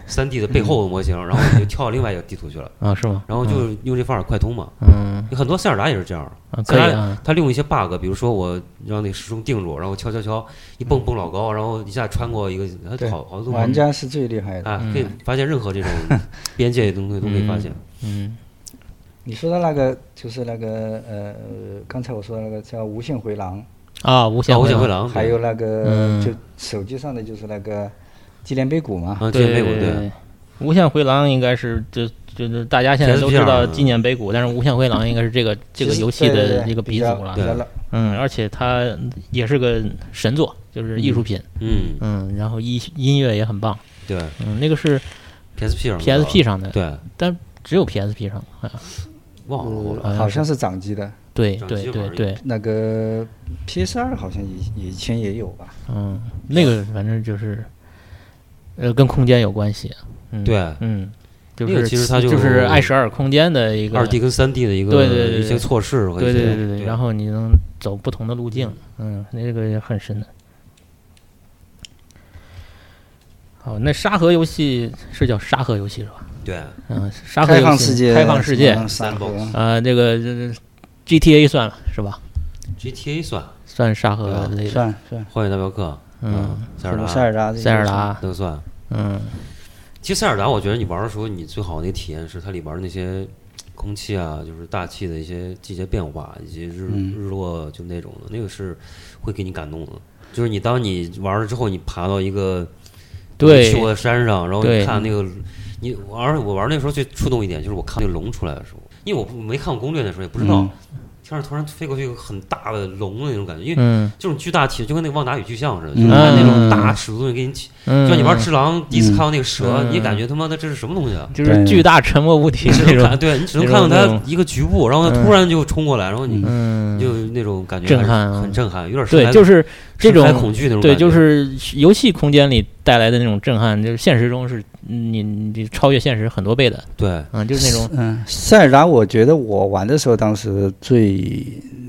Speaker 2: 三 D 的背后的模型，然后你就跳到另外一个地图去了，
Speaker 3: 啊是吗？
Speaker 2: 然后就用这方法快通嘛。
Speaker 3: 嗯
Speaker 2: 有很多塞尔达也是这样，
Speaker 3: 啊可以啊
Speaker 2: 他利用一些 bug，比如说我让那个时钟定住，然后敲敲敲，一蹦蹦老高，然后一下穿过一个，他
Speaker 4: 对
Speaker 2: 好好多
Speaker 4: 玩家是最厉害的。
Speaker 2: 啊，
Speaker 3: 嗯
Speaker 2: 可以发现任何这种边界的东西都可以发现。
Speaker 3: 嗯
Speaker 4: 你说的那个就是那个呃，刚才我说的那个叫无限回廊，
Speaker 3: 啊无限
Speaker 2: 无限回
Speaker 3: 回廊
Speaker 2: 廊，
Speaker 4: 还有那个、
Speaker 3: 嗯
Speaker 4: 就手机上的就是那个纪念碑谷嘛。
Speaker 2: 啊，
Speaker 3: 对
Speaker 2: 纪念碑谷
Speaker 3: 对
Speaker 2: 对，
Speaker 3: 无限回廊应该是就就是大家现在都
Speaker 2: PSP
Speaker 3: 知道
Speaker 2: 上
Speaker 3: 纪念碑谷，但是无限回廊应该是这个这个游戏
Speaker 4: 对对
Speaker 3: 的
Speaker 4: 对
Speaker 3: 一个鼻
Speaker 4: 比
Speaker 3: 祖
Speaker 4: 较
Speaker 3: 了
Speaker 4: 比。较
Speaker 2: 对
Speaker 4: 老
Speaker 3: 嗯，而且它也是个神作，就是艺术品。
Speaker 2: 嗯，
Speaker 3: 嗯，然后音音乐也很棒。
Speaker 2: 对
Speaker 3: 嗯，那个是
Speaker 2: ，PSP 上
Speaker 3: PSP 上的，
Speaker 2: 对，
Speaker 3: 但只有 PSP 上。啊
Speaker 2: 忘
Speaker 3: 嗯
Speaker 2: 了后来
Speaker 4: 呃好像是掌机的，
Speaker 3: 对
Speaker 2: 掌
Speaker 3: 对
Speaker 2: 机
Speaker 3: 对
Speaker 2: 玩儿
Speaker 3: 对，
Speaker 4: 那个 PS 二好像以以前也有吧？
Speaker 3: 嗯，那个反正就是，呃，跟空间有关系。嗯，
Speaker 2: 对
Speaker 3: 嗯，就
Speaker 2: 那个
Speaker 3: 是
Speaker 2: 其实它
Speaker 3: 就
Speaker 2: 就是
Speaker 3: 爱十二空间的一个
Speaker 2: 二 D 跟三 D 的一个
Speaker 3: 对对对对
Speaker 2: 一些措施和一
Speaker 3: 对
Speaker 2: 些，
Speaker 3: 对对对，
Speaker 2: 对，
Speaker 3: 然后你能走不同的路径，嗯，那这个也很深的。好，那沙盒游戏是叫沙盒游戏是吧？
Speaker 2: 对
Speaker 3: 嗯，沙盒
Speaker 4: 开
Speaker 3: 游戏
Speaker 4: 放世界，嗯
Speaker 3: 开放世界，
Speaker 4: 三国，
Speaker 3: 呃，这个这 GTA 算了是吧？
Speaker 2: GTA 算，
Speaker 3: 算沙盒类的，
Speaker 4: 啊算算，
Speaker 2: 荒野大镖客，
Speaker 3: 嗯，
Speaker 2: 塞
Speaker 4: 什
Speaker 2: 尔
Speaker 4: 么
Speaker 2: 达
Speaker 4: 塞尔达这些
Speaker 3: 塞尔达，
Speaker 2: 都算。
Speaker 3: 嗯
Speaker 2: 其实塞尔达，我觉得你玩的时候，你最好的一个体验是它里边儿那些空气啊，就是大气的一些季节变化，以及日、
Speaker 4: 嗯
Speaker 2: 日落，就那种的，那个是会给你感动的。就是你当你玩了之后，你爬到一个
Speaker 3: 对
Speaker 2: 你去过的山上，然后
Speaker 3: 对
Speaker 2: 你看那个，你而且我玩那时候最触动一点就是我看那个龙出来的时候，因为我不没看过攻略那时候也不知道，
Speaker 4: 嗯
Speaker 2: 天上突然飞过去一个很大的龙的那种感觉，因为。
Speaker 3: 嗯
Speaker 2: 这种巨大体就跟那个旺达与巨像似的，
Speaker 4: 嗯
Speaker 2: 就是它那种大尺度东西给你起，
Speaker 3: 嗯，
Speaker 2: 就像你玩只狼第一次看到那个蛇，
Speaker 3: 嗯
Speaker 2: 你也感觉他妈的这是什么东西啊？
Speaker 3: 就是巨大沉默物体
Speaker 2: 你只
Speaker 3: 那
Speaker 2: 能
Speaker 3: 种，
Speaker 2: 看，对你只能
Speaker 3: 那
Speaker 2: 看
Speaker 3: 种
Speaker 2: 到
Speaker 3: 那种
Speaker 2: 它一个局部，然后它
Speaker 3: 嗯
Speaker 2: 突然就冲过来，然后你
Speaker 3: 嗯，
Speaker 2: 就那种感觉
Speaker 3: 震
Speaker 2: 还是
Speaker 3: 撼啊
Speaker 2: 很震撼，有点
Speaker 3: 对，
Speaker 2: 生来
Speaker 3: 就是这
Speaker 2: 生来
Speaker 3: 种
Speaker 2: 恐惧那种感
Speaker 3: 对，
Speaker 2: 觉，
Speaker 3: 就是游戏空间里带来的那种震撼，就是现实中是嗯你你超越现实很多倍的，
Speaker 2: 对，
Speaker 3: 嗯，就是那种
Speaker 4: 嗯，塞尔达，我觉得我玩的时候，当时最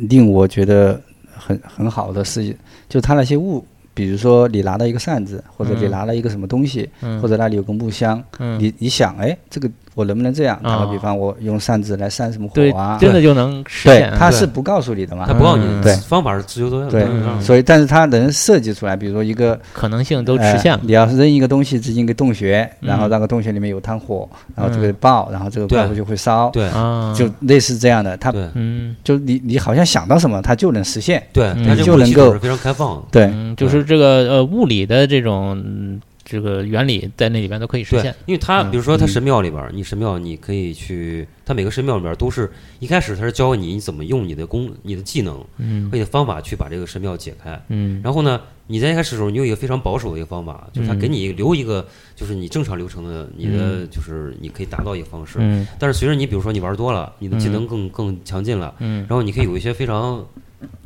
Speaker 4: 令我觉得很很好的是，就它那些物，比如说你拿到一个扇子，或者你
Speaker 3: 嗯
Speaker 4: 拿了一个什么东西，
Speaker 3: 嗯
Speaker 4: 或者那里有个木箱，
Speaker 3: 嗯，
Speaker 4: 你你想，哎，这个我能不能这样？打个
Speaker 3: 啊
Speaker 4: 比方，我用扇子来扇什么火
Speaker 3: 对，
Speaker 4: 啊？
Speaker 3: 真的就能实
Speaker 4: 对
Speaker 3: 现，
Speaker 4: 它
Speaker 2: 对
Speaker 4: 是不告诉你的嘛
Speaker 2: 它。不告诉
Speaker 3: 嗯
Speaker 2: 你
Speaker 4: 对嗯
Speaker 2: 方法是自由多样
Speaker 4: 对
Speaker 2: 的，嗯
Speaker 4: 所以，但是它能设计出来，比如说一个
Speaker 3: 可能性都实现
Speaker 4: 呃
Speaker 3: 了，
Speaker 4: 你要是扔一个东西进一个洞穴，然后
Speaker 3: 嗯
Speaker 4: 那个洞穴里面有滩火，然后就
Speaker 3: 嗯
Speaker 4: 会爆，然后这个
Speaker 2: 对
Speaker 4: 怪物就会烧，
Speaker 2: 对
Speaker 3: 啊，
Speaker 4: 就类似这样的。它
Speaker 2: 对
Speaker 3: 嗯
Speaker 4: 就你你好像想到什么，它就能实现。
Speaker 2: 对，
Speaker 3: 嗯
Speaker 2: 它这
Speaker 4: 就
Speaker 2: 个
Speaker 4: 能
Speaker 2: 系统
Speaker 4: 够
Speaker 2: 是非常开放的，
Speaker 4: 对，
Speaker 3: 嗯，就是这个呃物理的这种嗯这个原理在那里边都可以实
Speaker 2: 对
Speaker 3: 现。，
Speaker 2: 因为它
Speaker 3: 嗯
Speaker 2: 比如说它神庙里边儿，你神庙你可以去，它每个神庙里边儿都是一开始它是教给你你怎么用你的功、你的技能和
Speaker 3: 嗯
Speaker 2: 你的方法去把这个神庙解开。
Speaker 3: 嗯
Speaker 2: 然后呢，你在一开始的时候，你有一个非常保守的一个方法，就是它
Speaker 3: 嗯
Speaker 2: 给你留一个，就是你正常流程的，你的就是你可以达到一个方式。
Speaker 3: 嗯
Speaker 2: 但是随着你比如说你玩多了，你的技
Speaker 3: 嗯
Speaker 2: 能更更强劲了，
Speaker 3: 嗯，
Speaker 2: 然后你可以有一些非常，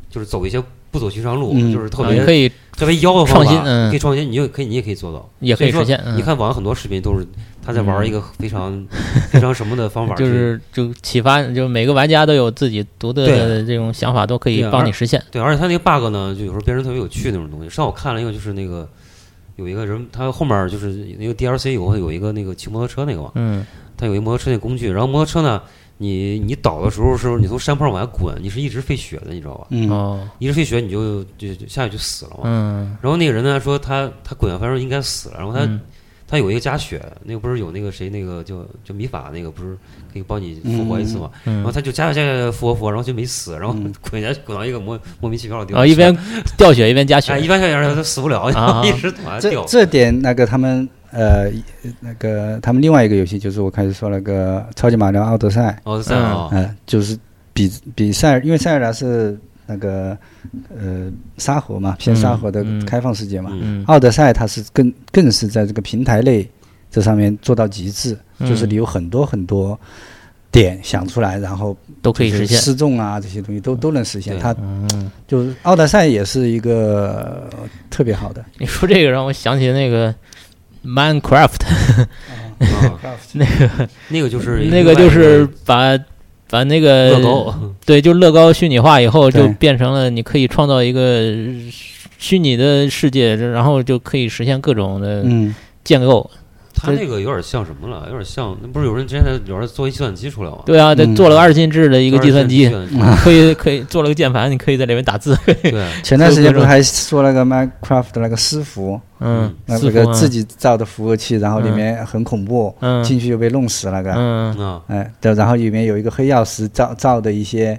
Speaker 2: 就是走一些不走寻常路，
Speaker 4: 嗯
Speaker 2: 就是特
Speaker 3: 啊你
Speaker 2: 别
Speaker 3: 可以
Speaker 2: 特别妖的方
Speaker 3: 创
Speaker 2: 法，
Speaker 3: 新嗯
Speaker 2: 可以创新，你就可以你也可以做到。
Speaker 3: 也可以
Speaker 2: 所说
Speaker 3: 实现。嗯嗯
Speaker 2: 你看网上很多视频都是他在玩一个非常、非常什么的方法，
Speaker 3: 就是就启发，就是每个玩家都有自己独特的这种想法，都可以
Speaker 2: 对啊
Speaker 3: 帮你
Speaker 2: 而
Speaker 3: 实现。
Speaker 2: 对，而且他那个 bug 呢，就有时候变成特别有趣那种东西。上午看了一个，就是那个有一个人，他后面就是那个 DLC 有有一个那个骑摩托车那个嘛，
Speaker 3: 嗯
Speaker 2: 他有一摩托车那工具，然后摩托车呢，你你倒的时候是你从山坡上往下滚，你是一直飞雪的，你知道吧？
Speaker 4: 嗯
Speaker 3: 哦
Speaker 2: 一直飞雪你就就就下去就死了嘛。
Speaker 3: 嗯
Speaker 2: 然后那个人呢说他他滚下翻时应该死了，然后他、
Speaker 3: 嗯
Speaker 2: 他有一个加血，那个不是有那个谁那个叫叫米法那个不是可以帮你复活一次嘛？然后
Speaker 3: 嗯，
Speaker 2: 他就加血加血复活复活，然后就没死，然后
Speaker 4: 嗯
Speaker 2: 滚下去滚到一个莫莫名其妙的地
Speaker 3: 然
Speaker 2: 方
Speaker 3: 后
Speaker 2: 去
Speaker 3: 啊哦一
Speaker 2: 了，
Speaker 3: 边掉血一边加
Speaker 2: 哎一
Speaker 3: 血，
Speaker 2: 般下人他死不了，然 后一直往下
Speaker 4: 这
Speaker 2: 掉。
Speaker 4: 这点那个他们呃那个他们另外一个游戏就是我开始说那个超级马里奥奥德赛，
Speaker 2: 哦，这样啊，
Speaker 4: 嗯、就是比比塞尔，因为塞尔达是那个呃沙盒嘛，偏沙盒的
Speaker 3: 嗯嗯
Speaker 4: 开放世界嘛。
Speaker 2: 嗯
Speaker 3: 嗯
Speaker 4: 奥德赛它是更更是在这个平台类这上面做到极致，就是
Speaker 3: 嗯
Speaker 4: 你有很多很多点想出来，然后
Speaker 3: 都可以实现。
Speaker 4: 失重啊这些东西都都能实现。
Speaker 2: 对
Speaker 4: 它
Speaker 3: 嗯，
Speaker 4: 就是奥德赛也是一个呃特别好的，
Speaker 3: 你说这个让我想起那个 Minecraft，
Speaker 2: 啊
Speaker 3: 那个
Speaker 2: 那个就是
Speaker 3: 嗯那个就是呃把把那个
Speaker 2: 乐 高，
Speaker 3: 对，就乐高虚拟化以后，就
Speaker 4: 对
Speaker 3: 变成了你可以创造一个虚拟的世界，然后就可以实现各种的
Speaker 4: 嗯，
Speaker 3: 建构。
Speaker 2: 他那个有点像什么了？有点像，那不是有人之前在里边做一计算机出来吗？
Speaker 3: 对啊，他
Speaker 4: 嗯
Speaker 3: 做了个二进制的一
Speaker 2: 一
Speaker 3: 个计算机，
Speaker 2: 对
Speaker 3: 可以可以做了个键盘，你可以在里面打 字。
Speaker 4: 前段时间不是还说那个 Minecraft 的那个私服，
Speaker 3: 嗯，
Speaker 4: 那
Speaker 3: 四
Speaker 4: 个
Speaker 3: 伏啊
Speaker 4: 自己造的服务器，然后里
Speaker 3: 嗯
Speaker 4: 面很恐怖，
Speaker 3: 嗯
Speaker 4: 进去就被弄死那个。
Speaker 3: 嗯
Speaker 2: 啊，
Speaker 4: 哎，对，然后里面有一个黑曜石造造的一些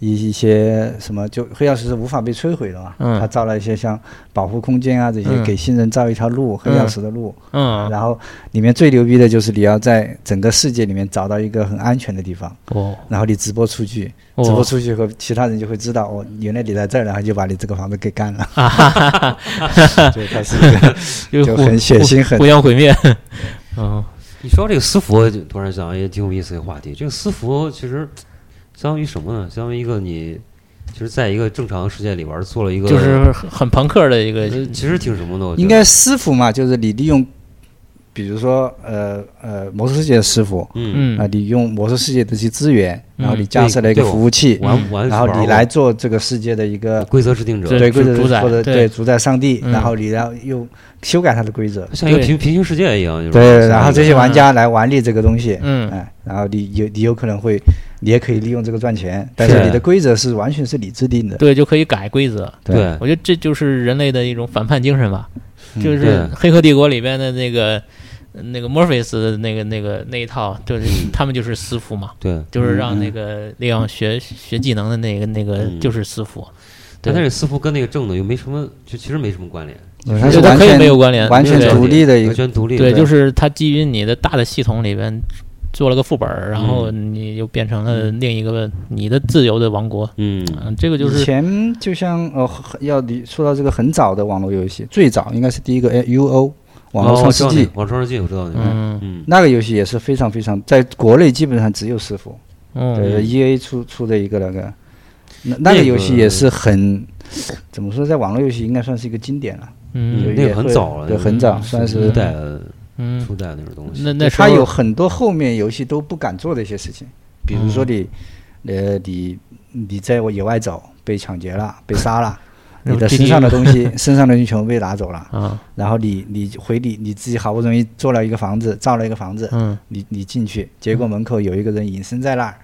Speaker 4: 一一些什么，就黑曜石是无法被摧毁的嘛，
Speaker 3: 嗯
Speaker 4: 他造了一些像保护空间啊这些，
Speaker 3: 嗯
Speaker 4: 给新人造一条路，黑曜石的路。
Speaker 3: 嗯，
Speaker 4: 然后里面最牛逼的就是你要在整个世界里面找到一个很安全的地方，
Speaker 3: 哦
Speaker 4: 然后你直播出去，直播
Speaker 3: 哦
Speaker 4: 出去以后，其他人就会知道哦，原来你在这儿，然后就把你这个房子给干了，
Speaker 3: 啊哈哈哈，
Speaker 4: 就它是一个
Speaker 3: 就
Speaker 4: 就
Speaker 3: 互
Speaker 4: 很血腥很呃
Speaker 3: 互相毁 灭。嗯
Speaker 2: 你说这个私服，就突然想到一个挺有意思的话题。这个私服其实相当于什么呢？相当于一个你，其实在一个正常世界里边儿做了一个，
Speaker 3: 就是很很朋克的一个
Speaker 2: 呃，其实挺什么的，我觉得
Speaker 4: 应该师傅嘛，就是你利用，比如说呃呃魔兽世界的师傅，
Speaker 2: 嗯，
Speaker 4: 啊，
Speaker 3: 嗯
Speaker 4: 你用魔兽世界的这些资源，然后
Speaker 3: 嗯
Speaker 4: 你架设了一个
Speaker 2: 对对
Speaker 4: 服务器，
Speaker 2: 玩玩，
Speaker 4: 嗯然后
Speaker 2: 玩
Speaker 4: 你
Speaker 2: 过
Speaker 4: 来做这个世界的一个
Speaker 2: 规则制定者，
Speaker 3: 对
Speaker 4: 对
Speaker 3: 主
Speaker 4: 规则
Speaker 3: 主宰
Speaker 4: 或者
Speaker 3: 对
Speaker 4: 对主宰上帝，
Speaker 3: 嗯
Speaker 4: 然后你要又修改它的规则，
Speaker 2: 像一个
Speaker 3: 对
Speaker 2: 平平行世界一样，就是
Speaker 4: 对，然后这些
Speaker 3: 嗯
Speaker 4: 玩家来玩你这个东西，
Speaker 3: 嗯
Speaker 4: 哎，然后你有你有可能会，你也可以利用这个赚钱，但是
Speaker 2: 是
Speaker 4: 你的规则是完全是你制定的，
Speaker 3: 对，就可以改规则。
Speaker 2: 对
Speaker 3: 我觉得这就是人类的一种反叛精神吧，
Speaker 4: 嗯
Speaker 3: 就是
Speaker 2: 对
Speaker 3: 《黑客帝国》里边的那个那个 Morpheus 的那个那个那一套，就是
Speaker 4: 嗯
Speaker 3: 他们就是私服嘛，
Speaker 2: 对。
Speaker 3: 就是让那个利昂学学技能的那个那个
Speaker 2: 嗯
Speaker 3: 就是私服，
Speaker 2: 但
Speaker 3: 对
Speaker 2: 它这私服跟那个正的又没什么，就其实没什么关联，
Speaker 4: 对它
Speaker 3: 对
Speaker 4: 是
Speaker 3: 它
Speaker 4: 完
Speaker 3: 可以
Speaker 4: 全
Speaker 3: 没有关联，
Speaker 4: 完全
Speaker 3: 对
Speaker 4: 独立的一个
Speaker 2: 完全独立的。
Speaker 3: 对，就是它基于你的大的系统里边做了个副本儿，然后
Speaker 4: 嗯
Speaker 3: 你又变成了另一个你的自由的王国。
Speaker 2: 嗯，
Speaker 3: 嗯，这个就
Speaker 4: 以
Speaker 3: 是
Speaker 4: 前就像呃，很要你说到这个很早的网络游戏，最早应该是第一个哎 UO 网络
Speaker 2: 哦
Speaker 4: 创
Speaker 2: 我
Speaker 4: 世
Speaker 2: 知道那
Speaker 4: 纪
Speaker 2: 个，网创世纪我知道那个，
Speaker 3: 嗯
Speaker 2: 嗯，
Speaker 4: 那个游戏也是非常非常，在国内基本上只有师傅，
Speaker 2: 哦
Speaker 3: 嗯
Speaker 4: 对，E A 出出的一个那个，那那个游戏也是很，怎么说，在网络游戏应该算是一个经典了，
Speaker 3: 嗯
Speaker 4: 对
Speaker 2: 那
Speaker 4: 也
Speaker 2: 个很
Speaker 4: 会
Speaker 2: 早了，
Speaker 4: 对
Speaker 2: 那
Speaker 4: 很
Speaker 2: 个
Speaker 4: 早算
Speaker 2: 初
Speaker 4: 是
Speaker 2: 代
Speaker 3: 嗯，
Speaker 2: 初代那种东西。
Speaker 3: 那那时
Speaker 4: 它有
Speaker 3: 候
Speaker 4: 很多后面游戏都不敢做的一些事情，比如说
Speaker 2: 嗯
Speaker 4: 你，呃，你你在野外走被抢劫了，被 杀了，你的身上的东西， 身上的东西全部被拿走了，
Speaker 3: 啊，
Speaker 4: 然后你你回你你自己好不容易做了一个房子，造了一个房子，
Speaker 3: 嗯
Speaker 4: 你你进去，结果门口有一个人隐身在那儿，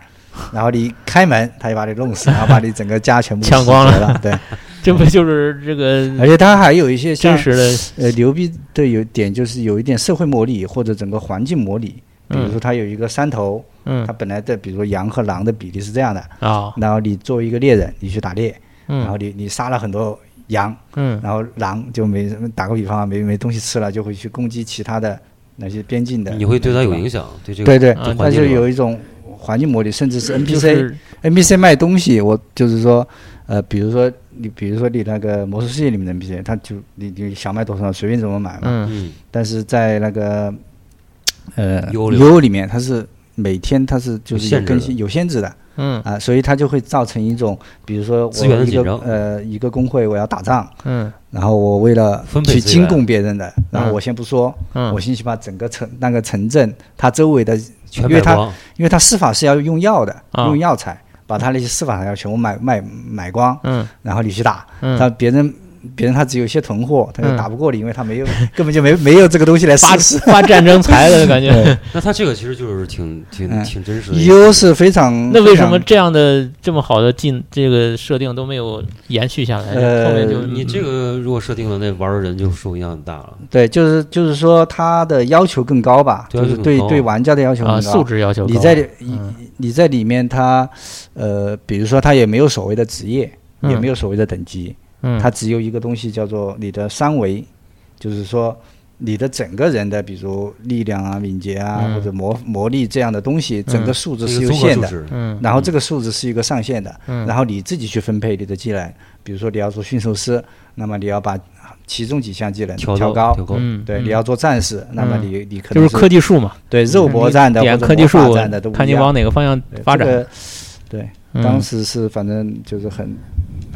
Speaker 4: 然后你开门，他就把你弄死，然后把你整个家全部
Speaker 3: 抢光
Speaker 4: 了
Speaker 3: 了
Speaker 4: 了。对，
Speaker 3: 这不就是这 个
Speaker 4: 而且他还有一些像
Speaker 3: 真实的
Speaker 4: 呃牛逼的有点就是有一点社会模拟或者整个环境模拟，比如说他有一个山头，
Speaker 3: 嗯
Speaker 4: 他本来的比如说羊和狼的比例是这样的，
Speaker 3: 啊
Speaker 4: 然后你作为一个猎人，你去打猎，然后
Speaker 3: 嗯
Speaker 4: 你你杀了很多羊，
Speaker 3: 嗯
Speaker 4: 然后狼就没打个比方啊，没没东西吃了，就会去攻击其他的那些边境的。
Speaker 2: 你会对它有影响，对这个
Speaker 4: 对对
Speaker 3: 啊，
Speaker 4: 它
Speaker 2: 环境
Speaker 4: 就
Speaker 2: 里
Speaker 4: 有一种环境魔力，甚至是 NPC、
Speaker 3: 就是、
Speaker 4: NPC 卖东西，我就是说，呃，比如说你，比如说你那个魔兽世界里面的 NPC，他就你你想卖多少随便怎么买嘛。
Speaker 3: 嗯
Speaker 2: 嗯
Speaker 4: 但是在那个呃
Speaker 2: 幽灵
Speaker 4: 优里面，它是每天它是就是
Speaker 2: 有限
Speaker 4: 有
Speaker 2: 制
Speaker 4: 更
Speaker 2: 的
Speaker 4: 新有限制的
Speaker 3: 嗯
Speaker 4: 啊，所以它就会造成一种，比如说
Speaker 2: 资源
Speaker 4: 我
Speaker 2: 的
Speaker 4: 一
Speaker 2: 紧
Speaker 4: 个
Speaker 2: 张
Speaker 4: 呃一个工会我要打仗，
Speaker 3: 嗯
Speaker 4: 然后我为了
Speaker 2: 分配
Speaker 4: 去
Speaker 2: 资源
Speaker 4: 进攻别人的，然后
Speaker 3: 嗯
Speaker 4: 我先不说，
Speaker 3: 嗯，
Speaker 4: 我先去把整个城那个城镇它周围的
Speaker 2: 全
Speaker 4: 因为
Speaker 2: 买
Speaker 4: 它
Speaker 2: 光，
Speaker 4: 因为它施法是要用药的，
Speaker 3: 啊
Speaker 4: 用药材，把他那些施法材料全部买卖买光，
Speaker 3: 嗯
Speaker 4: 然后你去打，
Speaker 3: 嗯，
Speaker 4: 但别人别人他只有一些囤货，他
Speaker 3: 嗯
Speaker 4: 就打不过你，因为 他没有根本就没没有这个东西来
Speaker 3: 发
Speaker 4: 试试。
Speaker 3: 发战争财了，感觉。
Speaker 2: 那它这个其实就是挺挺
Speaker 4: 嗯
Speaker 2: 挺真实的一个。
Speaker 4: 优是非常
Speaker 3: 那为什么
Speaker 4: 非常
Speaker 3: 这样的这么好的进这个设定都没有延续下来？
Speaker 4: 呃
Speaker 3: 后面就
Speaker 2: 你这个如果设定了，那玩的人就受影响很大了。
Speaker 4: 对？就是就是说他的要求更高吧，
Speaker 2: 对
Speaker 4: 嗯就是对
Speaker 2: 要求更高
Speaker 4: 对玩家的要求
Speaker 3: 啊
Speaker 4: 更
Speaker 3: 素
Speaker 4: 高。
Speaker 3: 质要求高，
Speaker 4: 你在你
Speaker 3: 嗯
Speaker 4: 你在里面他呃，比如说他也没有所谓的职业，
Speaker 3: 嗯
Speaker 4: 也没有所谓的等级，
Speaker 3: 嗯
Speaker 4: 它只有一个东西叫做你的三维，就是说你的整个人的，比如力量啊、敏捷啊、
Speaker 3: 嗯
Speaker 4: 或者魔魔力这样的东西，整个数
Speaker 2: 这
Speaker 4: 值是
Speaker 2: 个
Speaker 4: 有
Speaker 2: 综合
Speaker 4: 限
Speaker 2: 素
Speaker 4: 的。
Speaker 2: 质，
Speaker 3: 嗯
Speaker 4: 然后这个数值是一个上限的，
Speaker 3: 嗯
Speaker 4: 然后你自己去分配你的技能，比如说你要做驯兽师，那么你要把其中几项技能
Speaker 2: 调
Speaker 4: 调高，
Speaker 2: 调高，
Speaker 3: 嗯
Speaker 4: 对，
Speaker 3: 嗯
Speaker 4: 你要做战士，那么你你可
Speaker 3: 就
Speaker 4: 能
Speaker 3: 是科技树嘛，
Speaker 4: 对肉搏战的
Speaker 3: 你点
Speaker 4: 或
Speaker 3: 科
Speaker 4: 者
Speaker 3: 技
Speaker 4: 魔
Speaker 3: 树
Speaker 4: 法战的都，不
Speaker 3: 看
Speaker 4: 一
Speaker 3: 你
Speaker 4: 样
Speaker 3: 往。哪个方向
Speaker 4: 对
Speaker 3: 发
Speaker 4: 这
Speaker 3: 展。
Speaker 4: 个对，
Speaker 3: 嗯
Speaker 4: 当时是反正就是很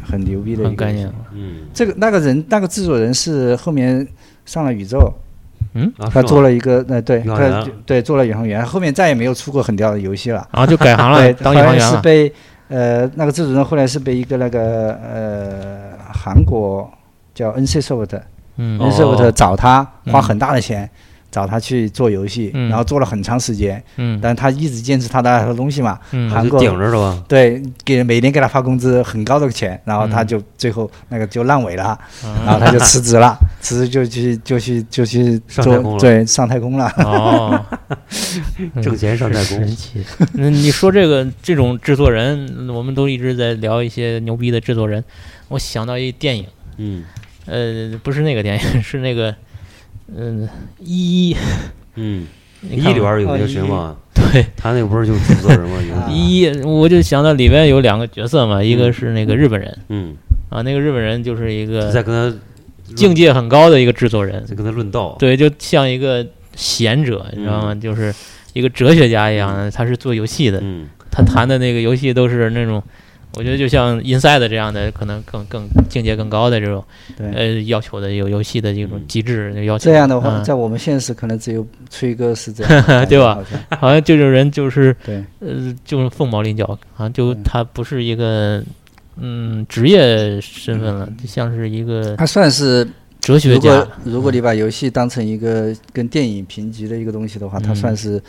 Speaker 4: 很牛逼的一
Speaker 3: 很
Speaker 4: 个
Speaker 3: 概
Speaker 4: 游戏
Speaker 3: 念，
Speaker 2: 嗯
Speaker 4: 这个那个人，那个制作人是后面上了宇宙，
Speaker 2: 啊，
Speaker 4: 他
Speaker 2: 是
Speaker 4: 做
Speaker 2: 吗
Speaker 4: 了一个，呃，对，
Speaker 2: 宇航员
Speaker 4: 他对做了宇航员，后面再也没有出过很屌的游戏了。
Speaker 3: 然后啊就改行了
Speaker 4: 对，，
Speaker 3: 当宇航
Speaker 4: 好
Speaker 3: 员
Speaker 4: 像是
Speaker 3: 了。
Speaker 4: 被呃那个制作人后来是被一个那个呃韩国叫 NCSoft，NCSoft、
Speaker 3: 嗯
Speaker 2: 哦
Speaker 4: NCSoft 找他
Speaker 3: 嗯
Speaker 4: 花很大的钱。找他去做游戏，
Speaker 3: 嗯
Speaker 4: 然后做了很长时间，
Speaker 3: 嗯
Speaker 4: 但他一直坚持他的那套东西嘛，
Speaker 3: 嗯
Speaker 2: 啊
Speaker 4: 韩
Speaker 2: 就
Speaker 4: 国
Speaker 2: 顶着是吧？
Speaker 4: 对，给每年给他发工资很高的钱，然后他
Speaker 3: 嗯
Speaker 4: 就最后那个就烂尾了，
Speaker 3: 啊
Speaker 4: 然后他就辞职了， 辞职就去就去就去
Speaker 2: 上
Speaker 4: 做
Speaker 2: 太空了
Speaker 4: 对，上太空了。
Speaker 3: 哦，嗯
Speaker 2: 挣钱上太空
Speaker 3: 神奇。那你说这个这种制作人，我们都一直在聊一些牛逼的制作人。我想到一电影，
Speaker 2: 嗯
Speaker 3: 呃，不是那个电影， 是那个，嗯、一 一，
Speaker 2: 嗯，
Speaker 3: 你
Speaker 2: 一
Speaker 3: 看
Speaker 2: 里
Speaker 3: 过
Speaker 2: 边有
Speaker 4: 哦
Speaker 2: 那个
Speaker 4: 一
Speaker 2: 谁嘛，
Speaker 3: 对
Speaker 2: 他那不是就制作人嘛，有
Speaker 4: 啊
Speaker 2: 一
Speaker 3: 一一，我就想到里边有两个角色嘛，一个是那个日本人
Speaker 2: 嗯，
Speaker 3: 啊，那个日本人就是一
Speaker 2: 就
Speaker 3: 个
Speaker 2: 在跟他
Speaker 3: 境界很高的一个制作人，
Speaker 2: 在跟他论道，
Speaker 3: 对，就像一个贤者，你知道
Speaker 4: 嗯
Speaker 3: 吗？就是一个哲学家一样的，他是做游戏的，
Speaker 2: 嗯，
Speaker 3: 他谈的那个游戏都是那种，我觉得就像 Inside 这样的，可能更更境界更高的这种，
Speaker 4: 对，
Speaker 3: 呃，要求的有游戏的这种
Speaker 2: 嗯
Speaker 3: 机制的要求。
Speaker 4: 这样的话，
Speaker 3: 嗯，
Speaker 4: 在我们现实可能只有崔哥是这样
Speaker 3: 对吧
Speaker 4: 好像？
Speaker 3: 好像这种人就是
Speaker 4: 对，
Speaker 3: 呃，就是凤毛麟角，好像就
Speaker 4: 嗯
Speaker 3: 他不是一个嗯职业身份了，就像是一个
Speaker 4: 他算是
Speaker 3: 哲学
Speaker 4: 嗯如
Speaker 3: 家
Speaker 4: 果。如果你把游戏当成一个跟电影评级的一个东西的话，
Speaker 3: 嗯
Speaker 4: 它算是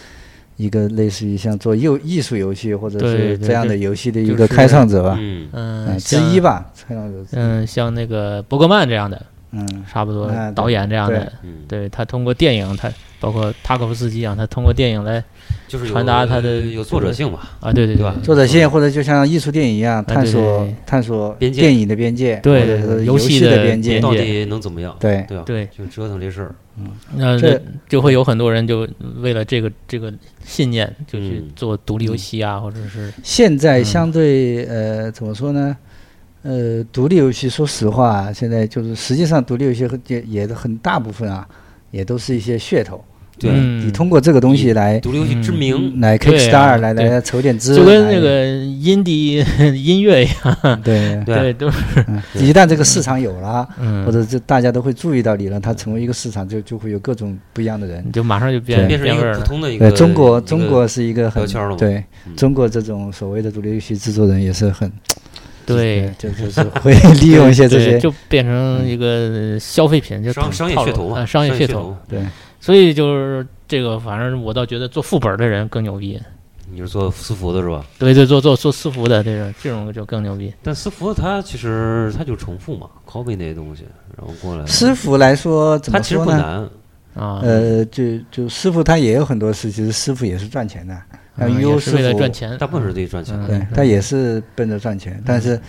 Speaker 4: 一个类似于像做艺艺术游戏或者
Speaker 3: 对
Speaker 4: 是
Speaker 3: 对
Speaker 4: 这样的
Speaker 3: 就
Speaker 4: 游戏的一
Speaker 3: 就
Speaker 4: 个
Speaker 3: 是
Speaker 4: 开创者吧，
Speaker 2: 嗯，
Speaker 3: 嗯
Speaker 4: 嗯，，之一
Speaker 3: 吧。
Speaker 4: 吧，开创者之一，
Speaker 3: 嗯，像那个伯格曼这样的，
Speaker 4: 嗯，
Speaker 3: 差不多
Speaker 4: 哎对
Speaker 3: 导演这样的，
Speaker 2: 嗯，
Speaker 3: 对他通过电影，他包括塔可夫斯基啊，他通过电影来
Speaker 2: 就是有
Speaker 3: 传达他的
Speaker 2: 有作者性吧，
Speaker 3: 啊，对对
Speaker 2: 对吧
Speaker 4: 作者线或者就像艺术电影一样，
Speaker 3: 对
Speaker 4: 探
Speaker 3: 对
Speaker 4: 索
Speaker 3: 啊对
Speaker 4: 探索
Speaker 2: 边界
Speaker 4: 电影的边界，
Speaker 3: 对
Speaker 4: 或者是
Speaker 3: 游
Speaker 4: 游
Speaker 3: 戏
Speaker 4: 戏
Speaker 3: 的嗯
Speaker 4: 边界
Speaker 3: 边，
Speaker 2: 到底能怎么样？
Speaker 4: 对，
Speaker 2: 对吧？
Speaker 3: 对，
Speaker 2: 就折腾这事儿，
Speaker 3: 那
Speaker 4: 这
Speaker 3: 就会有很多人就为了这个这个信念，就去
Speaker 2: 嗯
Speaker 3: 做独立游戏啊，或者是
Speaker 4: 现在
Speaker 3: 嗯
Speaker 4: 相对、呃怎么说呢？呃，独立游戏，说实话，现在就是实际上独立游戏和也也很大部分啊，也都是一些噱头。
Speaker 2: 对，
Speaker 3: 嗯
Speaker 4: 你通过这个东西来
Speaker 2: 独立游戏之名，
Speaker 4: 来
Speaker 3: 对啊
Speaker 4: Kickstar、来
Speaker 3: 对
Speaker 4: 来筹点资，
Speaker 3: 就跟
Speaker 4: 来
Speaker 3: 那个音地音乐一样，
Speaker 4: 对，
Speaker 2: 对，啊
Speaker 3: 都是
Speaker 4: 嗯一旦这个市场有了，
Speaker 3: 嗯
Speaker 4: 或，者这大家都会注意到你了，它成为一个市场，就就会有各种不一样的人
Speaker 3: 你。嗯就马上就变
Speaker 2: 变成
Speaker 3: 变
Speaker 2: 一
Speaker 3: 味儿
Speaker 2: 个普
Speaker 3: 了。
Speaker 2: 通的一
Speaker 4: 对
Speaker 2: 个
Speaker 4: 呃中国，
Speaker 2: 一个
Speaker 4: 中国是一个很
Speaker 2: 标签了嘛
Speaker 4: 对
Speaker 2: 嗯
Speaker 4: 中国这种所谓的独立游戏制作人也是很
Speaker 3: 对，
Speaker 4: 就就是 会利用一些这
Speaker 3: 对，
Speaker 4: 些嗯
Speaker 3: 就变成一个消费品，就
Speaker 2: 商
Speaker 3: 套
Speaker 2: 商业
Speaker 3: 套
Speaker 2: 噱
Speaker 3: 路
Speaker 2: 头嘛，
Speaker 3: 啊商业
Speaker 2: 业
Speaker 3: 噱头
Speaker 2: 头。，
Speaker 4: 对
Speaker 3: 所以就是这个，反正我倒觉得做副本儿的人更牛逼，
Speaker 2: 你是做私服的是吧？
Speaker 3: 对对，做做做私服的这种这种就更牛逼。
Speaker 2: 但私服它其实它就重复嘛，copy 那些东西，然后过来，
Speaker 4: 师傅来说怎
Speaker 2: 它
Speaker 4: 么
Speaker 2: 其实
Speaker 4: 说
Speaker 2: 不
Speaker 4: 呢？
Speaker 2: 难，
Speaker 3: 啊，
Speaker 4: 呃，就就师傅他也有很多事，其实师傅也是赚钱的，像
Speaker 3: 嗯，
Speaker 4: 优
Speaker 3: 也
Speaker 4: 师
Speaker 3: 是为了
Speaker 4: 傅
Speaker 3: 赚钱，啊
Speaker 2: 大部分是自己赚钱的。
Speaker 4: 对
Speaker 3: 嗯，
Speaker 4: 他也是奔着赚钱，但是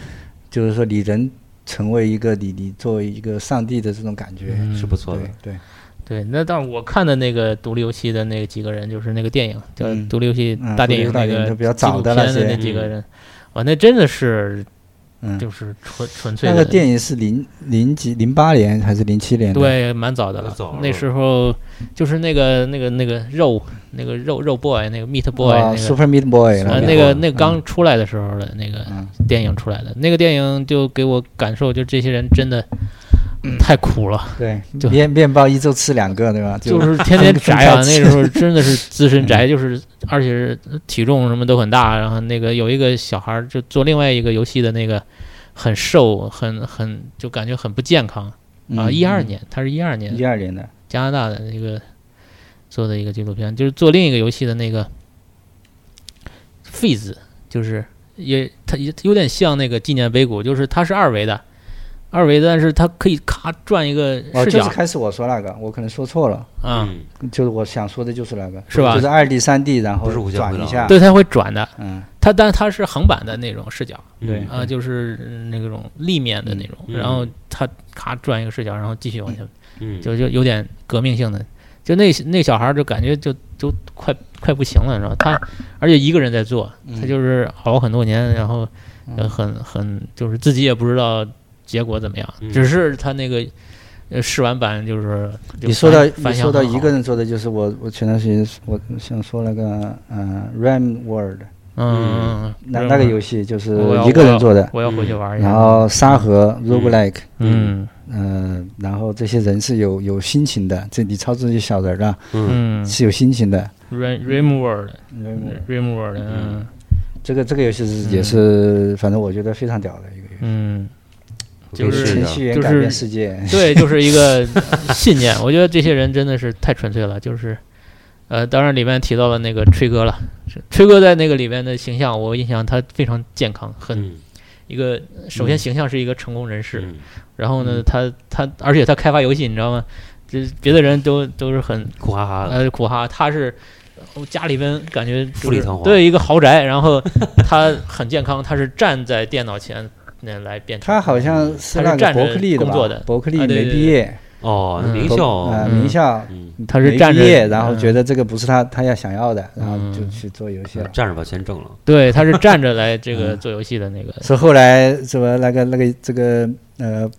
Speaker 4: 就是说你能成为一个你你作为一个上帝的这种感
Speaker 3: 嗯
Speaker 4: 觉，
Speaker 2: 是不错的
Speaker 4: 对。对，
Speaker 3: 对，那但我看的那个独立游戏的那几个人，就是那个电影叫
Speaker 4: 嗯
Speaker 3: 《独立游戏
Speaker 4: 嗯
Speaker 3: 大
Speaker 4: 独立
Speaker 3: 电影》
Speaker 4: 大
Speaker 3: 那
Speaker 4: 电影
Speaker 3: 个
Speaker 4: 就比较
Speaker 3: 纪录
Speaker 4: 早的
Speaker 3: 片
Speaker 4: 那
Speaker 3: 的那
Speaker 4: 些
Speaker 3: 几个
Speaker 2: 嗯
Speaker 3: 人，哇，那真的是
Speaker 4: 嗯，
Speaker 3: 就是纯纯粹
Speaker 4: 那
Speaker 3: 的
Speaker 4: 个电影是零零几零八年还是零七年？，
Speaker 3: 对，蛮早的
Speaker 2: 那
Speaker 3: 了
Speaker 2: 早。
Speaker 3: 那
Speaker 2: 了
Speaker 3: 时候就是那个那个那个肉那个肉肉 boy 那个 meat boy
Speaker 4: 啊
Speaker 3: 那个
Speaker 4: ，Super Meat Boy，
Speaker 3: 呃
Speaker 2: 面
Speaker 3: 那个
Speaker 2: 包
Speaker 3: 那个刚出来的时候的那个
Speaker 4: 嗯
Speaker 3: 电影出来的那个电影就给我感受，就这些人真的太苦了。
Speaker 4: 对
Speaker 3: 就，
Speaker 4: 面面包一周吃两个，对吧？
Speaker 3: 就是天天宅啊，那
Speaker 4: 分开吃
Speaker 3: 时候真的是资深宅，就是而且是体重什么都很大，然后那个有一个小孩儿就做另外一个游戏的那个很瘦，很很就感觉很不健康啊。一二年，他是一二年
Speaker 4: 一二年的，
Speaker 3: 加拿大的那个做的一个纪录片，就是做另一个游戏的那个 Fizz，就是也它也有点像那个纪念碑谷，就是它是二维的，二维的，但是它可以咔转一个
Speaker 4: 哦，
Speaker 3: 视
Speaker 4: 就是
Speaker 3: 角
Speaker 4: 开始我说那个，我可能说错了，
Speaker 3: 啊。
Speaker 2: 嗯，
Speaker 4: 就是我想说的就是那个，
Speaker 3: 是吧
Speaker 4: 就是二 D、三 D，然后
Speaker 2: 不是无限
Speaker 4: 转
Speaker 2: 回
Speaker 4: 一
Speaker 2: 廊
Speaker 4: 下，
Speaker 3: 对，它会转的，
Speaker 4: 嗯，
Speaker 3: 它但它是横版的那种视角
Speaker 4: 对
Speaker 3: 啊、就是那种立面的那种，
Speaker 2: 嗯
Speaker 3: 然后它咔转一个视角，然后继续往前，
Speaker 2: 嗯，
Speaker 3: 就就有点革命性的。就那那小孩儿就感觉就都快快不行了，然后他而且一个人在做，他就是熬很多年，然后呃很很就是自己也不知道结果怎么样，
Speaker 2: 嗯
Speaker 3: 只是他那个呃试完版就是就
Speaker 4: 你说到
Speaker 3: 反
Speaker 4: 你
Speaker 3: 反响
Speaker 4: 说到
Speaker 3: 很
Speaker 4: 一
Speaker 3: 好
Speaker 4: 个人做的，就是我我前段时间我想说那个嗯、呃、，Ram World
Speaker 3: 嗯嗯
Speaker 4: 那那个游戏就是
Speaker 3: 我要
Speaker 4: 一个人做的，
Speaker 3: 我要回去玩一下，
Speaker 4: 然后沙盒 Roguelike，
Speaker 3: 嗯
Speaker 4: 嗯、呃然后这些人是有有心情的，这你操作这小人儿啊、
Speaker 3: 嗯
Speaker 4: 是有心情的。
Speaker 3: Rim Rim World
Speaker 4: Ram
Speaker 3: Rim World 嗯
Speaker 4: 这个这个游戏是也是，反正我觉得非常屌的一个游
Speaker 3: 嗯，
Speaker 2: 我可以
Speaker 3: 就是
Speaker 4: 戏，
Speaker 2: 试一
Speaker 4: 程
Speaker 2: 下
Speaker 4: 序员
Speaker 3: 就是
Speaker 4: 改变世界。
Speaker 3: 对，就是一个信念。我觉得这些人真的是太纯粹了，就是，呃，当然里面提到了那个吹哥了，是吹哥在那个里面的形象，我印象他非常健康，很
Speaker 2: 嗯
Speaker 3: 一个首先形象是一个成功人士，
Speaker 2: 嗯
Speaker 3: 然后呢，他他而且他开发游戏，你知道吗？这别的人都都是很
Speaker 2: 苦哈哈的，
Speaker 3: 呃苦哈，他是呃家里边感觉
Speaker 2: 富丽堂皇
Speaker 3: 对一个豪宅，然后他很健康，他是站在电脑前那来变成
Speaker 4: 他好像是那
Speaker 3: 嗯他是
Speaker 4: 个
Speaker 3: 站着
Speaker 4: 伯克利
Speaker 3: 工作
Speaker 4: 吧
Speaker 3: 的？
Speaker 4: 伯克利
Speaker 3: 啊对
Speaker 4: 没
Speaker 3: 对对
Speaker 4: 毕业，
Speaker 2: 哦，那
Speaker 3: 嗯
Speaker 2: 名
Speaker 4: 伯
Speaker 2: 校，
Speaker 4: 啊
Speaker 3: 嗯
Speaker 4: 名校
Speaker 2: 嗯，
Speaker 3: 他是
Speaker 4: 没
Speaker 3: 站
Speaker 4: 毕
Speaker 3: 着
Speaker 4: 业，然后
Speaker 3: 嗯
Speaker 4: 觉得这个不是他他要想要的，然后就
Speaker 3: 嗯
Speaker 4: 去做游戏了。
Speaker 2: 站着把钱挣了，
Speaker 3: 对，他是站着来这个做游戏的那个，
Speaker 4: 是后来什么那个那个这个呃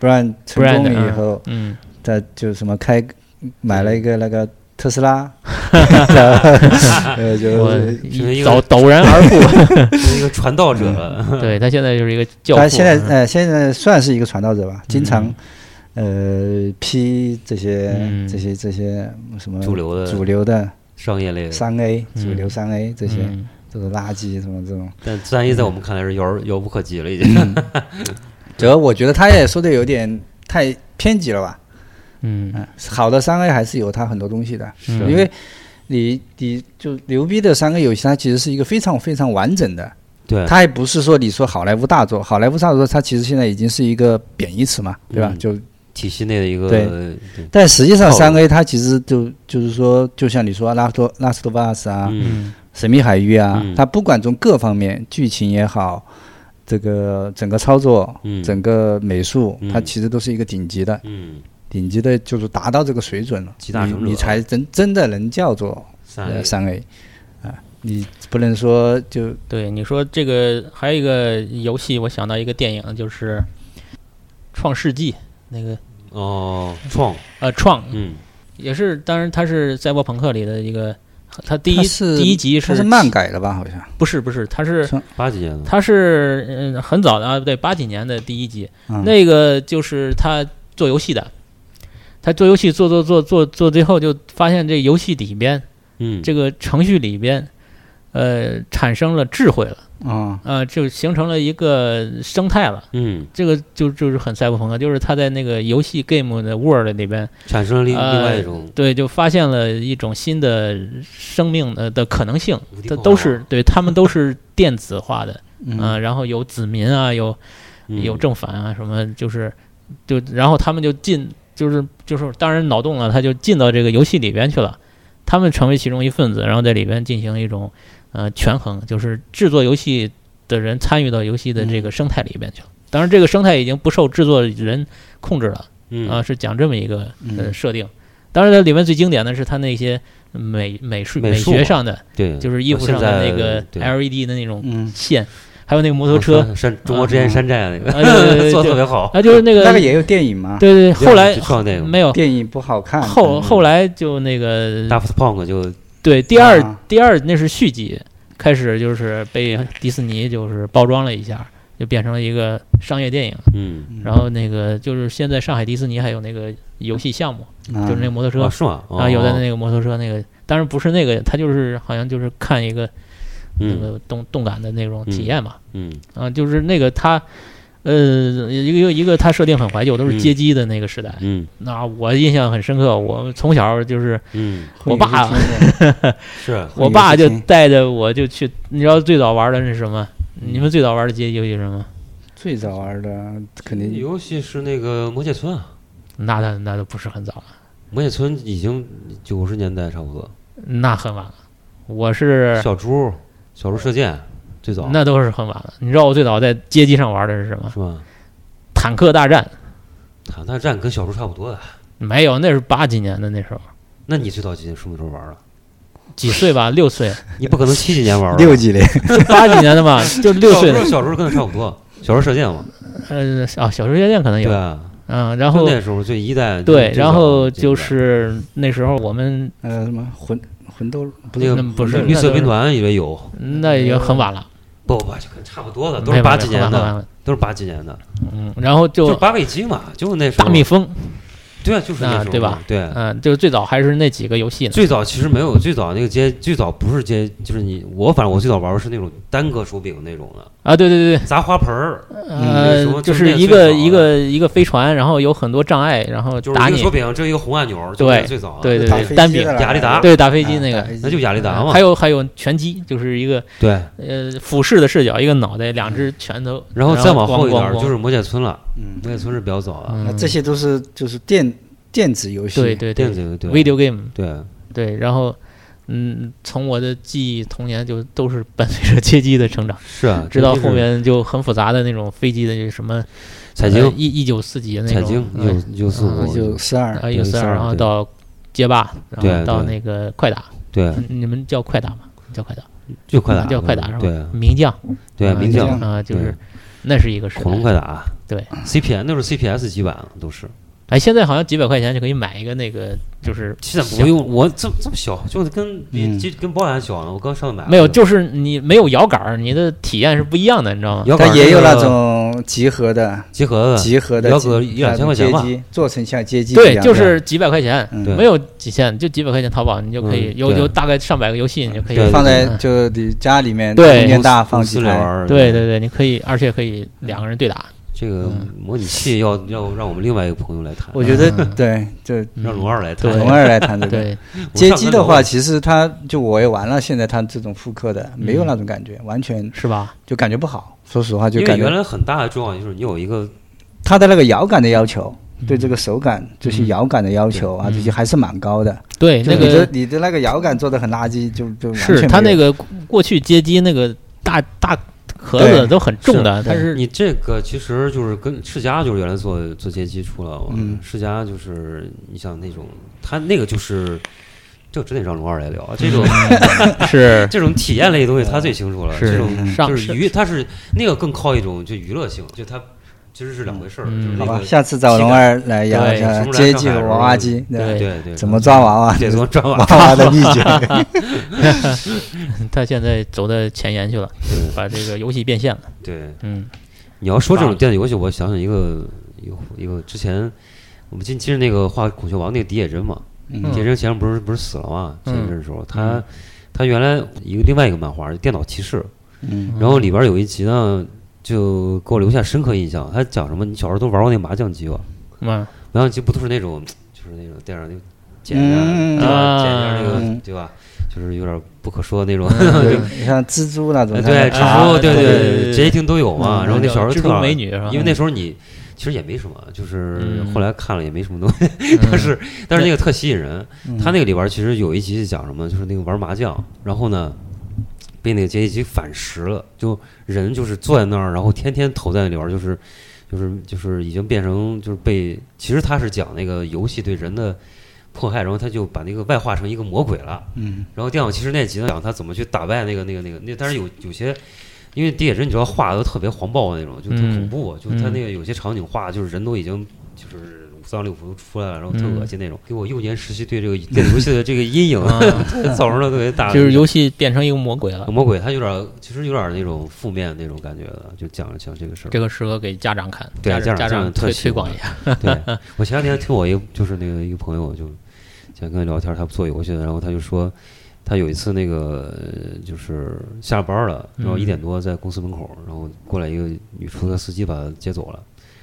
Speaker 4: ，Brand 成功
Speaker 3: Brand，
Speaker 4: 了以
Speaker 3: 嗯
Speaker 4: 后，
Speaker 3: 嗯，
Speaker 4: 他就什么开买了一个那个特斯 拉， 呃就
Speaker 3: 我
Speaker 4: 是
Speaker 2: 成为一
Speaker 3: 一
Speaker 2: 个
Speaker 3: 陡陡然而富，
Speaker 2: 是一个传道者了。
Speaker 3: 对他现在就是一个教父，
Speaker 4: 他现在
Speaker 3: 嗯
Speaker 4: 呃现在算是一个传道者吧，经常
Speaker 2: 嗯
Speaker 4: 呃批这些
Speaker 3: 嗯
Speaker 4: 这些这些什么
Speaker 2: 主流的
Speaker 4: 主流的
Speaker 2: 商业类的，
Speaker 4: 三 A 主流
Speaker 3: 嗯
Speaker 4: 三 A 这些
Speaker 3: 嗯
Speaker 4: 这种垃圾什么这种，
Speaker 2: 但三一在我们看来是遥而遥不可及了，已经。
Speaker 4: 主要我觉得他也说的有点太偏激了吧，
Speaker 3: 嗯
Speaker 4: 嗯，好的三 A 还是有它很多东西的，
Speaker 3: 嗯
Speaker 4: 因为你你就牛逼的三个游戏，它其实是一个非常非常完整的，
Speaker 2: 对，
Speaker 4: 它还不是说你说好莱坞大作，好莱坞大作它其实现在已经是一个贬义词嘛，对吧？
Speaker 2: 嗯
Speaker 4: 就
Speaker 2: 体系内的一个
Speaker 4: 对
Speaker 2: 对
Speaker 4: 但实际
Speaker 3: 哦
Speaker 4: 上
Speaker 2: 套路
Speaker 4: 三 A 它其实就就是说，就像你说《拉多拉斯多巴斯》啊，
Speaker 2: 嗯
Speaker 3: 嗯
Speaker 4: 神秘海域》啊，
Speaker 2: 嗯
Speaker 4: 它不管从各方面，剧情也好，这个整个操作，
Speaker 2: 嗯
Speaker 4: 整个美术，
Speaker 2: 嗯
Speaker 4: 它其实都是一个顶级的，
Speaker 2: 嗯，
Speaker 4: 顶级的就是达到这个水准了，
Speaker 2: 集大成者
Speaker 4: 你你才真真的能叫做
Speaker 2: 三
Speaker 4: 呃
Speaker 3: 哎
Speaker 2: A
Speaker 4: 三 A 啊，你不能说就
Speaker 3: 对你说这个还有一个游戏，我想到一个电影就是《创世纪》那个
Speaker 2: 哦，创
Speaker 3: 呃创
Speaker 2: 嗯
Speaker 3: 也是，当然它是赛博朋克里的一个，它第一
Speaker 4: 它是
Speaker 3: 第一集
Speaker 4: 它是漫改的吧？好像
Speaker 3: 不是不是，它是
Speaker 4: 是
Speaker 2: 八几年的，
Speaker 3: 它是嗯很早的啊，对，八几年的第一集，
Speaker 4: 嗯
Speaker 3: 那个就是他做游戏的，他做游戏做做做做做，最后就发现这游戏里边
Speaker 2: 嗯，
Speaker 3: 这个程序里边，呃，产生了智慧了，
Speaker 4: 啊
Speaker 3: 啊，就形成了一个生态了。
Speaker 2: 嗯
Speaker 3: 这个就就是很赛博朋克，就是他在那个游戏 game 的 world 里边，
Speaker 2: 产生了另
Speaker 3: 呃
Speaker 2: 另外一种
Speaker 3: 对，就发现了一种新的生命的的可能性
Speaker 2: 无，敌
Speaker 3: 它
Speaker 2: 破
Speaker 3: 都
Speaker 2: 坏
Speaker 3: 是对，他们都是电子化的，
Speaker 4: 嗯
Speaker 3: 啊，然后有子民啊，有
Speaker 2: 嗯
Speaker 3: 有正反啊，什么就是就然后他们就进，就是就是当然脑洞了，他就进到这个游戏里边去了，他们成为其中一份子，然后在里边进行一种
Speaker 2: 嗯
Speaker 3: 呃权衡，就是制作游戏的人参与到游戏的这个生态里边去了，当然，这个生态已经不受制作人控制了
Speaker 2: 嗯
Speaker 3: 啊，是讲这么一个呃
Speaker 4: 嗯
Speaker 3: 设定。当然，它里面最经典的是它那些美美术
Speaker 2: 美
Speaker 3: 美
Speaker 2: 术
Speaker 3: 学
Speaker 2: 嘛
Speaker 3: 上的，
Speaker 2: 对，
Speaker 3: 就是衣服上
Speaker 2: 现在
Speaker 3: 的那个
Speaker 2: 对
Speaker 3: LED 的那种
Speaker 4: 嗯，
Speaker 3: 线，还有那个摩托车
Speaker 2: 山山中国之前山寨那
Speaker 3: 啊对对
Speaker 2: 个
Speaker 3: 对
Speaker 2: 做得
Speaker 3: 对
Speaker 2: 特别好，
Speaker 3: 啊，就是那
Speaker 4: 那
Speaker 3: 个
Speaker 4: 个也有电影嘛，
Speaker 3: 对对，后来
Speaker 2: 就创那个
Speaker 3: 没有
Speaker 4: 电影不好看，
Speaker 3: 后
Speaker 4: 嗯
Speaker 3: 后来就那个
Speaker 2: Daft Punk 就
Speaker 3: 对，第二、
Speaker 4: 啊
Speaker 3: 第二那是续集，开始就是被迪士尼就是包装了一下，就变成了一个商业电影。
Speaker 2: 嗯，
Speaker 3: 然后那个就是现在上海迪士尼还有那个游戏项目，
Speaker 4: 啊
Speaker 3: 就是那个摩托车
Speaker 2: 啊是吗？
Speaker 3: 啊，有的
Speaker 2: 哦
Speaker 3: 那个摩托车那个，当然不是那个，它就是好像就是看一个那
Speaker 2: 嗯
Speaker 3: 个动动感的那种体验嘛。
Speaker 2: 嗯
Speaker 3: 啊，就是那个它。呃，一个一个，它设定很怀旧，都是街机的那个时代。
Speaker 2: 嗯
Speaker 3: 那、我印象很深刻，我从小就是
Speaker 2: 嗯，
Speaker 3: 我爸
Speaker 4: 会有一些经
Speaker 2: 是
Speaker 3: 我爸就带着我就去，你知道最早玩的是什么？你
Speaker 2: 嗯
Speaker 3: 们最早玩的街机游戏是什么？
Speaker 4: 验最早玩的肯定
Speaker 2: 游戏是那个魔界村啊，
Speaker 3: 那那那都不是很早了，
Speaker 2: 魔界村已经九十年代差不多，
Speaker 3: 那很晚了。我是
Speaker 2: 小猪小猪射箭最早
Speaker 3: 那都是很晚了。你知道我最早在街机上玩的是什么？
Speaker 2: 是吧？
Speaker 3: 坦克大战
Speaker 2: 坦克战跟小猪差不多的，
Speaker 3: 没有，那是八几年的那时候，
Speaker 2: 那你最早几什么时候玩啊了？
Speaker 3: 几岁吧？六 岁，
Speaker 2: 你不可能七几年玩吧？
Speaker 4: 六几年，
Speaker 3: 八几年的嘛，就六岁
Speaker 2: 小时
Speaker 3: 的
Speaker 2: 候。小时候跟他差不多，小时候射箭 嘛，
Speaker 3: 呃，啊，小时候夜店可能
Speaker 2: 对
Speaker 3: 有，
Speaker 2: 啊，
Speaker 3: 嗯，然
Speaker 2: 就
Speaker 3: 后
Speaker 2: 那时候就一代
Speaker 3: 对，
Speaker 2: 最早
Speaker 3: 然后
Speaker 2: 这一代
Speaker 3: 就是那时候我们
Speaker 4: 呃，什么魂魂斗罗不
Speaker 2: 那
Speaker 4: 是
Speaker 2: 个
Speaker 3: 那不是
Speaker 2: 绿
Speaker 3: 那
Speaker 2: 色
Speaker 3: 都
Speaker 2: 兵
Speaker 3: 是
Speaker 2: 团以为有，
Speaker 3: 那也很晚了，
Speaker 2: 不不就跟差不多的，都
Speaker 3: 嗯没
Speaker 2: 是
Speaker 3: 有
Speaker 2: 八几
Speaker 3: 没有
Speaker 2: 年
Speaker 3: 很晚很
Speaker 2: 的，
Speaker 3: 晚
Speaker 2: 都是八几年的，
Speaker 3: 嗯，然后
Speaker 2: 就
Speaker 3: 就
Speaker 2: 八位机嘛，就那时
Speaker 3: 大
Speaker 2: 候
Speaker 3: 蜜，蜂，
Speaker 2: 对啊，就是那
Speaker 3: 啊
Speaker 2: 时候
Speaker 3: 对吧
Speaker 2: 嘛？对，
Speaker 3: 嗯，就是最早还是那几个游戏呢。
Speaker 2: 最早其实没有，最早那个街，最早不是街，就是你我，反正我最早玩的是那种单个手柄那种的，
Speaker 3: 啊，对对对，
Speaker 2: 砸花盆儿，那时候
Speaker 3: 呃，
Speaker 2: 就是是
Speaker 3: 一
Speaker 2: 最
Speaker 3: 个
Speaker 2: 早的
Speaker 3: 一个一个飞船，然后有很多障碍，然后
Speaker 2: 就是
Speaker 3: 打
Speaker 2: 一个
Speaker 3: 你
Speaker 2: 手，柄，这一个红按钮，就
Speaker 3: 对
Speaker 2: 那个最早的，
Speaker 3: 对对
Speaker 4: 打
Speaker 3: 对
Speaker 4: 飞机
Speaker 3: 单柄
Speaker 4: 的了
Speaker 2: 雅利达
Speaker 4: 啊
Speaker 3: 对，打飞机
Speaker 4: 啊
Speaker 3: 那个
Speaker 4: 打。飞机
Speaker 2: 那就雅利达
Speaker 3: 呃
Speaker 2: 嘛，
Speaker 3: 还有还有拳击，就是一个
Speaker 2: 对，
Speaker 3: 呃俯视的视角，一个脑袋，两只拳头，
Speaker 2: 嗯然
Speaker 3: 然
Speaker 2: 后再往后一点
Speaker 3: 咣
Speaker 2: 儿
Speaker 3: 咣咣
Speaker 2: 就是魔界村了，
Speaker 4: 嗯
Speaker 2: 魔，界村是比较早的，
Speaker 4: 那
Speaker 3: 嗯
Speaker 4: 这些都是就是电电子游戏，
Speaker 3: 对对
Speaker 2: 电
Speaker 3: 对
Speaker 2: 子对
Speaker 3: video game
Speaker 2: 对，
Speaker 3: 对，然后嗯，从我的记忆童年就都是 伴随着街机的成长，
Speaker 2: 是啊，
Speaker 3: 直到
Speaker 2: 这就
Speaker 3: 后
Speaker 2: 是
Speaker 3: 面就很复杂的那种飞机的什么
Speaker 2: 彩
Speaker 3: 呃
Speaker 2: 晶，
Speaker 3: 一一九四几的那
Speaker 2: 彩
Speaker 3: 种
Speaker 2: 晶
Speaker 3: 呃
Speaker 2: 一九一九四
Speaker 3: 嗯
Speaker 2: 五，
Speaker 4: 就十二
Speaker 3: 啊，
Speaker 2: 对
Speaker 3: 有四
Speaker 2: 32
Speaker 3: 二，然后
Speaker 2: 对
Speaker 3: 到街霸，然
Speaker 2: 对
Speaker 3: 后到
Speaker 2: 对
Speaker 3: 那个快打，
Speaker 2: 对，
Speaker 3: 你们叫快打吗？叫快打，
Speaker 2: 就快打，
Speaker 3: 叫嗯快打是吧？
Speaker 2: 对
Speaker 3: 名将，
Speaker 2: 对，
Speaker 3: 啊
Speaker 2: 名
Speaker 3: 就
Speaker 2: 将
Speaker 3: 是啊，就
Speaker 2: 对
Speaker 3: 是那是一个时
Speaker 2: 恐龙
Speaker 3: 代。
Speaker 2: 快打，啊
Speaker 3: 对
Speaker 2: ，CPN 那时候 CPS 几版了都是，
Speaker 3: 哎，现在好像几百块钱就可以买一个那个，就是
Speaker 2: 现在不
Speaker 3: 小
Speaker 2: 用，我这么这么小，就是跟比
Speaker 4: 嗯
Speaker 2: 机跟包含小呢，我刚上买了
Speaker 3: 没有，就是你没有摇杆儿，你的体验是不一样的，你知道吗？
Speaker 2: 摇杆
Speaker 4: 它
Speaker 2: 儿
Speaker 4: 也有那
Speaker 2: 个
Speaker 4: 种集合的
Speaker 2: 集合的，
Speaker 4: 集合的呃
Speaker 2: 摇个一两千块钱吧
Speaker 4: 街机，做成像街机一
Speaker 3: 对，
Speaker 4: 样
Speaker 3: 就
Speaker 4: 的
Speaker 3: 是几百块钱，
Speaker 4: 嗯
Speaker 2: 对
Speaker 3: 没有极限，就几百块钱淘宝你就可以
Speaker 2: 嗯
Speaker 3: 有
Speaker 2: 对
Speaker 3: 有大概上百个游戏，你就可以
Speaker 2: 对
Speaker 4: 放在
Speaker 3: 嗯
Speaker 4: 就你家里面
Speaker 3: 对
Speaker 4: 空间
Speaker 2: 公
Speaker 4: 大
Speaker 2: 司
Speaker 4: 放
Speaker 2: 公司
Speaker 4: 几
Speaker 2: 里玩
Speaker 4: 台，
Speaker 2: 儿
Speaker 3: 对对对，你可以，而且可以两个人对打。
Speaker 2: 这个
Speaker 4: 嗯
Speaker 2: 模拟器要要让我们另外一个朋友来谈，
Speaker 4: 我觉得
Speaker 3: 嗯
Speaker 4: 对，就
Speaker 2: 让龙二来谈
Speaker 3: 对，
Speaker 4: 从二来谈这个。
Speaker 3: 对，
Speaker 2: 我
Speaker 4: 街
Speaker 2: 上
Speaker 4: 机
Speaker 2: 跟
Speaker 4: 的
Speaker 2: 龙
Speaker 4: 话，
Speaker 2: 二，
Speaker 4: 其实它就我也玩了，现在它这种复刻的没
Speaker 2: 嗯
Speaker 4: 有那种感觉，完全
Speaker 3: 是吧？
Speaker 4: 就感觉不好。说实话，就
Speaker 2: 因为
Speaker 4: 感
Speaker 2: 原
Speaker 4: 觉
Speaker 2: 来很大的重要就是你有一个
Speaker 4: 它的那个摇杆的要求，
Speaker 2: 嗯
Speaker 4: 对这个手感、这些摇杆的要求啊，
Speaker 3: 嗯
Speaker 4: 这些还是蛮高的。
Speaker 3: 对，
Speaker 4: 就
Speaker 3: 那
Speaker 4: 你
Speaker 3: 个
Speaker 4: 的你的那个摇杆做的很垃圾，就就完
Speaker 3: 是
Speaker 4: 全
Speaker 3: 它
Speaker 4: 没
Speaker 3: 那
Speaker 4: 有
Speaker 3: 个过去街机那个大大壳子
Speaker 4: 对
Speaker 3: 都很重的，
Speaker 4: 是
Speaker 3: 它是
Speaker 2: 你这个其实就是跟世嘉就是原来做做街机出了，
Speaker 4: 嗯
Speaker 2: 世嘉就是你像那种他那个就是。这真得让龙二来聊啊！这种
Speaker 3: 嗯 是
Speaker 2: 这种体验类的东西，他最清楚了。
Speaker 3: 是
Speaker 2: 这种
Speaker 3: 上
Speaker 2: 就是娱，它是那个更靠一种就娱乐性，就它其实是两回事儿。
Speaker 3: 嗯
Speaker 2: 就是那
Speaker 4: 好吧，
Speaker 2: 个
Speaker 4: 下次找龙二来聊一
Speaker 3: 对
Speaker 4: 下
Speaker 2: 什么来
Speaker 4: 街
Speaker 2: 上
Speaker 4: 机
Speaker 2: 海
Speaker 4: 和
Speaker 2: 的
Speaker 4: 娃
Speaker 2: 时
Speaker 4: 娃
Speaker 2: 候
Speaker 4: 机，
Speaker 3: 对
Speaker 2: 对对，
Speaker 4: 怎么抓娃娃，
Speaker 2: 对怎么抓
Speaker 4: 娃
Speaker 2: 娃？
Speaker 4: 娃的秘诀。
Speaker 3: 它现在走到前沿去了，
Speaker 4: 嗯
Speaker 2: 对
Speaker 3: 把这个游戏变现了。
Speaker 2: 对，
Speaker 3: 嗯
Speaker 2: 你要说这种电子游戏，我想想一个有一个之前我们进其实那个画《孔雀王》那个狄野真嘛，
Speaker 4: 嗯
Speaker 2: 狄野真前不是不是死了嘛？前
Speaker 3: 嗯
Speaker 2: 一阵的时候，他他原来一个另外一个漫画《电脑骑士》，
Speaker 4: 嗯
Speaker 2: 然后里边有一集呢，就给我留下深刻印象。他讲什么？你小时候都玩过那麻将机吧？
Speaker 3: 嗯，
Speaker 2: 麻将机不都是那种，就是那种电影那种剪一下，
Speaker 4: 嗯
Speaker 2: 对吧？
Speaker 3: 啊
Speaker 2: 剪一下那个，
Speaker 4: 嗯
Speaker 2: 对吧？就是有点不可说的那种，
Speaker 4: 对你像蜘蛛那种，
Speaker 2: 哎
Speaker 4: 它那
Speaker 2: 对，
Speaker 4: 个啊
Speaker 2: 蜘
Speaker 4: 塔
Speaker 2: 蛛，
Speaker 3: 对
Speaker 2: 对
Speaker 3: 对对
Speaker 2: 对
Speaker 3: 对
Speaker 2: 谁听都有嘛。
Speaker 4: 嗯
Speaker 2: 然后那小时候
Speaker 3: 蜘
Speaker 2: 特
Speaker 3: 蛛
Speaker 2: 好
Speaker 3: 美，女是吧？
Speaker 2: 因为那时候你其实也没什么，就是
Speaker 3: 嗯
Speaker 2: 后来看了也没什么东西， 但是但是那个特吸引人。他那个里边其实有一集是讲什么，就是那个玩麻将，然后呢，被那个街机反噬了，就人就是坐在那儿，然后天天投在里边儿，就是就是就是已经变成就是被，其实他是讲那个游戏对人的迫害，然后他就把那个外化成一个魔鬼了。
Speaker 4: 嗯，
Speaker 2: 然后电脑骑士那集呢，讲他怎么去打败那个那个那个那，但是有有些，因为《地铁人》你知道画的都特别黄暴的那种，就特恐怖，啊就他那个有些场景画就是人都已经就是五脏六腑都出来了，然后特恶
Speaker 3: 嗯
Speaker 2: 心那种，给我幼年时期对这个电子游戏的这个阴影 造成了特别大的，
Speaker 3: 嗯就是游戏变成一个魔鬼了。
Speaker 2: 魔鬼，他有点其实有点那种负面那种感觉的，就讲讲这个事儿。
Speaker 3: 这个适合给家长看，
Speaker 2: 对
Speaker 3: 家
Speaker 2: 家长家
Speaker 3: 长
Speaker 2: 长特
Speaker 3: 推
Speaker 2: 喜
Speaker 3: 推
Speaker 2: 欢
Speaker 3: 广一下。
Speaker 2: 对我前两天听我一个就是那个一个朋友就前跟他聊天，他做游戏的，然后他就说他有一次那个呃就是下班了，然后一
Speaker 3: 嗯
Speaker 2: 点多在公司门口，然后过来一个女出租车司机把他接走了，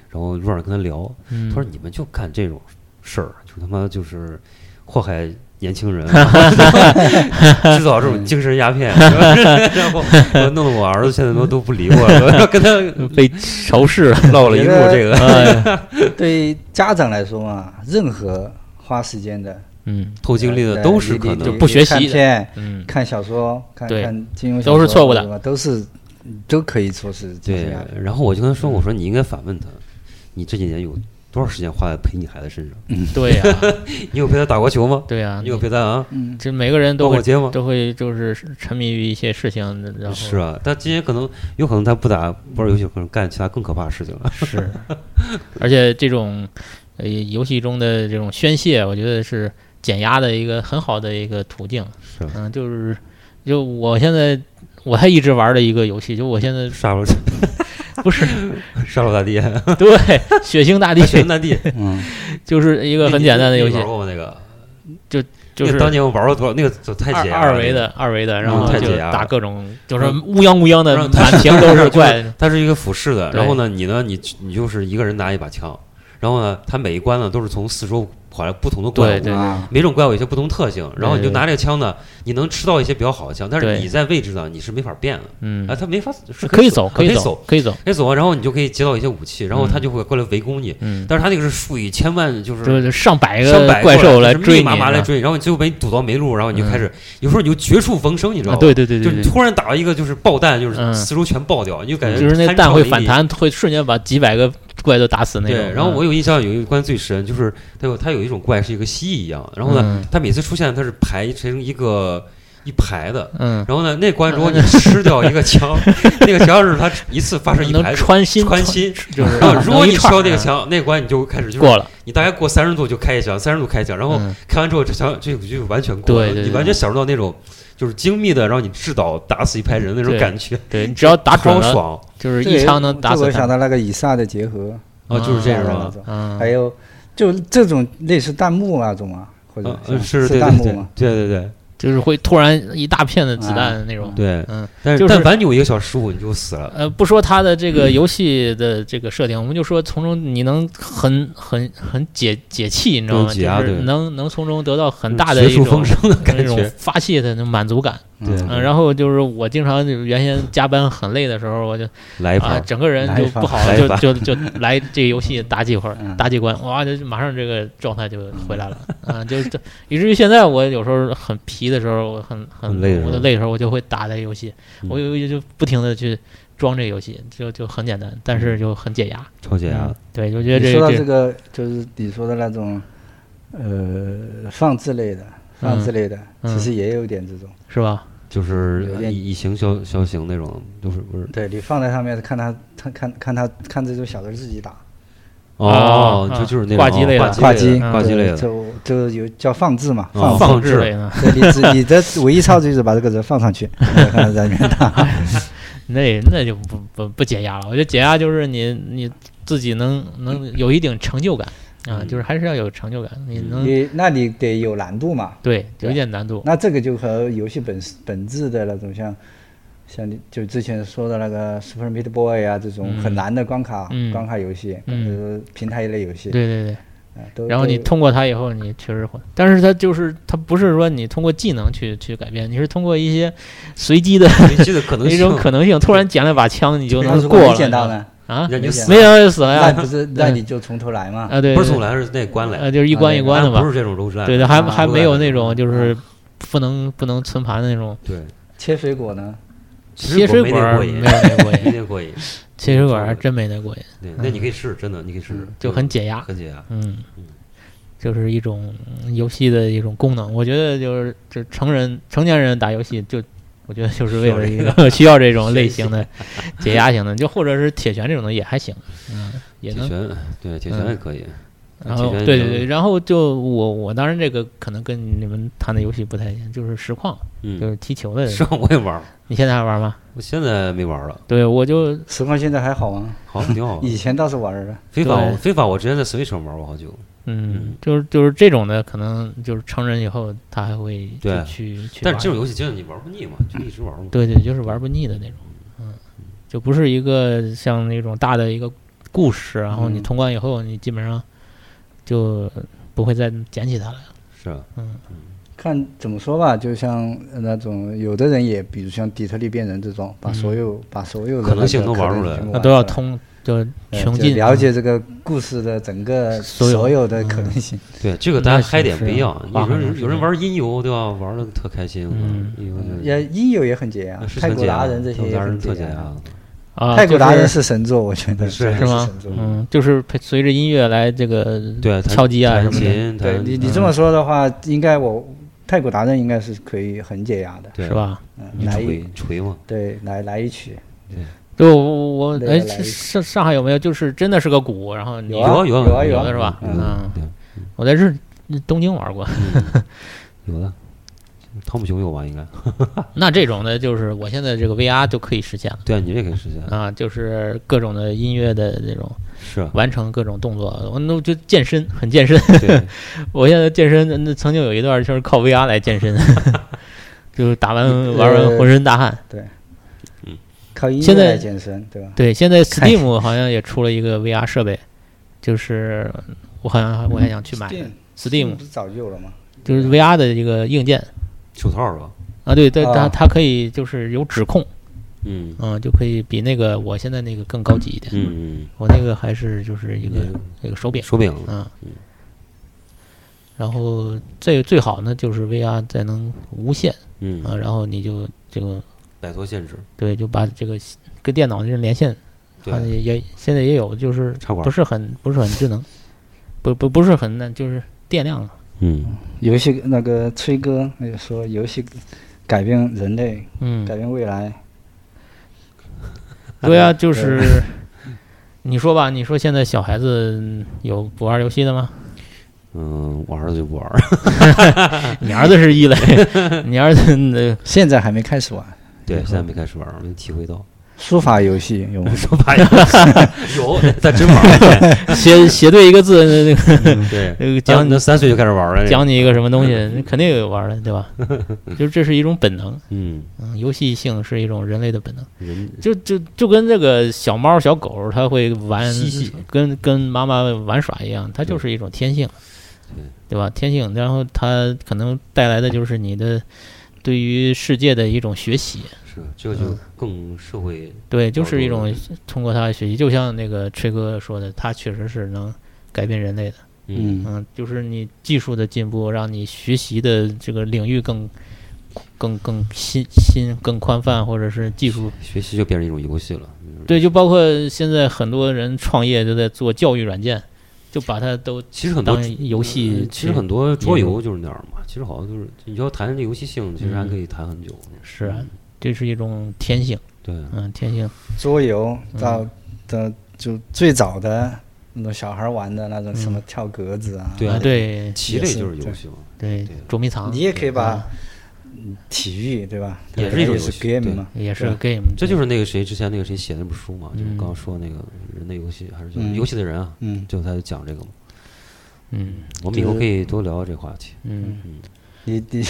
Speaker 2: 然后路上跟他聊，
Speaker 3: 嗯
Speaker 2: 他说你们就干这种事儿，就他妈就是祸害。年轻人制造这种精神鸦片，然后弄得我儿子现在都都不理我了，跟他
Speaker 3: 被仇视了，
Speaker 2: 唠了一路这个。
Speaker 3: 哎
Speaker 4: 对家长来说嘛，任何花时间的
Speaker 3: 嗯
Speaker 2: 偷经历的
Speaker 4: 呃
Speaker 2: 都是可
Speaker 4: 你你
Speaker 2: 能
Speaker 3: 就不学习
Speaker 4: 看
Speaker 3: 的
Speaker 4: 片、
Speaker 3: 嗯，
Speaker 4: 看小说、看
Speaker 3: 对
Speaker 4: 看金庸小说
Speaker 3: 都是错误的
Speaker 4: 对吧，都是都可以说是这
Speaker 2: 对
Speaker 4: 样的，
Speaker 2: 然后我就跟他说：“我说你应该反问他，你这几年有多少时间花在陪你孩子身上？
Speaker 3: 对呀、
Speaker 2: 你有陪他打过球吗？
Speaker 3: 对呀、
Speaker 2: 你有陪他啊
Speaker 4: 嗯，
Speaker 3: 这每个人
Speaker 2: 逛
Speaker 3: 都
Speaker 2: 过
Speaker 3: 会
Speaker 2: 街吗？
Speaker 3: 都会就是沉迷于一些事情，然后
Speaker 2: 是啊，但今年可能有可能他不打不玩游戏，可能干其他更可怕的事情了。
Speaker 3: 是，而且这种呃游戏中的这种宣泄，我觉得是减压的一个很好的一个途径。
Speaker 2: 是啊
Speaker 3: 嗯，就是就我现在我还一直玩的一个游戏，就我现在
Speaker 2: 杀戮
Speaker 3: 不是
Speaker 2: 杀戮大地，
Speaker 3: 对血 腥大地，
Speaker 2: 全大地，
Speaker 4: 嗯，
Speaker 3: 就是一个很简单的游戏
Speaker 2: 你，玩过吗？那个
Speaker 3: 就
Speaker 2: 那
Speaker 3: 是
Speaker 2: 个当年我玩过多少？那个就太
Speaker 3: 二
Speaker 2: 解压
Speaker 3: 二
Speaker 2: 了
Speaker 3: 维
Speaker 2: 那个
Speaker 3: 的二维的，然
Speaker 2: 嗯
Speaker 3: 后
Speaker 2: 太
Speaker 3: 就
Speaker 2: 解压
Speaker 3: 打
Speaker 2: 了
Speaker 3: 各种就是
Speaker 2: 嗯
Speaker 3: 乌泱乌泱的，
Speaker 2: 让
Speaker 3: 满屏都是怪。
Speaker 2: 它是一个俯视的，
Speaker 3: 对
Speaker 2: 然后呢，你呢，你你就是一个人拿一把枪，然后呢，它每一关呢都是从四周跑来不同的怪
Speaker 3: 对
Speaker 2: 物，
Speaker 3: 对
Speaker 4: 啊
Speaker 2: 每种怪物有些不同特性，然后你就
Speaker 3: 对
Speaker 2: 拿这个枪呢，你能吃到一些比较好的枪，但是
Speaker 3: 对
Speaker 2: 你在位置呢，你是没法变的，
Speaker 3: 嗯
Speaker 2: 啊，，它没法是
Speaker 3: 可以
Speaker 2: 走，
Speaker 3: 走，
Speaker 2: 啊可
Speaker 3: 以
Speaker 2: 走
Speaker 3: 走，，可以走。
Speaker 2: 可以走啊，然后你就可以接到一些武器，然后它
Speaker 3: 嗯
Speaker 2: 就会过来围攻你，
Speaker 3: 嗯，
Speaker 2: 但是它那个是数以千万，就是
Speaker 3: 就是上百
Speaker 2: 上
Speaker 3: 个
Speaker 2: 百
Speaker 3: 怪兽
Speaker 2: 来
Speaker 3: 来追你，
Speaker 2: 麻麻来
Speaker 3: 啊
Speaker 2: 追你，然后你最后被你堵到没路，然后你就
Speaker 3: 嗯
Speaker 2: 开始，有时候你就绝处逢生，你知道
Speaker 3: 啊，
Speaker 2: 吗？
Speaker 3: 对对对
Speaker 2: 就
Speaker 3: 对
Speaker 2: 你
Speaker 3: 对。
Speaker 2: 突然打到一个就是爆弹，就是
Speaker 3: 嗯
Speaker 2: 四周全爆掉，你就感觉
Speaker 3: 就是那
Speaker 2: 弹
Speaker 3: 蛋
Speaker 2: 跳
Speaker 3: 会
Speaker 2: 没
Speaker 3: 反
Speaker 2: 力
Speaker 3: 弹，会瞬间把几百个怪都打死那种。
Speaker 2: 对，然后
Speaker 3: 嗯
Speaker 2: 我有印象有一关最深，就是它有它有一种怪是一个蜥蜴一样，然后呢
Speaker 3: 嗯，
Speaker 2: 它每次出现它是排成一个一排的，
Speaker 3: 嗯，
Speaker 2: 然后呢，那关如 果你吃掉一个枪，那个枪是它一次发射一
Speaker 3: 能
Speaker 2: 排
Speaker 3: 穿心
Speaker 2: 穿心，
Speaker 3: 就是
Speaker 2: 然后如果
Speaker 3: 能一
Speaker 2: 你吃
Speaker 3: 串
Speaker 2: 掉那
Speaker 3: 儿
Speaker 2: 个
Speaker 3: 嗯
Speaker 2: 枪，那关你就开始就是
Speaker 3: 过了，
Speaker 2: 你大概过三十度就开一枪，三十度开一枪，然后
Speaker 3: 嗯
Speaker 2: 开完之后这枪这个就完全过
Speaker 3: 对
Speaker 2: 了，
Speaker 3: 对
Speaker 2: 你
Speaker 3: 对
Speaker 2: 完全享受到那种就是精密的让你制导打死一排人的那种
Speaker 3: 对
Speaker 2: 感觉，
Speaker 3: 对你只要打准
Speaker 2: 超
Speaker 3: 了，
Speaker 2: 爽
Speaker 3: 就是
Speaker 4: 这
Speaker 3: 一
Speaker 4: 也
Speaker 3: 枪能打
Speaker 4: 这
Speaker 3: 死
Speaker 4: 我想
Speaker 3: 他。
Speaker 4: 到那个以撒的结合，
Speaker 2: 啊！就是这样
Speaker 4: 的
Speaker 2: 啊
Speaker 4: 那。种，
Speaker 3: 嗯，
Speaker 4: 还有就这种类似弹幕啊，种啊，或者
Speaker 2: 啊
Speaker 4: 像
Speaker 2: 是
Speaker 4: 是
Speaker 2: 对对
Speaker 4: 弹幕
Speaker 2: 对
Speaker 4: 啊嘛，
Speaker 2: 对对对
Speaker 3: 就是会突然一大片的
Speaker 4: 啊
Speaker 3: 子弹那种。
Speaker 2: 对，
Speaker 3: 嗯，
Speaker 2: 但
Speaker 3: 就是是
Speaker 2: 但凡你有一个小失误，你就死了。
Speaker 3: 呃，不说它的这
Speaker 2: 嗯
Speaker 3: 个游戏的这个设定，我们就说从中你能很很很解解气，你知道吗？
Speaker 2: 能解压
Speaker 3: 就是
Speaker 2: 啊对
Speaker 3: 能能从中得到很
Speaker 2: 就是
Speaker 3: 大的
Speaker 2: 绝
Speaker 3: 一
Speaker 2: 处
Speaker 3: 种
Speaker 2: 逢生的
Speaker 3: 那
Speaker 2: 感
Speaker 3: 种
Speaker 2: 觉，
Speaker 3: 发泄的那种满足感。
Speaker 2: 对
Speaker 3: 嗯，然后就是我经常就原先加班很累的时候，我就
Speaker 2: 来一
Speaker 3: 啊，
Speaker 2: 盘，
Speaker 3: 整个人
Speaker 4: 来
Speaker 3: 就
Speaker 4: 一发
Speaker 3: 不好
Speaker 2: 来
Speaker 3: 了，
Speaker 2: 一
Speaker 3: 就
Speaker 2: 发
Speaker 3: 就就来这个游戏打几会儿，
Speaker 4: 嗯
Speaker 3: 打几关，哇，就马上这个状态就回来了，啊，就是这以至于现在我有时候很皮的时候，我很很
Speaker 2: 很累的时候
Speaker 3: 我的累的时候，我就会打这游戏，
Speaker 2: 嗯
Speaker 3: 我有就不停的去装这个游戏，就就很简单，但是就很解压，
Speaker 2: 超解压
Speaker 3: 嗯。对，我觉得
Speaker 4: 你
Speaker 3: 这
Speaker 4: 说到
Speaker 3: 这
Speaker 4: 这个，就是你说的那种，呃，放置类的，放置类的，
Speaker 3: 嗯
Speaker 4: 其实也有点这种。
Speaker 3: 是吧？
Speaker 2: 就是
Speaker 4: 有
Speaker 2: 呃
Speaker 4: 点
Speaker 2: 以以形消消形那种，就是不是
Speaker 4: 对你放在上面看他，他看看他看这种小的自己打
Speaker 2: 哦，
Speaker 3: 啊
Speaker 2: 就就是那种
Speaker 3: 挂机类的
Speaker 2: 哦
Speaker 4: 挂
Speaker 2: 挂
Speaker 4: 机
Speaker 2: 机类
Speaker 3: 嗯
Speaker 2: 的挂机类
Speaker 4: 对
Speaker 2: 的，
Speaker 4: 就就有叫放置嘛，
Speaker 2: 哦
Speaker 4: 放置。
Speaker 3: 放
Speaker 2: 放
Speaker 3: 置
Speaker 2: 置
Speaker 3: 类呢，
Speaker 4: 对你只你的唯一操作就是把这个人放上 去，然后看他在里面打。
Speaker 3: 那那就不不不解压了。我觉得解压就是你你自己能能有一定成就感啊，
Speaker 2: 嗯
Speaker 3: 就是还是要有成就感，你能
Speaker 4: 你那你得有难度嘛，
Speaker 3: 对有
Speaker 4: 对
Speaker 3: 一点难度。
Speaker 4: 嗯那这个就和游戏本本质的那种像，像你就之前说的那个 Super Meat Boy 啊这种
Speaker 3: 嗯
Speaker 4: 很难的关卡、
Speaker 3: 嗯
Speaker 4: 关卡游戏，
Speaker 3: 嗯
Speaker 4: 或者说平台一类游戏，
Speaker 3: 对对对，
Speaker 4: 啊都
Speaker 3: 然后你
Speaker 4: 都
Speaker 3: 通过它以后，你确实会，但是它就是它不是说你通过技能去去改变，你是通过一些随机的
Speaker 2: 你记得可能
Speaker 3: 一种可能性，突然捡了把枪，你就
Speaker 4: 那
Speaker 3: 能
Speaker 4: 如
Speaker 3: 过
Speaker 4: 果
Speaker 3: 了
Speaker 4: 没捡 到呢？
Speaker 3: 啊，
Speaker 2: 人家
Speaker 4: 没
Speaker 2: 就
Speaker 4: 想
Speaker 2: 死
Speaker 3: 没想到就死了
Speaker 4: 那
Speaker 3: 呀
Speaker 4: 不是那你就从头来嘛？
Speaker 3: 啊对，
Speaker 2: 不是从来
Speaker 3: 来，
Speaker 2: 是那关来
Speaker 3: 呃，，就是一关一关的
Speaker 2: 不
Speaker 3: 嘛，
Speaker 2: 是这种都是来，
Speaker 3: 对的，还
Speaker 4: 啊
Speaker 3: 还没有那种
Speaker 2: 对
Speaker 3: 就是不能不能存盘的那种，
Speaker 2: 对
Speaker 4: 切水果呢？
Speaker 2: 其
Speaker 3: 切
Speaker 2: 实我
Speaker 3: 水
Speaker 2: 没
Speaker 3: 管
Speaker 2: 那
Speaker 3: 儿
Speaker 2: 过
Speaker 3: 没有
Speaker 2: 瘾，
Speaker 3: 那过
Speaker 2: 没
Speaker 3: 瘾，
Speaker 2: 那过瘾。
Speaker 3: 切水管儿还真没那过瘾，
Speaker 2: 对，那你可以试，真的你可以试，
Speaker 3: 就很解压。
Speaker 2: 嗯很解压。
Speaker 3: 嗯，就是一种嗯游戏的一种功能。我觉得就是就成人成年人打游戏就。我觉得就是为了一个 需要这种类型的解压型的，就或者是铁拳这种的也还行，嗯，也
Speaker 2: 铁
Speaker 3: 能。
Speaker 2: 拳，对铁拳也可以。
Speaker 3: 然后
Speaker 2: 铁拳
Speaker 3: 对对对，然后就我我当然这个可能跟你们谈的游戏不太一样，就是实况，就
Speaker 2: 嗯，
Speaker 3: 是踢球的。
Speaker 2: 实况我也玩儿，
Speaker 3: 你现在还玩吗？
Speaker 2: 我现在没玩儿了，
Speaker 3: 对，我就嗯
Speaker 4: 实况现在还好吗？
Speaker 2: 好像挺
Speaker 3: 哦
Speaker 2: 好玩
Speaker 4: 以
Speaker 2: 儿。
Speaker 4: 前倒是玩儿的，
Speaker 2: 非法
Speaker 3: 对
Speaker 2: 非法，我之前在 Switch 上玩过好久。
Speaker 3: 嗯，就是就是这种的，可能就是成人以后他还会就
Speaker 2: 对
Speaker 3: 去去
Speaker 2: 但
Speaker 3: 玩
Speaker 2: 是这种游戏真的你玩不腻嘛，就一直玩嘛。
Speaker 3: 对对，就是玩不腻的那种，嗯，就不是一个像那种大的一个故事，然后你
Speaker 4: 嗯
Speaker 3: 通关以后，你基本上就不会再捡起它了。
Speaker 2: 是啊，
Speaker 4: 看怎么说吧，就像那种有的人也，比如像底特律变人这种，把所有、把所有
Speaker 2: 嗯
Speaker 4: 的
Speaker 2: 可能性都
Speaker 4: 那个
Speaker 2: 玩
Speaker 4: 可能
Speaker 2: 出来那
Speaker 4: 性
Speaker 3: 那
Speaker 4: 玩
Speaker 3: 啊都要
Speaker 4: 出来
Speaker 3: 通，就
Speaker 4: 呃
Speaker 3: 穷
Speaker 4: 就
Speaker 3: 尽
Speaker 4: 了解这个故事的整个
Speaker 3: 所有
Speaker 4: 有的可能性。
Speaker 2: 对这个大
Speaker 3: 那
Speaker 2: 家
Speaker 3: 是
Speaker 2: 嗨点
Speaker 3: 是
Speaker 2: 不一样
Speaker 3: 啊。
Speaker 2: 有
Speaker 3: 花很长
Speaker 2: 人
Speaker 3: 时
Speaker 2: 有人
Speaker 3: 间
Speaker 2: 玩音游对吧？玩的特开心，啊
Speaker 3: 嗯
Speaker 2: 音游就
Speaker 4: 也音游也很解压
Speaker 2: 那，是
Speaker 4: 泰
Speaker 2: 很
Speaker 4: 国
Speaker 2: 解
Speaker 4: 达
Speaker 2: 压
Speaker 4: 人这
Speaker 2: 泰
Speaker 4: 些
Speaker 2: 国
Speaker 4: 也
Speaker 2: 达人
Speaker 4: 很
Speaker 2: 特
Speaker 4: 解
Speaker 2: 解
Speaker 4: 压。
Speaker 2: 压。
Speaker 3: 啊，
Speaker 4: 泰国达人
Speaker 3: 就是
Speaker 4: 神作，我觉得
Speaker 2: 是
Speaker 4: 真
Speaker 3: 是吗
Speaker 4: 神作。
Speaker 3: 嗯，就是陪随着音乐来这个
Speaker 2: 对，弹
Speaker 3: 敲击啊什
Speaker 2: 弹
Speaker 3: 么的，
Speaker 2: 琴，
Speaker 4: 对
Speaker 2: 弹
Speaker 4: 你你这么说的话，应该我泰国达人应该是可以很解压的。
Speaker 2: 对
Speaker 3: 是？吧？
Speaker 4: 嗯，
Speaker 2: 你
Speaker 4: 来一
Speaker 2: 锤锤嘛，
Speaker 4: 对来来一曲，
Speaker 3: 就我我
Speaker 4: 那个
Speaker 3: 哎，
Speaker 4: 来
Speaker 3: 是
Speaker 4: 一
Speaker 3: 上上海有没有就是真的是个鼓，然后你
Speaker 4: 有
Speaker 2: 有
Speaker 4: 啊有啊
Speaker 2: 啊
Speaker 4: 有
Speaker 2: 啊
Speaker 4: 啊
Speaker 3: 有的是吧
Speaker 2: 有的
Speaker 3: 嗯我在日东京玩过，
Speaker 2: 对有的。汤姆熊有吧？应该
Speaker 3: 那这种的就是我现在这个 VR 就可以实现了
Speaker 2: 对啊，你这可以实 现
Speaker 3: 啊，就是各种的音乐的这种
Speaker 2: 是啊，
Speaker 3: 完成各种动作，我那就健身很健身。
Speaker 2: 对，
Speaker 3: 我现在健身，那曾经有一段就是靠 VR 来 健身，就是打完玩
Speaker 2: 呃
Speaker 3: 完浑身大汗。
Speaker 4: 靠音
Speaker 3: 现
Speaker 4: 乐
Speaker 3: 在
Speaker 4: 来健身，对吧？
Speaker 3: 对，现在
Speaker 4: 看
Speaker 3: Steam 好像也出了一个 VR 设备，就是我好
Speaker 2: 嗯
Speaker 3: 像我还想去买的
Speaker 4: Steam
Speaker 3: Steam，
Speaker 4: 不是早就有了吗？
Speaker 3: 就是 VR 的一个硬件
Speaker 2: 手套是吧？
Speaker 3: 啊，对，它它
Speaker 4: 啊
Speaker 3: 它可以就是有指控，
Speaker 2: 嗯
Speaker 3: 嗯，就可以比那个我现在那个更高级一点。
Speaker 2: 嗯
Speaker 3: 我那个还是就是一个
Speaker 2: 嗯
Speaker 3: 那个
Speaker 2: 嗯，
Speaker 3: 手柄，
Speaker 2: 手柄
Speaker 3: 嗯，然后最最好呢就是 VR 再能无线
Speaker 2: 嗯，
Speaker 3: 啊，然后你就这个
Speaker 2: 摆脱限制，
Speaker 3: 对就把这个跟电脑这连线，
Speaker 2: 对
Speaker 3: 它，也也现在也有，就是
Speaker 2: 插管
Speaker 3: 不是很不是很智能，不不不是很那就是电量了，
Speaker 2: 嗯，
Speaker 4: 游戏那个崔哥那个说游戏改变人类，
Speaker 3: 嗯
Speaker 4: 改，变未来，
Speaker 3: 对啊，就是 你说吧，你说现在小孩子有不玩游戏 的吗？
Speaker 2: 嗯，我儿子就不玩儿，
Speaker 3: 你儿子是异类， 你儿子那
Speaker 4: 现在还没开始玩。
Speaker 2: 对，现在没开始玩儿，没体会到。
Speaker 4: 书法游戏有吗？
Speaker 2: 说白 了，有，他真 玩儿，
Speaker 3: 写写对一个字，那个
Speaker 2: 对，
Speaker 3: 那个
Speaker 2: 讲
Speaker 3: 讲
Speaker 2: 你那三岁就开始玩儿了，这个，
Speaker 3: 讲你一个什么东西， 你肯定有玩的，对 吧？就是这是一种本能，
Speaker 2: 嗯，
Speaker 3: 嗯，游戏性是一种人类的本能，
Speaker 2: 人
Speaker 3: 就就就跟这个小猫小狗它会玩
Speaker 2: 嬉戏，
Speaker 3: 跟跟妈妈玩耍一样，它就是一种天性，对吧？天性，然后它可能带来的就是你的对于世界的一种学习，
Speaker 2: 是这个就更社会，
Speaker 3: 哦对，就是一种
Speaker 2: 了
Speaker 3: 通过它的学习，就像那个吹哥说的，它确实是能改变人类的。
Speaker 2: 嗯，
Speaker 3: 嗯，就是你技术的进步，让你学习的这个领域更更更新新更宽泛，或者是技术
Speaker 2: 学习就变成一种游戏了，
Speaker 3: 对，就包括现在很多人创业都在做教育软件，就把它都
Speaker 2: 其实很多
Speaker 3: 当游戏
Speaker 2: 嗯
Speaker 3: 去，
Speaker 2: 其实很多桌游就是那样嘛。其实好像就是你要谈这游戏性，其实还可以谈很久。
Speaker 3: 是啊，这是一种天性，
Speaker 2: 对，
Speaker 3: 嗯，天性，
Speaker 4: 桌游到到就最早的那种小孩玩的那种什么跳格子啊，
Speaker 2: 嗯对
Speaker 3: 啊，对
Speaker 2: 棋类就是游戏嘛，
Speaker 3: 对，捉迷藏
Speaker 4: 你也可以把体育对吧？
Speaker 2: 也
Speaker 4: 它
Speaker 2: 是一种
Speaker 4: 也
Speaker 2: 游
Speaker 4: 是
Speaker 2: 戏
Speaker 4: game
Speaker 2: 啊对啊
Speaker 4: 嘛，
Speaker 3: 也是
Speaker 4: 对
Speaker 3: 个 game，
Speaker 2: 这
Speaker 3: 对
Speaker 2: 就是那个谁之前那个谁写的那本书嘛，就是
Speaker 3: 嗯
Speaker 2: 刚刚说那个人的游戏，还是就是
Speaker 4: 嗯
Speaker 2: 游戏的人啊，
Speaker 4: 嗯，
Speaker 2: 就他就讲这个嘛。
Speaker 3: 嗯
Speaker 2: 我们以后可以多聊聊这个话题。
Speaker 3: 嗯
Speaker 4: 你你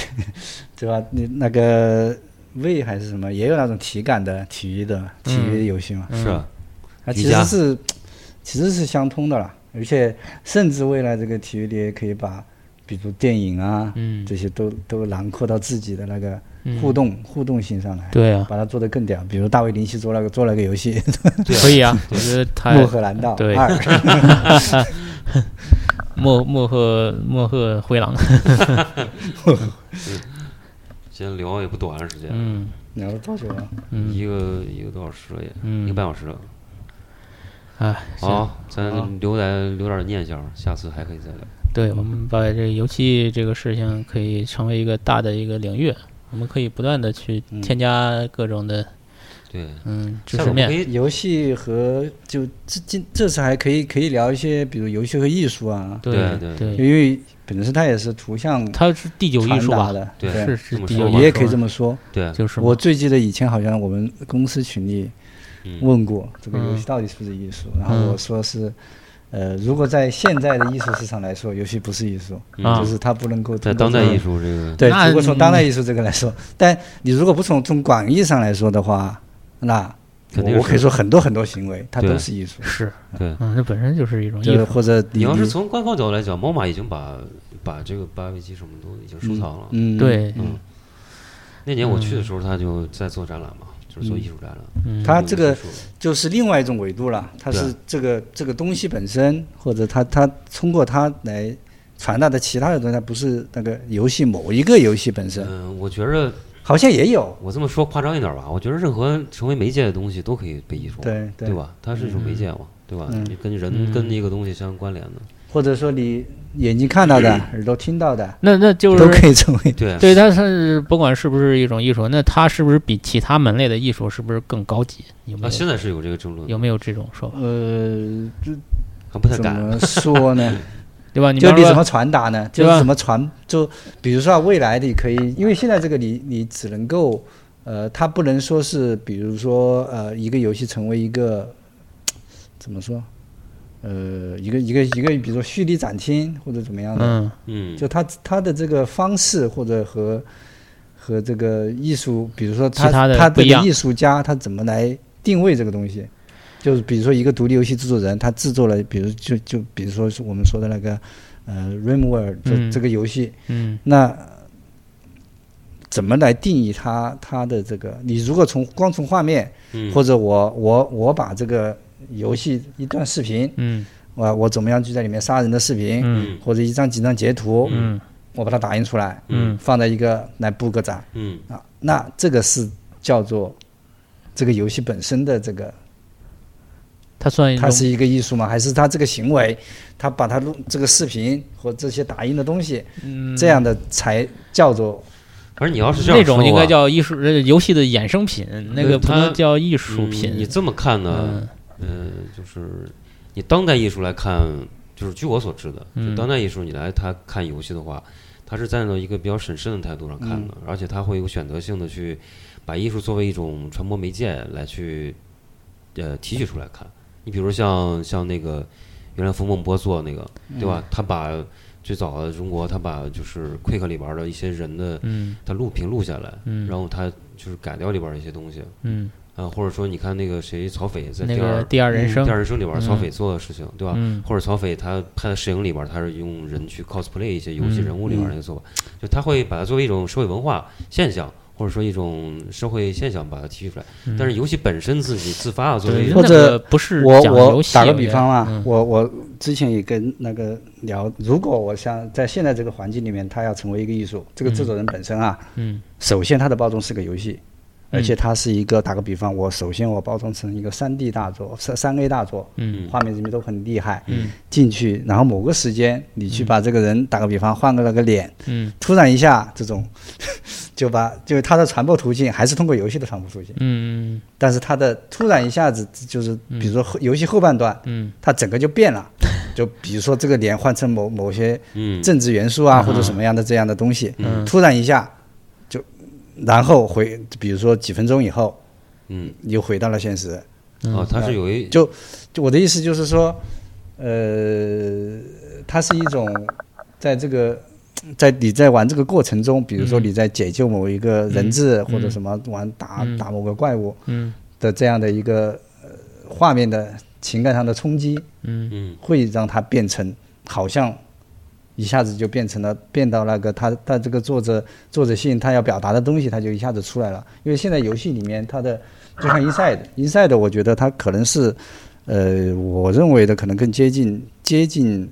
Speaker 4: 对吧？你那个 V 还是什么，也有那种体感的体育的体育游戏嘛，
Speaker 2: 是啊，
Speaker 4: 它
Speaker 2: 瑜
Speaker 4: 其
Speaker 2: 伽
Speaker 4: 实是其实是相通的啦，而且甚至未来这个体育里也可以把，比如电影啊，
Speaker 3: 嗯
Speaker 4: 这些都都囊括到自己的那个
Speaker 3: 嗯
Speaker 4: 互动、互动性上来，
Speaker 3: 对啊，
Speaker 4: 把它做得更屌。比如大卫林奇做了个做了个游戏
Speaker 2: 对啊
Speaker 3: 可以啊，我觉得
Speaker 4: 《
Speaker 3: 他
Speaker 2: 哎
Speaker 4: 穆赫兰道
Speaker 3: 对
Speaker 4: 二》
Speaker 3: 莫莫赫莫赫回廊，
Speaker 2: 今天聊也不短时间，
Speaker 3: 嗯
Speaker 4: 聊了多久啊了？
Speaker 3: 嗯
Speaker 2: 一个一个多小时了也，一个
Speaker 3: 嗯，
Speaker 2: 半小时了。
Speaker 3: 哎，行
Speaker 2: 好，
Speaker 4: 好
Speaker 2: 咱留点留点念想，下次还可以再聊。
Speaker 3: 对，我
Speaker 4: 嗯
Speaker 3: 们把这游戏这个事情可以成为一个大的一个领域，我们可以不断的去
Speaker 4: 嗯
Speaker 3: 添加各种的
Speaker 2: 对，
Speaker 3: 嗯知
Speaker 2: 下次
Speaker 3: 识
Speaker 2: 我们可
Speaker 3: 面，
Speaker 2: 以
Speaker 4: 游戏和就这这这次还可以可以聊一些，比如游戏和艺术啊，
Speaker 2: 对
Speaker 3: 对
Speaker 2: 对
Speaker 4: 因为本身它也是图像
Speaker 3: 它是第九艺
Speaker 4: 传
Speaker 3: 术
Speaker 4: 达
Speaker 3: 吧？
Speaker 4: 的，
Speaker 2: 对
Speaker 4: 对，
Speaker 3: 是是
Speaker 2: 这么
Speaker 3: 第
Speaker 2: 说吧
Speaker 3: 九艺
Speaker 4: 你
Speaker 3: 术，
Speaker 4: 也可以这么说。
Speaker 2: 对，
Speaker 3: 就是
Speaker 4: 我
Speaker 3: 嘛
Speaker 4: 最记得以前好像我们公司群里
Speaker 2: 嗯
Speaker 4: 问过这个游
Speaker 3: 嗯
Speaker 4: 戏到底是不是艺术，然后
Speaker 3: 嗯
Speaker 4: 我说是，呃，如果在现在的艺术市场来说，游戏不是艺术，
Speaker 3: 啊
Speaker 4: 就是它不能够
Speaker 2: 在
Speaker 4: 通
Speaker 2: 嗯当
Speaker 4: 过
Speaker 2: 代
Speaker 4: 这个
Speaker 2: 艺术这个，
Speaker 4: 对，
Speaker 3: 那
Speaker 4: 如果从当代艺术这个来说，但你如果不从从广义上来说的话，那
Speaker 2: 肯定
Speaker 4: 我我可以
Speaker 2: 是
Speaker 4: 说很多很多行为它
Speaker 2: 对
Speaker 4: 都是艺术，
Speaker 3: 是，
Speaker 2: 对
Speaker 3: 嗯，这本身就是一种
Speaker 4: 就
Speaker 3: 艺
Speaker 4: 是
Speaker 3: 术，
Speaker 4: 或者
Speaker 2: 你要
Speaker 4: 你
Speaker 2: 是从官方角度来讲，猫马已经把把这个八位机什么都已经收藏了。
Speaker 4: 嗯，
Speaker 3: 对，
Speaker 2: 嗯，那年我去的时候，他就在做展览嘛，就是做艺术展览。
Speaker 3: 嗯，
Speaker 4: 它
Speaker 2: 嗯
Speaker 4: 这个
Speaker 2: 艺术
Speaker 4: 就是另外一种维度了，它
Speaker 2: 对
Speaker 4: 是这个这个东西本身，或者它它通过它来传达的其他的东西，它不是那个游戏某一个游戏本身，
Speaker 2: 嗯，我觉着
Speaker 4: 好像也有，
Speaker 2: 我这么说夸张一点吧，我觉得任何成为媒介的东西都可以被艺术化，
Speaker 4: 对
Speaker 2: 对吧？它是一种媒介嘛，对吧？
Speaker 4: 嗯
Speaker 2: 你跟人跟一个东西相关联的，
Speaker 4: 或者说你眼睛看到 的、耳朵听到的，
Speaker 3: 那那就
Speaker 4: 都
Speaker 3: 是
Speaker 4: 可 以成为
Speaker 2: 对
Speaker 3: 对，它是不管是不是一种艺术，那它是不是比其他门类的艺术是不是更高级？有没
Speaker 2: 啊，
Speaker 3: 有
Speaker 2: 现在是有这个争论，
Speaker 3: 有没有这种说法？
Speaker 4: 呃，
Speaker 2: 还不太
Speaker 4: 怎
Speaker 2: 敢。
Speaker 4: 么说呢？
Speaker 3: 对吧？你比
Speaker 4: 就
Speaker 3: 方
Speaker 4: 你怎么
Speaker 3: 说，
Speaker 4: 传达呢？
Speaker 3: 对
Speaker 4: 就
Speaker 3: 吧
Speaker 4: 是怎么传？就比如说啊未来你可以，因为现在这个你你只能够，呃，它不能说是，比如说呃，一个游戏成为一个怎么说，呃，一个一个一个，比如说蓄力展厅或者怎么样的，
Speaker 3: 嗯
Speaker 2: 嗯，
Speaker 4: 就它它的这个方式或者和和这个艺术，比如说
Speaker 3: 其他
Speaker 4: 它
Speaker 3: 的
Speaker 4: 它
Speaker 3: 不一
Speaker 4: 这
Speaker 3: 样
Speaker 4: 个艺术家他怎么来定位这个东西？就是比如说一个独立游戏制作人，他制作了，比如就就比如说是我们说的那个呃 RimWorld 这、
Speaker 3: 嗯
Speaker 4: 这个游戏，
Speaker 3: 嗯
Speaker 4: 那怎么来定义它它的这个？你如果从光从画面，
Speaker 2: 嗯
Speaker 4: 或者我我我把这个游戏一段视频，
Speaker 3: 嗯
Speaker 4: 我我怎么样去在里面杀人的视频，
Speaker 3: 嗯
Speaker 2: 嗯
Speaker 4: 或者一张几张截图，
Speaker 3: 嗯
Speaker 4: 我把它打印出来，
Speaker 3: 嗯
Speaker 4: 放在一个来布个展
Speaker 2: 嗯，
Speaker 4: 啊，那这个是叫做这个游戏本身的这个，
Speaker 3: 它算一种
Speaker 4: 它是一个艺术吗？还是它这个行为，它把它录这个视频和这些打印的东西，
Speaker 3: 嗯
Speaker 4: 这样的才叫做
Speaker 2: 反正你要是这样
Speaker 3: 那种
Speaker 2: 说
Speaker 3: 应该
Speaker 2: 啊
Speaker 3: 叫艺术呃游戏的衍生品，那
Speaker 2: 那
Speaker 3: 个不
Speaker 2: 它
Speaker 3: 能叫艺术
Speaker 2: 嗯
Speaker 3: 品
Speaker 2: 你。这么看呢？
Speaker 3: 嗯
Speaker 2: 呃，就是你当代艺术来看，就是据我所知的，就
Speaker 3: 嗯
Speaker 2: 当代艺术你来他看游戏的话，他是站在一个比较审慎的态度上看的，
Speaker 3: 嗯
Speaker 2: 而且他会有选择性的去把艺术作为一种传播媒介来去呃提取出来看。你比如像像那个原来冯梦波做那个，
Speaker 3: 嗯
Speaker 2: 对吧？他把最早的中国，他把就是 Quick 里边的一些人的，
Speaker 3: 嗯
Speaker 2: 他录屏录下来，
Speaker 3: 嗯
Speaker 2: 然后他就是改掉里边的一些东西，
Speaker 3: 嗯，
Speaker 2: 啊，或者说你看那个谁曹斐在
Speaker 3: 那
Speaker 2: 第二
Speaker 3: 个第二人生
Speaker 2: 第，二人生里边儿曹
Speaker 3: 嗯
Speaker 2: 斐做的事情，对吧？
Speaker 3: 嗯
Speaker 2: 或者曹斐他拍的摄影里边儿，他是用人去 cosplay 一些游戏人物里
Speaker 3: 嗯
Speaker 2: 边儿那个做法，就他会把它作为一种社会文化现象，或者说一种社会现象把它提取出来。但是游戏本身自己自发的作为
Speaker 3: 嗯对，
Speaker 2: 一
Speaker 3: 那
Speaker 2: 种
Speaker 4: 或者
Speaker 3: 个不是
Speaker 4: 我
Speaker 3: 讲游
Speaker 4: 我
Speaker 3: 戏
Speaker 4: 打个
Speaker 3: 我
Speaker 4: 比
Speaker 3: 觉
Speaker 4: 方
Speaker 3: 得
Speaker 4: 啊
Speaker 3: 嗯，
Speaker 4: 我我之前也跟那个聊，如果我想在现在这个环境里面，他要成为一个艺术，这个制作人本身啊，
Speaker 3: 嗯
Speaker 4: 首先它的包装是个游戏，而
Speaker 3: 嗯
Speaker 4: 且它是一个打个比方，我首先我包装成一个三 D 大作、三三 A 大作，
Speaker 3: 嗯
Speaker 4: 画面什么都很厉害，
Speaker 3: 嗯
Speaker 4: 进去，然后某个时间你去把这个人打个比方换个那个脸，
Speaker 3: 嗯
Speaker 4: 突然一下这种， 就把就是它的传播途径还是通过游戏的传播途径，
Speaker 3: 嗯
Speaker 4: 但是它的突然一下子就是，比如说后游戏后半段，
Speaker 3: 嗯
Speaker 4: 它整个就变 了，就比如说这个脸换成某某些
Speaker 2: 嗯
Speaker 4: 政治元素啊，或者什么样的这样的东西，
Speaker 3: 嗯
Speaker 4: 突然一下就，然后回，比如说几分钟以后
Speaker 2: 嗯
Speaker 4: 又回到了现实。
Speaker 3: 嗯
Speaker 2: 啊，它是有一
Speaker 4: 就就我的意思就是说，呃，它是一种在这个。在你在玩这个过程中，比如
Speaker 3: 嗯
Speaker 4: 说你在解救某一个人质、或者什么玩打、
Speaker 3: 嗯
Speaker 4: 打某个怪物
Speaker 3: 嗯
Speaker 4: 的这样的一个、呃、画面的情感上的冲击，
Speaker 3: 嗯
Speaker 2: 嗯
Speaker 4: 会让它变成好像一下子就变成了变到那个他他这个作者作者性他要表达的东西，他就一下子出来了。因为现在游戏里面它的就像 Inside Inside，我觉得它可能是呃，我认为的可能更接近接近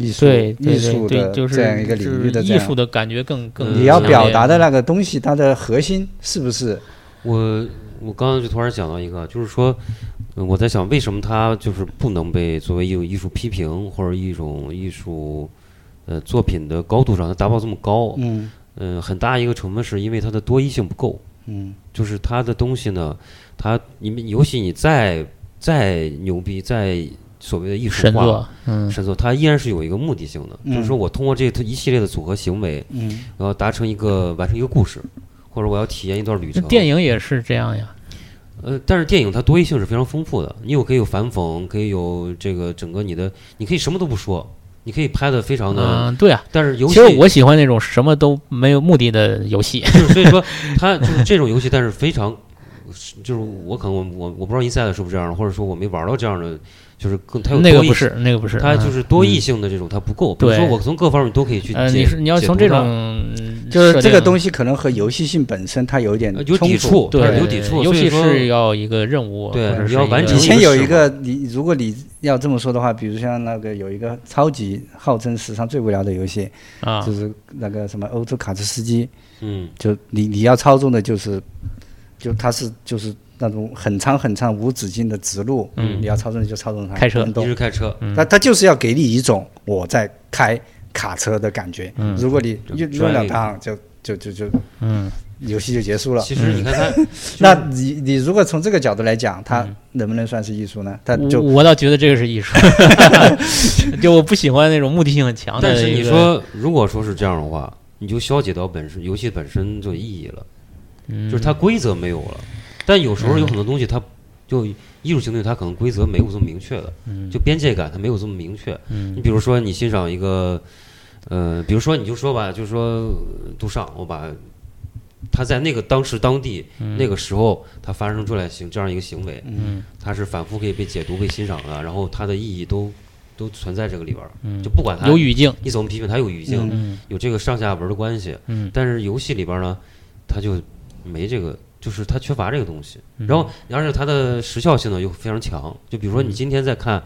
Speaker 4: 艺术
Speaker 3: 对对
Speaker 4: 艺术
Speaker 3: 对对，
Speaker 4: 的
Speaker 3: 就
Speaker 4: 这样
Speaker 3: 是
Speaker 4: 一个领
Speaker 3: 就是
Speaker 4: 域的这
Speaker 3: 艺术
Speaker 4: 样，
Speaker 3: 的感觉更更
Speaker 2: 嗯
Speaker 4: 你要
Speaker 3: 强
Speaker 4: 表
Speaker 3: 烈嗯
Speaker 4: 达的那个东西，它的核心是不是？
Speaker 2: 我我刚刚就突然想到一个，就是说，呃我在想为什么它就是不能被作为一种艺术批评或者一种艺术呃作品的高度上它达到这么高？
Speaker 4: 嗯
Speaker 2: 嗯、很大一个成分是因为它的多一性不够，
Speaker 4: 嗯
Speaker 2: 就是它的东西呢，它你们尤其你再再牛逼，再所谓的艺术
Speaker 3: 神
Speaker 2: 化。
Speaker 3: 作，嗯
Speaker 2: 神作，它依然是有一个目的性的，就是
Speaker 4: 嗯
Speaker 2: 说我通过这一系列的组合行为，
Speaker 4: 嗯，
Speaker 2: 我要达成一个完成一个故事，或者我要体验一段旅
Speaker 3: 那
Speaker 2: 程。
Speaker 3: 电影也是这样呀，
Speaker 2: 呃，但是电影它多义性是非常丰富的，你有可以有反讽，可以有这个整个你的，你可以什么都不说，你可以拍的非常的，
Speaker 3: 嗯，对啊，
Speaker 2: 但是游
Speaker 3: 其
Speaker 2: 戏
Speaker 3: 实我喜欢那种什么都没有目的的游戏，
Speaker 2: 就是所以说它就是这种游戏，但是非常就是我可能我我我不知道 Inside 是不是这样的，或者说我没玩到这样的，就是更它有
Speaker 3: 那个
Speaker 2: 多义
Speaker 3: 不是，那个不是，
Speaker 2: 它
Speaker 3: 嗯
Speaker 2: 就是多义性的这种它不够，比如
Speaker 3: 对
Speaker 2: 说我从各方面都可以去
Speaker 3: 呃，
Speaker 2: 解
Speaker 3: 你是你要
Speaker 2: 解
Speaker 3: 从
Speaker 2: 读
Speaker 3: 这
Speaker 2: 它
Speaker 3: 种
Speaker 4: 就是这个
Speaker 3: 西
Speaker 4: 东西可能和游戏性本身它有一点
Speaker 2: 呃有
Speaker 4: 冲
Speaker 2: 抵
Speaker 4: 突
Speaker 2: 触，它是
Speaker 3: 对
Speaker 2: 有抵触，
Speaker 3: 尤
Speaker 2: 所以
Speaker 3: 其
Speaker 2: 说
Speaker 3: 是要一个任务，
Speaker 2: 对
Speaker 3: 或者
Speaker 2: 你
Speaker 3: 是
Speaker 2: 要
Speaker 3: 一
Speaker 2: 完
Speaker 3: 个
Speaker 2: 成
Speaker 4: 以前有一
Speaker 2: 是
Speaker 4: 个你，如果你要这么说的话，比如像那个有一个超级号称史上最无聊的游戏，
Speaker 3: 啊
Speaker 4: 就，是那个什么欧洲卡车司机，
Speaker 2: 嗯
Speaker 4: 就你你要操纵的就是，就它是就是那种很长很长无止境的直路，
Speaker 3: 嗯
Speaker 4: 你要操纵就操纵它，
Speaker 3: 开车
Speaker 4: 不能
Speaker 2: 一
Speaker 4: 动
Speaker 2: 直开
Speaker 3: 嗯
Speaker 2: 车，
Speaker 4: 那它就是要给你一种我在开卡车的感觉。如果你
Speaker 2: 这
Speaker 4: 用用
Speaker 2: 专
Speaker 4: 了
Speaker 2: 业
Speaker 4: 它，就就就就
Speaker 3: 嗯，
Speaker 4: 游戏就结束了。嗯
Speaker 2: 其实你看它
Speaker 4: 那你你如果从这个角度来讲，它能不能算是艺术呢？它
Speaker 3: 我
Speaker 4: 就
Speaker 3: 我倒觉得这个是艺术， 就我不喜欢那种目的性很强的
Speaker 2: 但
Speaker 3: 一
Speaker 2: 是
Speaker 3: 个。
Speaker 2: 你说，如果说是这样的话，你就消解到本身游戏本身就有意义了，
Speaker 3: 嗯，
Speaker 2: 就是它规则没有了。但有时候有很多东西，它就艺术性的，它可能规则没有这么明确的，
Speaker 3: 嗯
Speaker 2: 就边界感它没有这么明确。你比如说，你欣赏一个，呃，比如说你就说吧，就是说呃杜尚，我把他在那个当时当地、那个时候他发生出来行这样一个行为，
Speaker 3: 嗯，
Speaker 2: 它是反复可以被解读、被欣赏的，然后它的意义都都存在这个里边儿，
Speaker 3: 嗯
Speaker 2: 就不管它
Speaker 3: 有语境，
Speaker 2: 你怎么批评它有语境，
Speaker 3: 嗯
Speaker 2: 有这个上下文的关系。
Speaker 3: 嗯
Speaker 2: 但是游戏里边呢，它就没这个，就是它缺乏这个东西。
Speaker 3: 嗯
Speaker 2: 然后，而且它的时效性呢又非常强。就比如说你今天在看，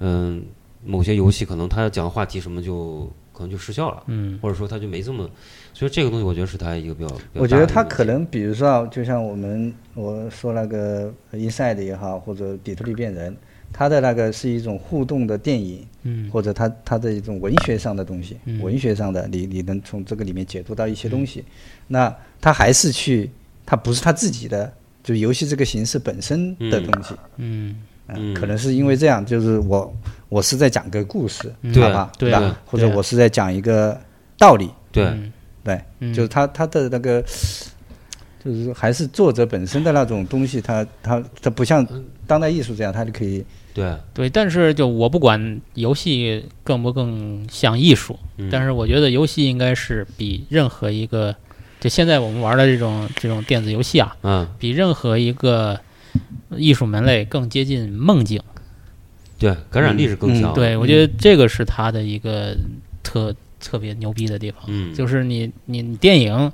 Speaker 2: 嗯、某些游戏可能它讲的话题什么就可能就失效了，
Speaker 3: 嗯
Speaker 2: 或者说它就没这么。所以这个东西我觉得是它一个比较，比较
Speaker 4: 我觉得
Speaker 2: 大
Speaker 4: 它
Speaker 2: 的一个
Speaker 4: 可能，比如说啊，就像我们我说那个《Inside》也好，或者《底特律变人》，它的那个是一种互动的电影，
Speaker 3: 嗯
Speaker 4: 或者它它的一种文学上的东西，文学上的你你能从这个里面解读到一些东西。那它还是去，它不是它自己的，就游戏这个形式本身的
Speaker 2: 嗯
Speaker 4: 东西。
Speaker 3: 嗯
Speaker 4: 嗯，
Speaker 2: 嗯
Speaker 4: 可能是因为这样，就是我我是在讲个故事，
Speaker 2: 对啊
Speaker 4: 好吧？
Speaker 3: 对
Speaker 2: 对
Speaker 4: 吧？或者
Speaker 3: 对
Speaker 4: 我是在讲一个道理，
Speaker 2: 对、
Speaker 4: 对，
Speaker 3: 嗯
Speaker 4: 就是他他的那个，就是还是作者本身的那种东西，他他他不像当代艺术这样，他就可以，
Speaker 2: 对，
Speaker 3: 对，但是就我不管游戏更不更像艺术，
Speaker 2: 嗯、
Speaker 3: 但是我觉得游戏应该是比任何一个，就现在我们玩的这种这种电子游戏啊，
Speaker 2: 嗯，
Speaker 3: 比任何一个艺术门类更接近梦境。
Speaker 2: 对，感染力是更
Speaker 4: 嗯
Speaker 2: 强。
Speaker 3: 对，我觉得这个是它的一个特特别牛逼的地方，
Speaker 2: 嗯，
Speaker 3: 就是你你你电影，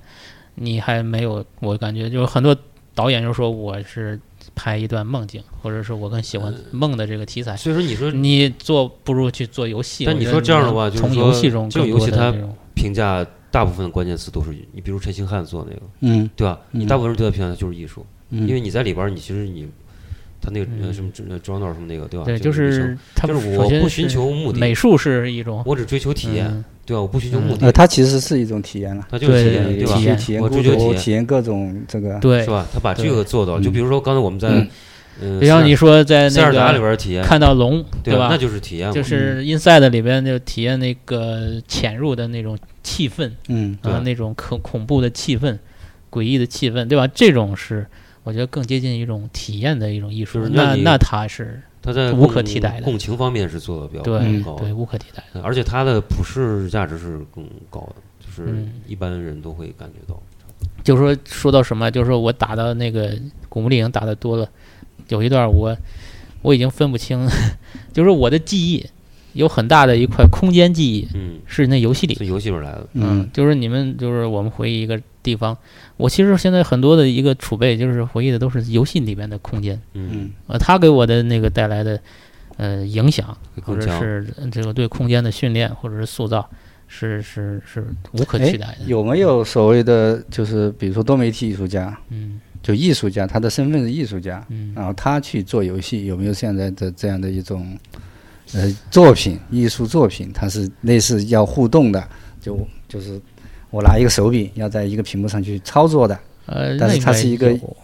Speaker 3: 你还没有，我感觉就是很多导演就说我是拍一段梦境，或者是我更喜
Speaker 2: 呃
Speaker 3: 欢梦的这个题材。
Speaker 2: 所以说你说
Speaker 3: 你做不如去做游戏。
Speaker 2: 但
Speaker 3: 我
Speaker 2: 你
Speaker 3: 觉
Speaker 2: 说
Speaker 3: 得
Speaker 2: 这样的
Speaker 3: 能
Speaker 2: 话就是
Speaker 3: 从
Speaker 2: 说
Speaker 3: 游戏中
Speaker 2: 这种
Speaker 3: 更
Speaker 2: 游
Speaker 3: 多
Speaker 2: 戏
Speaker 3: 的
Speaker 2: 它
Speaker 3: 这种
Speaker 2: 评价大部分的关键词都是，你比如陈星汉做那个，
Speaker 4: 嗯
Speaker 2: 对吧？你
Speaker 4: 嗯
Speaker 2: 大部分人对他评价就是艺术，
Speaker 4: 嗯
Speaker 2: 因为你在里边儿，你其实你他那个呃什么呃 journal 什么那个，对吧？
Speaker 3: 嗯对，
Speaker 2: 就
Speaker 3: 就是它
Speaker 2: 就是
Speaker 3: 首
Speaker 2: 我
Speaker 3: 先
Speaker 2: 不寻
Speaker 3: 是
Speaker 2: 求目的
Speaker 3: 美术是一种
Speaker 2: 我只追求体验，
Speaker 3: 嗯
Speaker 2: 对吧？我不寻求目
Speaker 4: 呃，
Speaker 2: 的，
Speaker 4: 他其实是一种体验了，
Speaker 2: 他就是体
Speaker 3: 对
Speaker 2: 验，
Speaker 3: 对
Speaker 2: 吧
Speaker 4: 体
Speaker 3: 体？
Speaker 4: 验
Speaker 3: 验
Speaker 4: 体验
Speaker 2: 我
Speaker 4: 孤
Speaker 2: 追求体
Speaker 4: 独，
Speaker 2: 验
Speaker 4: 体验各种这个，
Speaker 3: 对
Speaker 2: 是，吧？他把这
Speaker 4: 对
Speaker 2: 个做到，就比如说刚才我们在
Speaker 4: 嗯
Speaker 2: 嗯，
Speaker 3: 就像你说在
Speaker 2: 塞
Speaker 3: 那
Speaker 2: 尔达里
Speaker 3: 个
Speaker 2: 边儿的体验，
Speaker 3: 看到龙，
Speaker 2: 对吧？
Speaker 3: 吧
Speaker 2: 那？就是体验嘛，
Speaker 3: 就是 Inside 里边就体验那个潜入的那种气氛
Speaker 4: 嗯
Speaker 2: 对
Speaker 3: 啊，那种恐恐怖的气氛、诡异的气氛，对吧？这种是我觉得更接近一种体验的一种艺术
Speaker 2: 就。是让
Speaker 3: 那
Speaker 2: 你
Speaker 3: 那它是
Speaker 2: 他在
Speaker 3: 无可
Speaker 2: 共
Speaker 3: 替代的
Speaker 2: 共情方面是做的比较
Speaker 3: 对
Speaker 4: 嗯
Speaker 2: 高的
Speaker 3: 对无可替代的。
Speaker 2: 而且它的普世价值是更高的，就是
Speaker 3: 嗯
Speaker 2: 一般人都会感觉到。
Speaker 3: 就说说到什么，就是说我打到那个古墓丽影打的多了，有一段我我已经分不清， 就是我的记忆有很大的一块空间记忆
Speaker 2: 嗯，
Speaker 3: 是那游戏里，
Speaker 2: 这游戏里边来的，
Speaker 3: 嗯，就是你们就是我们回忆一个地方，我其实现在很多的一个储备就是回忆的都是游戏里边的空间，
Speaker 2: 嗯
Speaker 4: 嗯
Speaker 3: 呃，它给我的那个带来的。呃影响，
Speaker 2: 会
Speaker 3: 或
Speaker 2: 更
Speaker 3: 者
Speaker 2: 强。
Speaker 3: 是这个对空间的训练或者是塑造，是是是无可取代的。
Speaker 4: 哎有没有所谓的就是比如说多媒体艺术家，
Speaker 3: 嗯
Speaker 4: 就艺术家，他的身份是艺术家，
Speaker 3: 嗯
Speaker 4: 然后他去做游戏，有没有现在的这样的一种呃作品，艺术作品，它是类似要互动的，就就是我拿一个手柄要在一个屏幕上去操作的，
Speaker 3: 呃，那
Speaker 4: 但是它是
Speaker 3: 应
Speaker 4: 一
Speaker 3: 该
Speaker 4: 个
Speaker 3: 有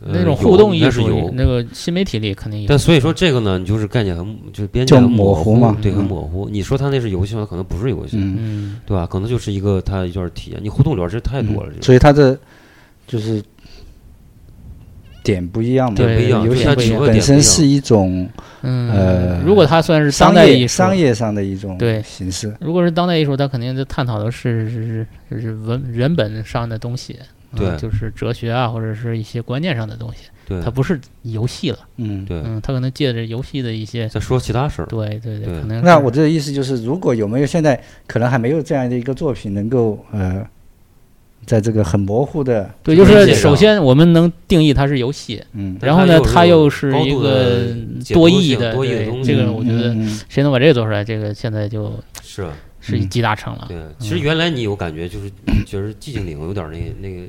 Speaker 2: 呃
Speaker 3: 那种
Speaker 2: 有
Speaker 3: 互动
Speaker 2: 应该
Speaker 3: 艺
Speaker 2: 是
Speaker 3: 术里
Speaker 2: 有，，
Speaker 3: 那个新媒体里肯定有。
Speaker 2: 但所以说这个呢，你就是概念很就是边界很
Speaker 4: 就模糊
Speaker 2: 糊
Speaker 4: 嘛
Speaker 2: 对，很
Speaker 4: 嗯
Speaker 2: 模糊。你说它那是游戏吗？可能不是游戏，
Speaker 4: 嗯，
Speaker 3: 嗯
Speaker 2: 对吧？可能就是一个它一段体验。你互动里边儿其实太多了，这种
Speaker 4: 所以它的就是点不一样嘛，
Speaker 2: 点不一样，
Speaker 4: 游
Speaker 2: 就
Speaker 4: 戏
Speaker 2: 它
Speaker 3: 不一
Speaker 2: 几
Speaker 3: 样
Speaker 2: 个
Speaker 4: 本
Speaker 2: 点不
Speaker 4: 身
Speaker 2: 一
Speaker 4: 是
Speaker 2: 样
Speaker 4: 一种
Speaker 3: 嗯
Speaker 4: 呃，
Speaker 3: 如果它算是当
Speaker 4: 商
Speaker 3: 代
Speaker 4: 业
Speaker 3: 艺术，
Speaker 4: 商业上的一种
Speaker 3: 对
Speaker 4: 形式，
Speaker 3: 如果是当代艺术，它肯定就探讨的是是是是文人本上的东西，啊
Speaker 2: 对
Speaker 3: 就是哲学啊，或者是一些观念上的东西，
Speaker 2: 对
Speaker 3: 它不是游戏了，
Speaker 4: 嗯。
Speaker 2: 对。
Speaker 3: 嗯，它可能借着游戏的一些，
Speaker 2: 再说其他事儿，
Speaker 3: 对对
Speaker 2: 对
Speaker 3: 可能
Speaker 4: 那
Speaker 3: 是
Speaker 4: 我的意思就是，如果有没有现在可能还没有这样的一个作品能够呃，在这个很模糊的
Speaker 3: 对，就
Speaker 2: 边界
Speaker 3: 是
Speaker 2: 上
Speaker 3: 首先我们能定义它是游戏，
Speaker 4: 嗯
Speaker 2: 但
Speaker 3: 然后
Speaker 2: 它
Speaker 3: 呢，
Speaker 2: 又
Speaker 3: 它
Speaker 2: 有
Speaker 3: 又是
Speaker 2: 高
Speaker 3: 一
Speaker 2: 度
Speaker 3: 个
Speaker 2: 的解读
Speaker 3: 多义
Speaker 2: 性
Speaker 3: 的，
Speaker 2: 多义的
Speaker 3: 对
Speaker 2: 东
Speaker 3: 这
Speaker 2: 西
Speaker 3: 个我觉得
Speaker 4: 嗯嗯
Speaker 3: 谁能把这个做出来，这个现在就是
Speaker 2: 是啊
Speaker 3: 一
Speaker 4: 嗯
Speaker 3: 集大成了。
Speaker 2: 对。其实原来你有感觉，就是觉得寂静岭有点儿那个那个，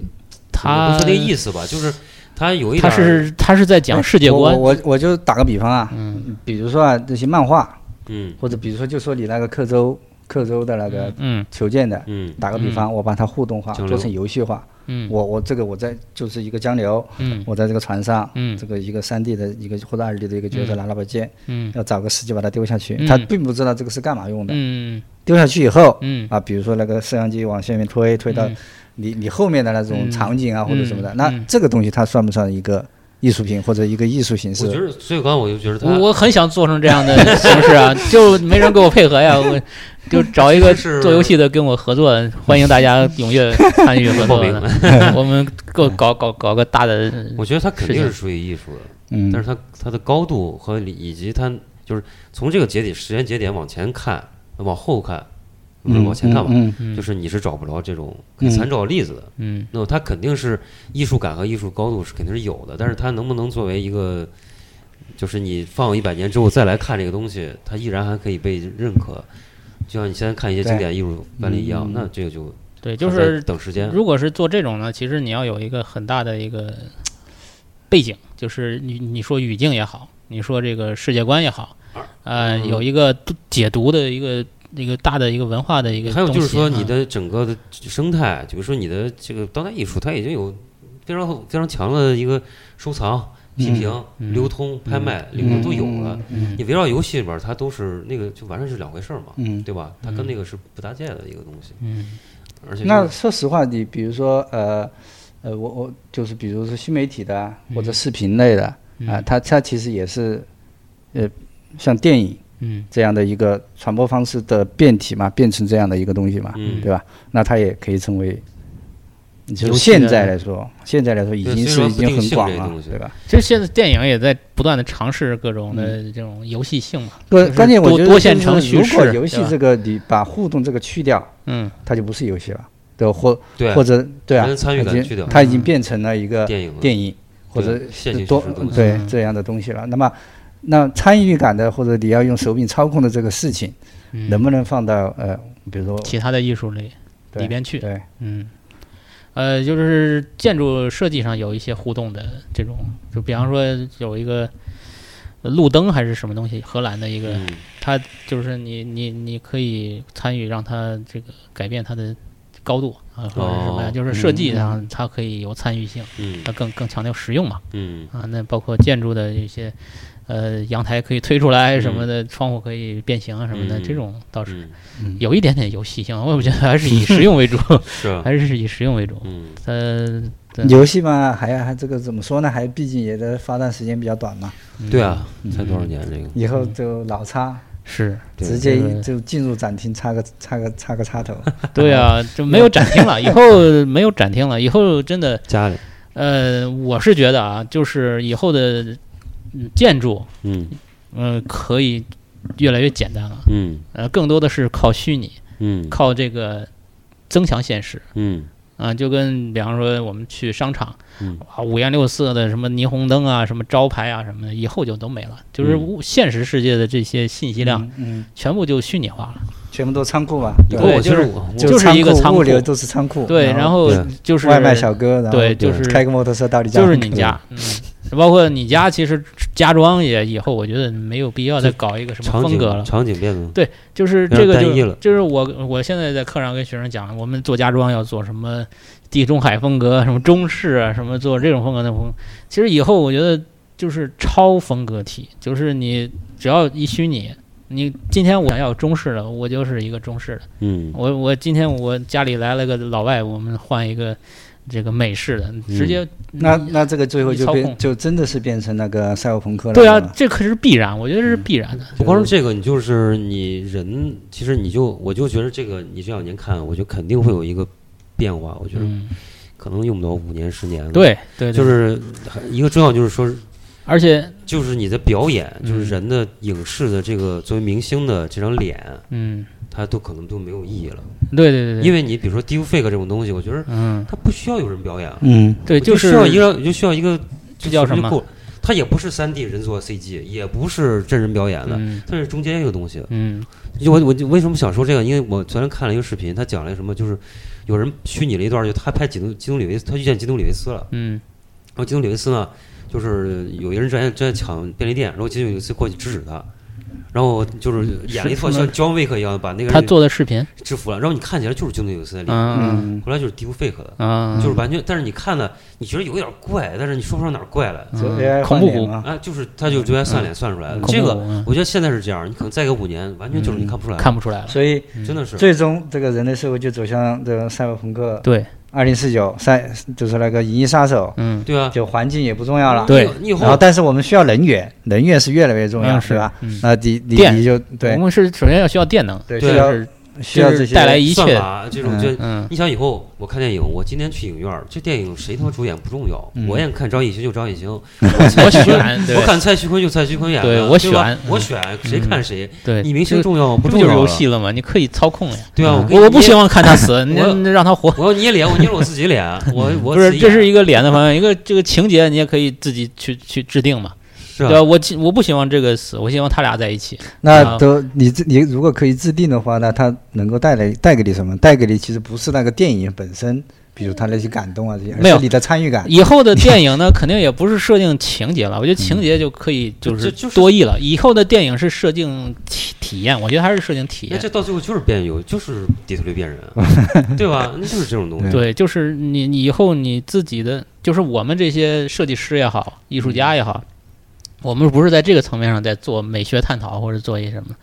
Speaker 3: 它
Speaker 2: 也不说那意思吧，就是它有一
Speaker 3: 它
Speaker 2: 点儿，
Speaker 3: 是它是在讲世界观
Speaker 4: 我，我我就打个比方啊，
Speaker 3: 嗯
Speaker 4: 比如说啊这些漫画，
Speaker 2: 嗯
Speaker 4: 或者比如说就说你那个刻舟刻舟的那个
Speaker 3: 嗯
Speaker 4: 球剑的，
Speaker 2: 嗯
Speaker 4: 打个比方，我把它互动化，
Speaker 2: 交
Speaker 4: 做
Speaker 2: 流
Speaker 4: 成游戏化。
Speaker 3: 嗯
Speaker 4: 我我这个我在就是一个江流，
Speaker 3: 嗯
Speaker 4: 我在这个船上，
Speaker 3: 嗯
Speaker 4: 这个一个三 D 的一个或者二 D 的一个角色
Speaker 3: 嗯
Speaker 4: 拿了把剑，
Speaker 3: 嗯
Speaker 4: 要找个时机把它丢下去
Speaker 3: 嗯，
Speaker 4: 他并不知道这个是干嘛用的。
Speaker 3: 嗯
Speaker 4: 丢下去以后，
Speaker 3: 嗯
Speaker 4: 啊，比如说那个摄像机往下面推，推到
Speaker 3: 嗯
Speaker 4: 你你后面的那种
Speaker 3: 嗯
Speaker 4: 场景啊或者什么的，
Speaker 3: 嗯
Speaker 4: 那
Speaker 3: 嗯
Speaker 4: 这个东西它算不算一个艺术品或者一个艺术形
Speaker 2: 我觉
Speaker 4: 式？
Speaker 2: 得，所以刚才我就觉得它
Speaker 3: 我我很想做成这样的形式啊， 就没人跟我配合 呀，我就找一个
Speaker 2: 其实是
Speaker 3: 做游戏的跟我合作，欢迎大家踊跃参与合
Speaker 2: 报
Speaker 3: 作
Speaker 2: 名嗯
Speaker 3: 的。 我们够搞搞搞个大的，
Speaker 2: 我觉得它肯
Speaker 3: 是
Speaker 2: 定
Speaker 3: 的
Speaker 2: 是属于艺术的，
Speaker 4: 嗯
Speaker 2: 但是它它的高度和里以及它就是从这个节点时间节点往前看，往后看，不是
Speaker 4: 嗯，
Speaker 2: 往前看吧，
Speaker 4: 嗯，
Speaker 3: 嗯
Speaker 2: 就是你是找不着这种可以参照例子的。
Speaker 3: 嗯
Speaker 2: 那么它肯定是艺术感和艺术高度是肯定是有的，但是它能不能作为一个，就是你放一百年之后再来看这个东西，它依然还可以被认可，就像你现在看一些经典艺术范例一样，那这个嗯就
Speaker 3: 对，就
Speaker 2: 还在
Speaker 3: 是
Speaker 2: 等时间。
Speaker 3: 如果是做这种呢，其实你要有一个很大的一个背景，就是你你说语境也好，你说这个世界观也好，呃，
Speaker 2: 嗯
Speaker 3: 有一个读解读的一个一个大的一个文化的一个
Speaker 2: 还有
Speaker 3: 东西啊。
Speaker 2: 就是说，你的整个的生态，比如说你的这个当代艺术，它已经有非常非常强的一个收藏、批评、
Speaker 3: 嗯
Speaker 2: 流通、拍卖领域都有了。
Speaker 4: 嗯
Speaker 2: 你围绕游戏里边儿，它都是那个，就完全是两回事儿嘛，
Speaker 4: 嗯
Speaker 2: 对吧？它跟那个是不搭界的一个东西，
Speaker 3: 嗯
Speaker 2: 而且
Speaker 4: 那
Speaker 2: 就是
Speaker 4: 说实话，你比如说呃呃，我我就是比如说新媒体的啊或
Speaker 3: 嗯
Speaker 4: 者视频类的啊，它它其实也是呃像电影
Speaker 3: 嗯
Speaker 4: 这样的一个传播方式的变体嘛，变成这样的一个东西嘛，
Speaker 2: 嗯
Speaker 4: 对吧？那它也可以成为，
Speaker 3: 游戏
Speaker 4: 就
Speaker 3: 的
Speaker 4: 现在来说，现在来说已
Speaker 2: 对
Speaker 4: 经
Speaker 2: 虽
Speaker 4: 是
Speaker 2: 然
Speaker 4: 已
Speaker 2: 不定
Speaker 4: 经很
Speaker 2: 性
Speaker 4: 广
Speaker 2: 这个东
Speaker 4: 了，
Speaker 2: 西
Speaker 4: 对吧？
Speaker 3: 其实现在电影也在不断的尝试各种的这种游戏性嘛。
Speaker 4: 关
Speaker 3: 是
Speaker 4: 关键我
Speaker 3: 多
Speaker 4: 觉得
Speaker 3: 多
Speaker 4: 就是
Speaker 3: 线程叙
Speaker 4: 如果
Speaker 3: 事
Speaker 4: 游戏
Speaker 3: 对吧
Speaker 4: 这个你把互动这个去掉，
Speaker 3: 嗯
Speaker 4: 它就不是游戏了，对吧，或
Speaker 2: 对
Speaker 4: 或者对啊
Speaker 2: 人，参与
Speaker 4: 它已
Speaker 2: 感
Speaker 4: 经
Speaker 2: 去掉
Speaker 4: 它已经变成了一个
Speaker 2: 电影了
Speaker 4: 电影或者
Speaker 2: 对线性叙
Speaker 4: 多
Speaker 2: 事的东西，
Speaker 4: 对这样的东西了。那么，那参与感的或者你要用手柄操控的这个事情，
Speaker 3: 嗯，
Speaker 4: 能不能放到呃，比如说
Speaker 3: 其他的艺术类
Speaker 4: 对
Speaker 3: 里边去？
Speaker 4: 对，
Speaker 3: 嗯，呃，就是建筑设计上有一些互动的这种，就比方说有一个呃路灯还是什么东西，荷兰的一个，
Speaker 2: 嗯，
Speaker 3: 它就是你你你可以参与让它这个改变它的高度啊，或者是什么呀，
Speaker 2: 哦
Speaker 3: 就是设计上它可以有参与性，
Speaker 2: 嗯
Speaker 3: 它更更强调实用嘛
Speaker 2: 嗯
Speaker 3: 啊，那包括建筑的一些。呃，阳台可以推出来什么的，窗户可以变形啊什么的，
Speaker 2: 嗯
Speaker 3: 这种倒是
Speaker 2: 嗯，
Speaker 3: 有一点点游戏性，我觉得还是以实用为 主，
Speaker 2: 是，啊
Speaker 3: 还是以实用为主。
Speaker 2: 嗯，
Speaker 3: 呃，对
Speaker 4: 游戏嘛，还还这个怎么说呢？还毕竟也的发展时间比较短嘛，
Speaker 3: 嗯
Speaker 2: 对啊，才多少年这个，
Speaker 4: 以后就老插，
Speaker 3: 是，
Speaker 2: 对
Speaker 4: 嗯直接
Speaker 3: 这个
Speaker 4: 一就进入展厅插个插个插个插头。
Speaker 3: 对啊，就没有展厅了，以 后没有展厅了，以后真的，
Speaker 2: 家里，
Speaker 3: 呃，我是觉得啊，就是以后的嗯建筑，
Speaker 2: 嗯
Speaker 3: 嗯，可以越来越简单了，
Speaker 2: 嗯
Speaker 3: 呃，更多的是靠虚拟，
Speaker 2: 嗯
Speaker 3: 靠这个增强现实，
Speaker 2: 嗯
Speaker 3: 啊，就跟比方说我们去商场，啊五颜六色的什么霓虹灯啊，什么招牌啊，什么的，以后就都没了，就是
Speaker 2: 嗯
Speaker 3: 物现实世界的这些信息量
Speaker 4: 嗯嗯，
Speaker 3: 全部就虚拟化了，
Speaker 4: 全部都仓库嘛，
Speaker 2: 你
Speaker 4: 对
Speaker 2: 跟
Speaker 4: 吧
Speaker 2: 我其
Speaker 3: 就
Speaker 2: 实
Speaker 3: 是
Speaker 2: 我
Speaker 3: 就是一个仓库
Speaker 4: 物流都是仓库，
Speaker 3: 对，然
Speaker 4: 然
Speaker 3: 后
Speaker 2: 嗯对
Speaker 3: 就是
Speaker 4: 外卖小哥，然后
Speaker 3: 对，就
Speaker 2: 对
Speaker 3: 是
Speaker 4: 开个摩托车到你家，
Speaker 3: 就是你家， 嗯，包括你家，其实家装也以后我觉得没有必要再搞一个什么
Speaker 2: 场
Speaker 3: 风
Speaker 2: 景
Speaker 3: 格了，
Speaker 2: 场景变得
Speaker 3: 就是这
Speaker 2: 有
Speaker 3: 个
Speaker 2: 点单一
Speaker 3: 就
Speaker 2: 了
Speaker 3: 就是我我现在在课上跟学生讲，我们做家装要做什么地中海风格，什么中式啊，什么做这种风格那种风格。其实以后我觉得就是超风格体，就是你只要一虚拟。你今天我想要中式的，我就是一个中式的。
Speaker 2: 嗯
Speaker 3: 我我今天我家里来了个老外，我们换一个这个美式
Speaker 2: 嗯
Speaker 3: 的，直接
Speaker 4: 那那这个最后
Speaker 3: 你
Speaker 4: 就
Speaker 3: 操
Speaker 4: 变
Speaker 3: 控
Speaker 4: 就真的是变成那个赛博朋克了。
Speaker 3: 对啊
Speaker 4: 是吧，
Speaker 3: 这可是必然，我觉得这是必然的。
Speaker 2: 不光嗯是这个，你就是你人，其实你就我就觉得这个，你这两年看，我就肯定会有一个变化。我觉得
Speaker 3: 嗯，
Speaker 2: 可能用不到五年、十年了。，
Speaker 3: 对对，对
Speaker 2: 就是一个重要，就是说，
Speaker 3: 而且
Speaker 2: 就是你的表演，
Speaker 3: 嗯
Speaker 2: 就是人的影视的这个作为明星的这张脸，
Speaker 3: 嗯，
Speaker 2: 它都可能都没有意义了。
Speaker 3: 对对对对，
Speaker 2: 因为
Speaker 3: 为
Speaker 2: 你比如说 deepfake 这种东西，我觉得
Speaker 3: 嗯，
Speaker 2: 它不需要有人表演了，
Speaker 4: 嗯，
Speaker 2: 我
Speaker 3: 对，
Speaker 2: 就是需要一个，就需要一个，
Speaker 3: 这叫什么
Speaker 2: 就够了？它也不是三 D 人做 CG，也不是真人表演的，
Speaker 3: 嗯
Speaker 2: 它是中间一个东西。
Speaker 3: 嗯
Speaker 2: 就我我就为什么想说这个？因为我昨天看了一个视频，他讲了一个什么，就是有人虚拟了一段，就他拍基努基努里维斯，他遇见基努里维斯了。
Speaker 3: 嗯
Speaker 2: 然后基努里维斯呢，就是有一个人正在正在抢便利店，然后基努里维斯过去制止他，然后就是演了一套
Speaker 3: 是
Speaker 2: 像 John Wick 一样把那个
Speaker 3: 他
Speaker 2: 人
Speaker 3: 做的视频，
Speaker 2: 制服了，然后你看起来就是基努里维斯在里面，
Speaker 3: 嗯
Speaker 4: 嗯，
Speaker 2: 后来就是 deepfake 的，
Speaker 3: 嗯，
Speaker 2: 就是完全，但是你看呢，你觉得有点怪，但是你说不上哪儿怪来。
Speaker 4: 就
Speaker 3: 嗯
Speaker 4: AI
Speaker 3: 恐
Speaker 4: 换
Speaker 3: 怖
Speaker 4: 脸
Speaker 3: 谷
Speaker 4: 嘛，
Speaker 2: 啊，就是他就直接算脸算出来的
Speaker 4: 嗯。
Speaker 2: 这
Speaker 3: 恐
Speaker 2: 个
Speaker 3: 怖嗯
Speaker 2: 我觉得现在是这样，你可能再个五年，完全就是你看不出来了，
Speaker 3: 看不出来了，
Speaker 4: 所以
Speaker 2: 真的是。
Speaker 4: 最终这个人类社会就走向这个赛博朋克
Speaker 3: 对，
Speaker 4: 二零四九赛，就是那个《银翼杀手
Speaker 3: 嗯，
Speaker 2: 对啊》，，
Speaker 4: 就环境也不重要了。
Speaker 3: 对
Speaker 2: 你以后
Speaker 4: 然后，但是我们需要能源，能源是越来越重要，
Speaker 3: 嗯
Speaker 4: 是吧？
Speaker 3: 嗯，
Speaker 4: 那你你
Speaker 3: 电
Speaker 4: 你就
Speaker 3: 我
Speaker 4: 对
Speaker 3: 们是首先要需要电能，
Speaker 4: 对
Speaker 2: 对
Speaker 4: 需
Speaker 3: 就
Speaker 4: 要
Speaker 3: 是
Speaker 4: 需要
Speaker 3: 就
Speaker 4: 这
Speaker 3: 是
Speaker 4: 些
Speaker 3: 带来哎一
Speaker 2: 算
Speaker 3: 切，
Speaker 2: 法这种
Speaker 4: 嗯
Speaker 2: 就。
Speaker 3: 嗯
Speaker 2: 你想以后我看电影，我今天去影院，这电影谁他妈主演不重要，
Speaker 4: 嗯
Speaker 2: 我愿意看张艺兴就张艺 兴，我
Speaker 3: 我
Speaker 2: 我
Speaker 3: 选
Speaker 2: 我看蔡徐坤就蔡徐坤演的，
Speaker 3: 对
Speaker 2: 对
Speaker 3: 我
Speaker 2: 吧
Speaker 3: 选嗯
Speaker 2: 我选谁看谁，
Speaker 3: 对，
Speaker 2: 你明星重要吗不
Speaker 3: 这不
Speaker 2: 重
Speaker 3: 就
Speaker 2: 要
Speaker 3: 是
Speaker 2: 了？
Speaker 3: 游戏了吗？你可以操控呀，
Speaker 2: 对啊，我
Speaker 3: 嗯
Speaker 2: 给你
Speaker 3: 我不
Speaker 2: 捏
Speaker 3: 希，望看他死，你
Speaker 2: 我
Speaker 3: 你让他活。
Speaker 2: 我要捏脸，我捏了我自己脸， 我我
Speaker 3: 不是，
Speaker 2: 自己
Speaker 3: 这是
Speaker 2: 演
Speaker 3: 一个脸的方面，一个这个情节你也可以自己去去制定嘛，
Speaker 2: 是
Speaker 3: 对
Speaker 2: 啊
Speaker 3: 吧？我希我不希望这个死，我希望他俩在一 起。
Speaker 4: 那都你自你如果可以制定的话，那它能够带来带给你什么？带给你其实不是那个电影本身，比如它那些感动啊这些，而
Speaker 3: 没有
Speaker 4: 是你的参与感。
Speaker 3: 以后的电影呢，肯定也不是设定情节了，我觉得情节就可以就
Speaker 2: 嗯这
Speaker 3: 是
Speaker 2: 就是
Speaker 3: 多义了。以后的电影是设定体体验，我觉得还是设定体
Speaker 2: 那
Speaker 3: 验。
Speaker 2: 这到最后就是变有，就是底特律变人，啊 对吧？那就是这种东西。
Speaker 3: 对，就是你你以后你自己的，就是我们这些设计师也好，艺术家也好，我们不是在这个层面上在做美学探讨或者做一些什么，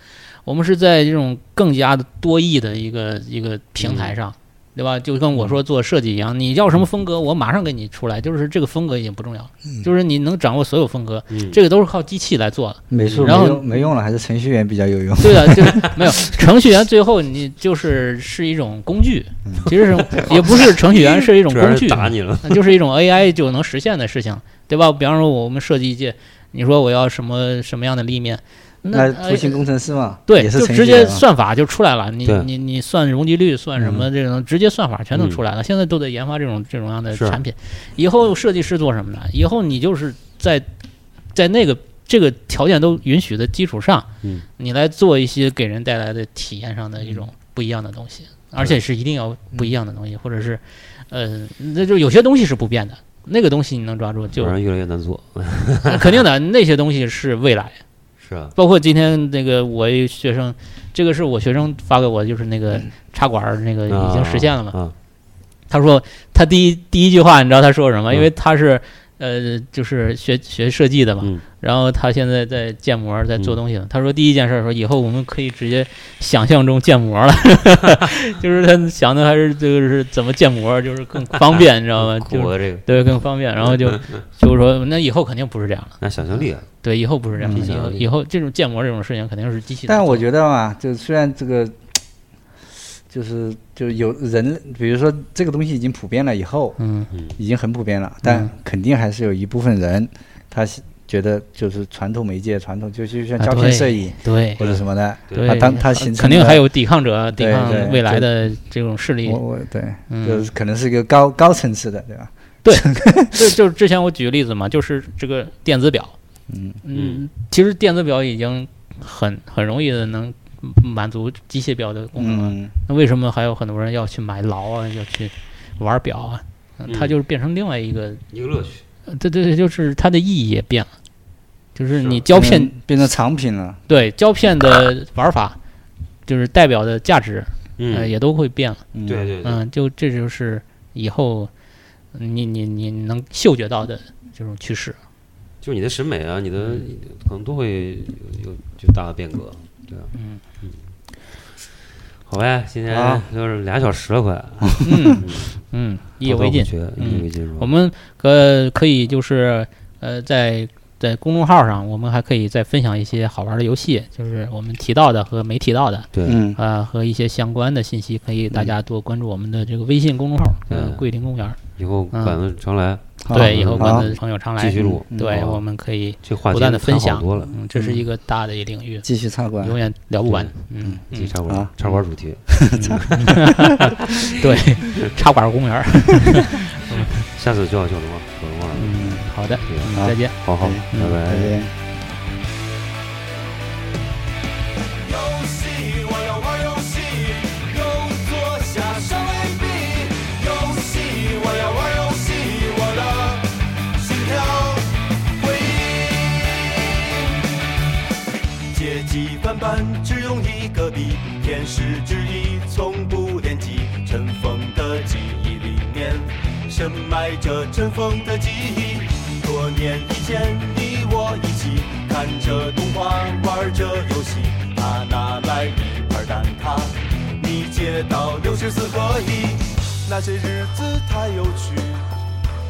Speaker 3: 我们是在这种更加的多义的一个一个平台上。对吧？就跟我说做设计一样，你要什么风格，我马上给你出来。就是这个风格已经不重要了，就是你能掌握所有风格，
Speaker 2: 嗯，
Speaker 3: 这个都是靠机器来做的。
Speaker 4: 美术没
Speaker 3: 然后
Speaker 4: 用没用了，还是程序员比较有用。
Speaker 3: 对的，就是 没有程序员，最后你就是是一种工具，其实是也不是程序员，是一种
Speaker 2: 这玩意
Speaker 3: 工
Speaker 2: 儿
Speaker 3: 具，
Speaker 2: 打你了，
Speaker 3: 那就是一种 AI 就能实现的事情，对吧？比方说我们设计界，你说我要什么什么样的立面，
Speaker 4: 那
Speaker 3: 呃
Speaker 4: 图形工程师嘛，
Speaker 3: 对，
Speaker 4: 也是
Speaker 3: 就
Speaker 4: 程
Speaker 3: 直
Speaker 4: 序员
Speaker 3: 接
Speaker 4: 嘛
Speaker 3: 算法就出来了，你
Speaker 2: 啊对嗯
Speaker 3: 你你算容积率，算什么这种，直接算法全都出来了。现在都在研发这种这种样的
Speaker 2: 是
Speaker 3: 产品，以后设计师做什么呢？以后你就是在在那个这个条件都允许的基础上，
Speaker 2: 嗯
Speaker 3: 你来做一些给人带来的体验上的一种不一样的东西，
Speaker 2: 嗯
Speaker 3: 而且是一定要不一样的东西，或者是呃，那就有些东西是不变的。那个东西你能抓 住，就
Speaker 2: 反正越来越难做。
Speaker 3: 肯定的。那些东西是未来，
Speaker 2: 是啊，
Speaker 3: 包括今天那个我一学生，这个是我学生发给我，就是那个插管儿那个已经实现了嘛。
Speaker 2: 嗯啊，
Speaker 3: 他说他第一第一句话，你知道他说什么？
Speaker 2: 嗯
Speaker 3: 因为他是呃，就是学学设计的嘛，
Speaker 2: 嗯
Speaker 3: 然后他现在在建模，在
Speaker 2: 嗯
Speaker 3: 做东西了。他说第一件事儿说，以后我们可以直接想象中 建模了，就是他想的还是就是怎么建模，就是更方便，你知道吗？
Speaker 2: 苦啊 嗯
Speaker 3: 就
Speaker 2: 的
Speaker 3: 是
Speaker 2: 这个，
Speaker 3: 对更方便，然后就就是说那以后肯定不是这样了。
Speaker 2: 那想象力啊，
Speaker 3: 对，以后不是这样的，
Speaker 2: 嗯
Speaker 3: 以后以后这种建模这种事情肯定是机器来做。
Speaker 4: 但我觉得嘛，就虽然这个，就是就有人，比如说这个东西已经普遍了以后，
Speaker 3: 嗯
Speaker 4: 已经很普遍了，但肯定还是有一部分人，他是觉得就是传统媒介、传统就就像
Speaker 3: 啊
Speaker 4: 胶片
Speaker 3: 对
Speaker 4: 摄影
Speaker 3: 对
Speaker 4: 或者什么的，
Speaker 3: 对
Speaker 4: 啊，，当它形成
Speaker 3: 肯定
Speaker 4: 了
Speaker 3: 还有抵抗者，抵
Speaker 4: 对
Speaker 3: 抗
Speaker 4: 对
Speaker 3: 未来的这种势力
Speaker 4: 我。我对，
Speaker 3: 嗯
Speaker 4: 就是可能是一个高高层次的，对吧？
Speaker 3: 就就是之前我举个例子嘛，就是这个电子表，
Speaker 4: 嗯
Speaker 3: 嗯，其实电子表已经很很容易的能满足机械表的功能了，
Speaker 4: 嗯
Speaker 3: 那为什么还有很多人要去买劳啊，要去玩表啊？嗯它
Speaker 2: 嗯
Speaker 3: 就是变成另外一个，
Speaker 2: 一个乐趣。
Speaker 3: 呃对对对，就是它的意义也变了，就是
Speaker 2: 是
Speaker 3: 你胶片
Speaker 4: 变成变成藏品了，
Speaker 3: 对胶片的玩法，就是代表的价值，呃，
Speaker 2: 嗯，
Speaker 3: 也都会变了。
Speaker 4: 嗯
Speaker 2: 对对对，
Speaker 3: 嗯，就这就是以后你你你能嗅觉到的这种趋势。
Speaker 2: 就是你的审美啊，你的
Speaker 3: 嗯
Speaker 2: 可能都会有有就大的变革，对啊，嗯好呗，今天
Speaker 4: 好
Speaker 2: 就是俩小时了，快，
Speaker 3: 嗯嗯，意犹未尽。嗯
Speaker 2: 觉得意犹未尽是吧？
Speaker 3: 我们可可以就是呃，在在公众号上，我们还可以再分享一些好玩的游戏，就是我们提到的和没提到的，
Speaker 2: 对，
Speaker 4: 嗯，
Speaker 3: 呃，和一些相关的信息，可以大家多关注我们的这个微信公众号，呃，
Speaker 2: 嗯
Speaker 3: 桂林公园儿。
Speaker 2: 以后
Speaker 3: 嗯
Speaker 2: 管子常来，
Speaker 4: 好
Speaker 3: 对，以后
Speaker 4: 好
Speaker 3: 管的朋友常来
Speaker 2: 继，续录，嗯
Speaker 3: 对，
Speaker 2: 好
Speaker 3: 我们可以
Speaker 2: 这话题
Speaker 3: 不断的分
Speaker 2: 谈
Speaker 3: 享
Speaker 2: 好多了，
Speaker 3: 嗯，这是一个大的一个领域，
Speaker 4: 继续插管，
Speaker 3: 永远聊不完
Speaker 2: 对。
Speaker 3: 嗯，
Speaker 2: 继续
Speaker 3: 嗯
Speaker 2: 插管
Speaker 4: 好，
Speaker 2: 插管主题，
Speaker 3: 对， 茶馆公园儿。
Speaker 2: 下次就要小龙啊，小龙啊，
Speaker 3: 嗯，好的，
Speaker 2: 对
Speaker 3: 嗯
Speaker 4: 好
Speaker 3: 再见。
Speaker 2: 好好，
Speaker 4: 对
Speaker 2: 拜
Speaker 4: 再见。
Speaker 1: 游戏，我要玩游戏，右左下上 A B。游戏，我要玩游戏，我的心跳回忆。阶级翻版只用一个笔，天使之翼从不惦记。尘封的记忆里面，深埋着尘封的记忆。多年以前，你我一起看着动画，玩着游戏。他拿来一块蛋挞，你接到六十四合一。那些日子太有趣，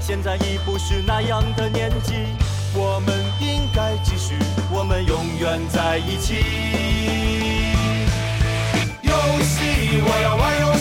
Speaker 1: 现在已不是那样的年纪。我们应该继续，我们永远在一起。游戏，我要玩游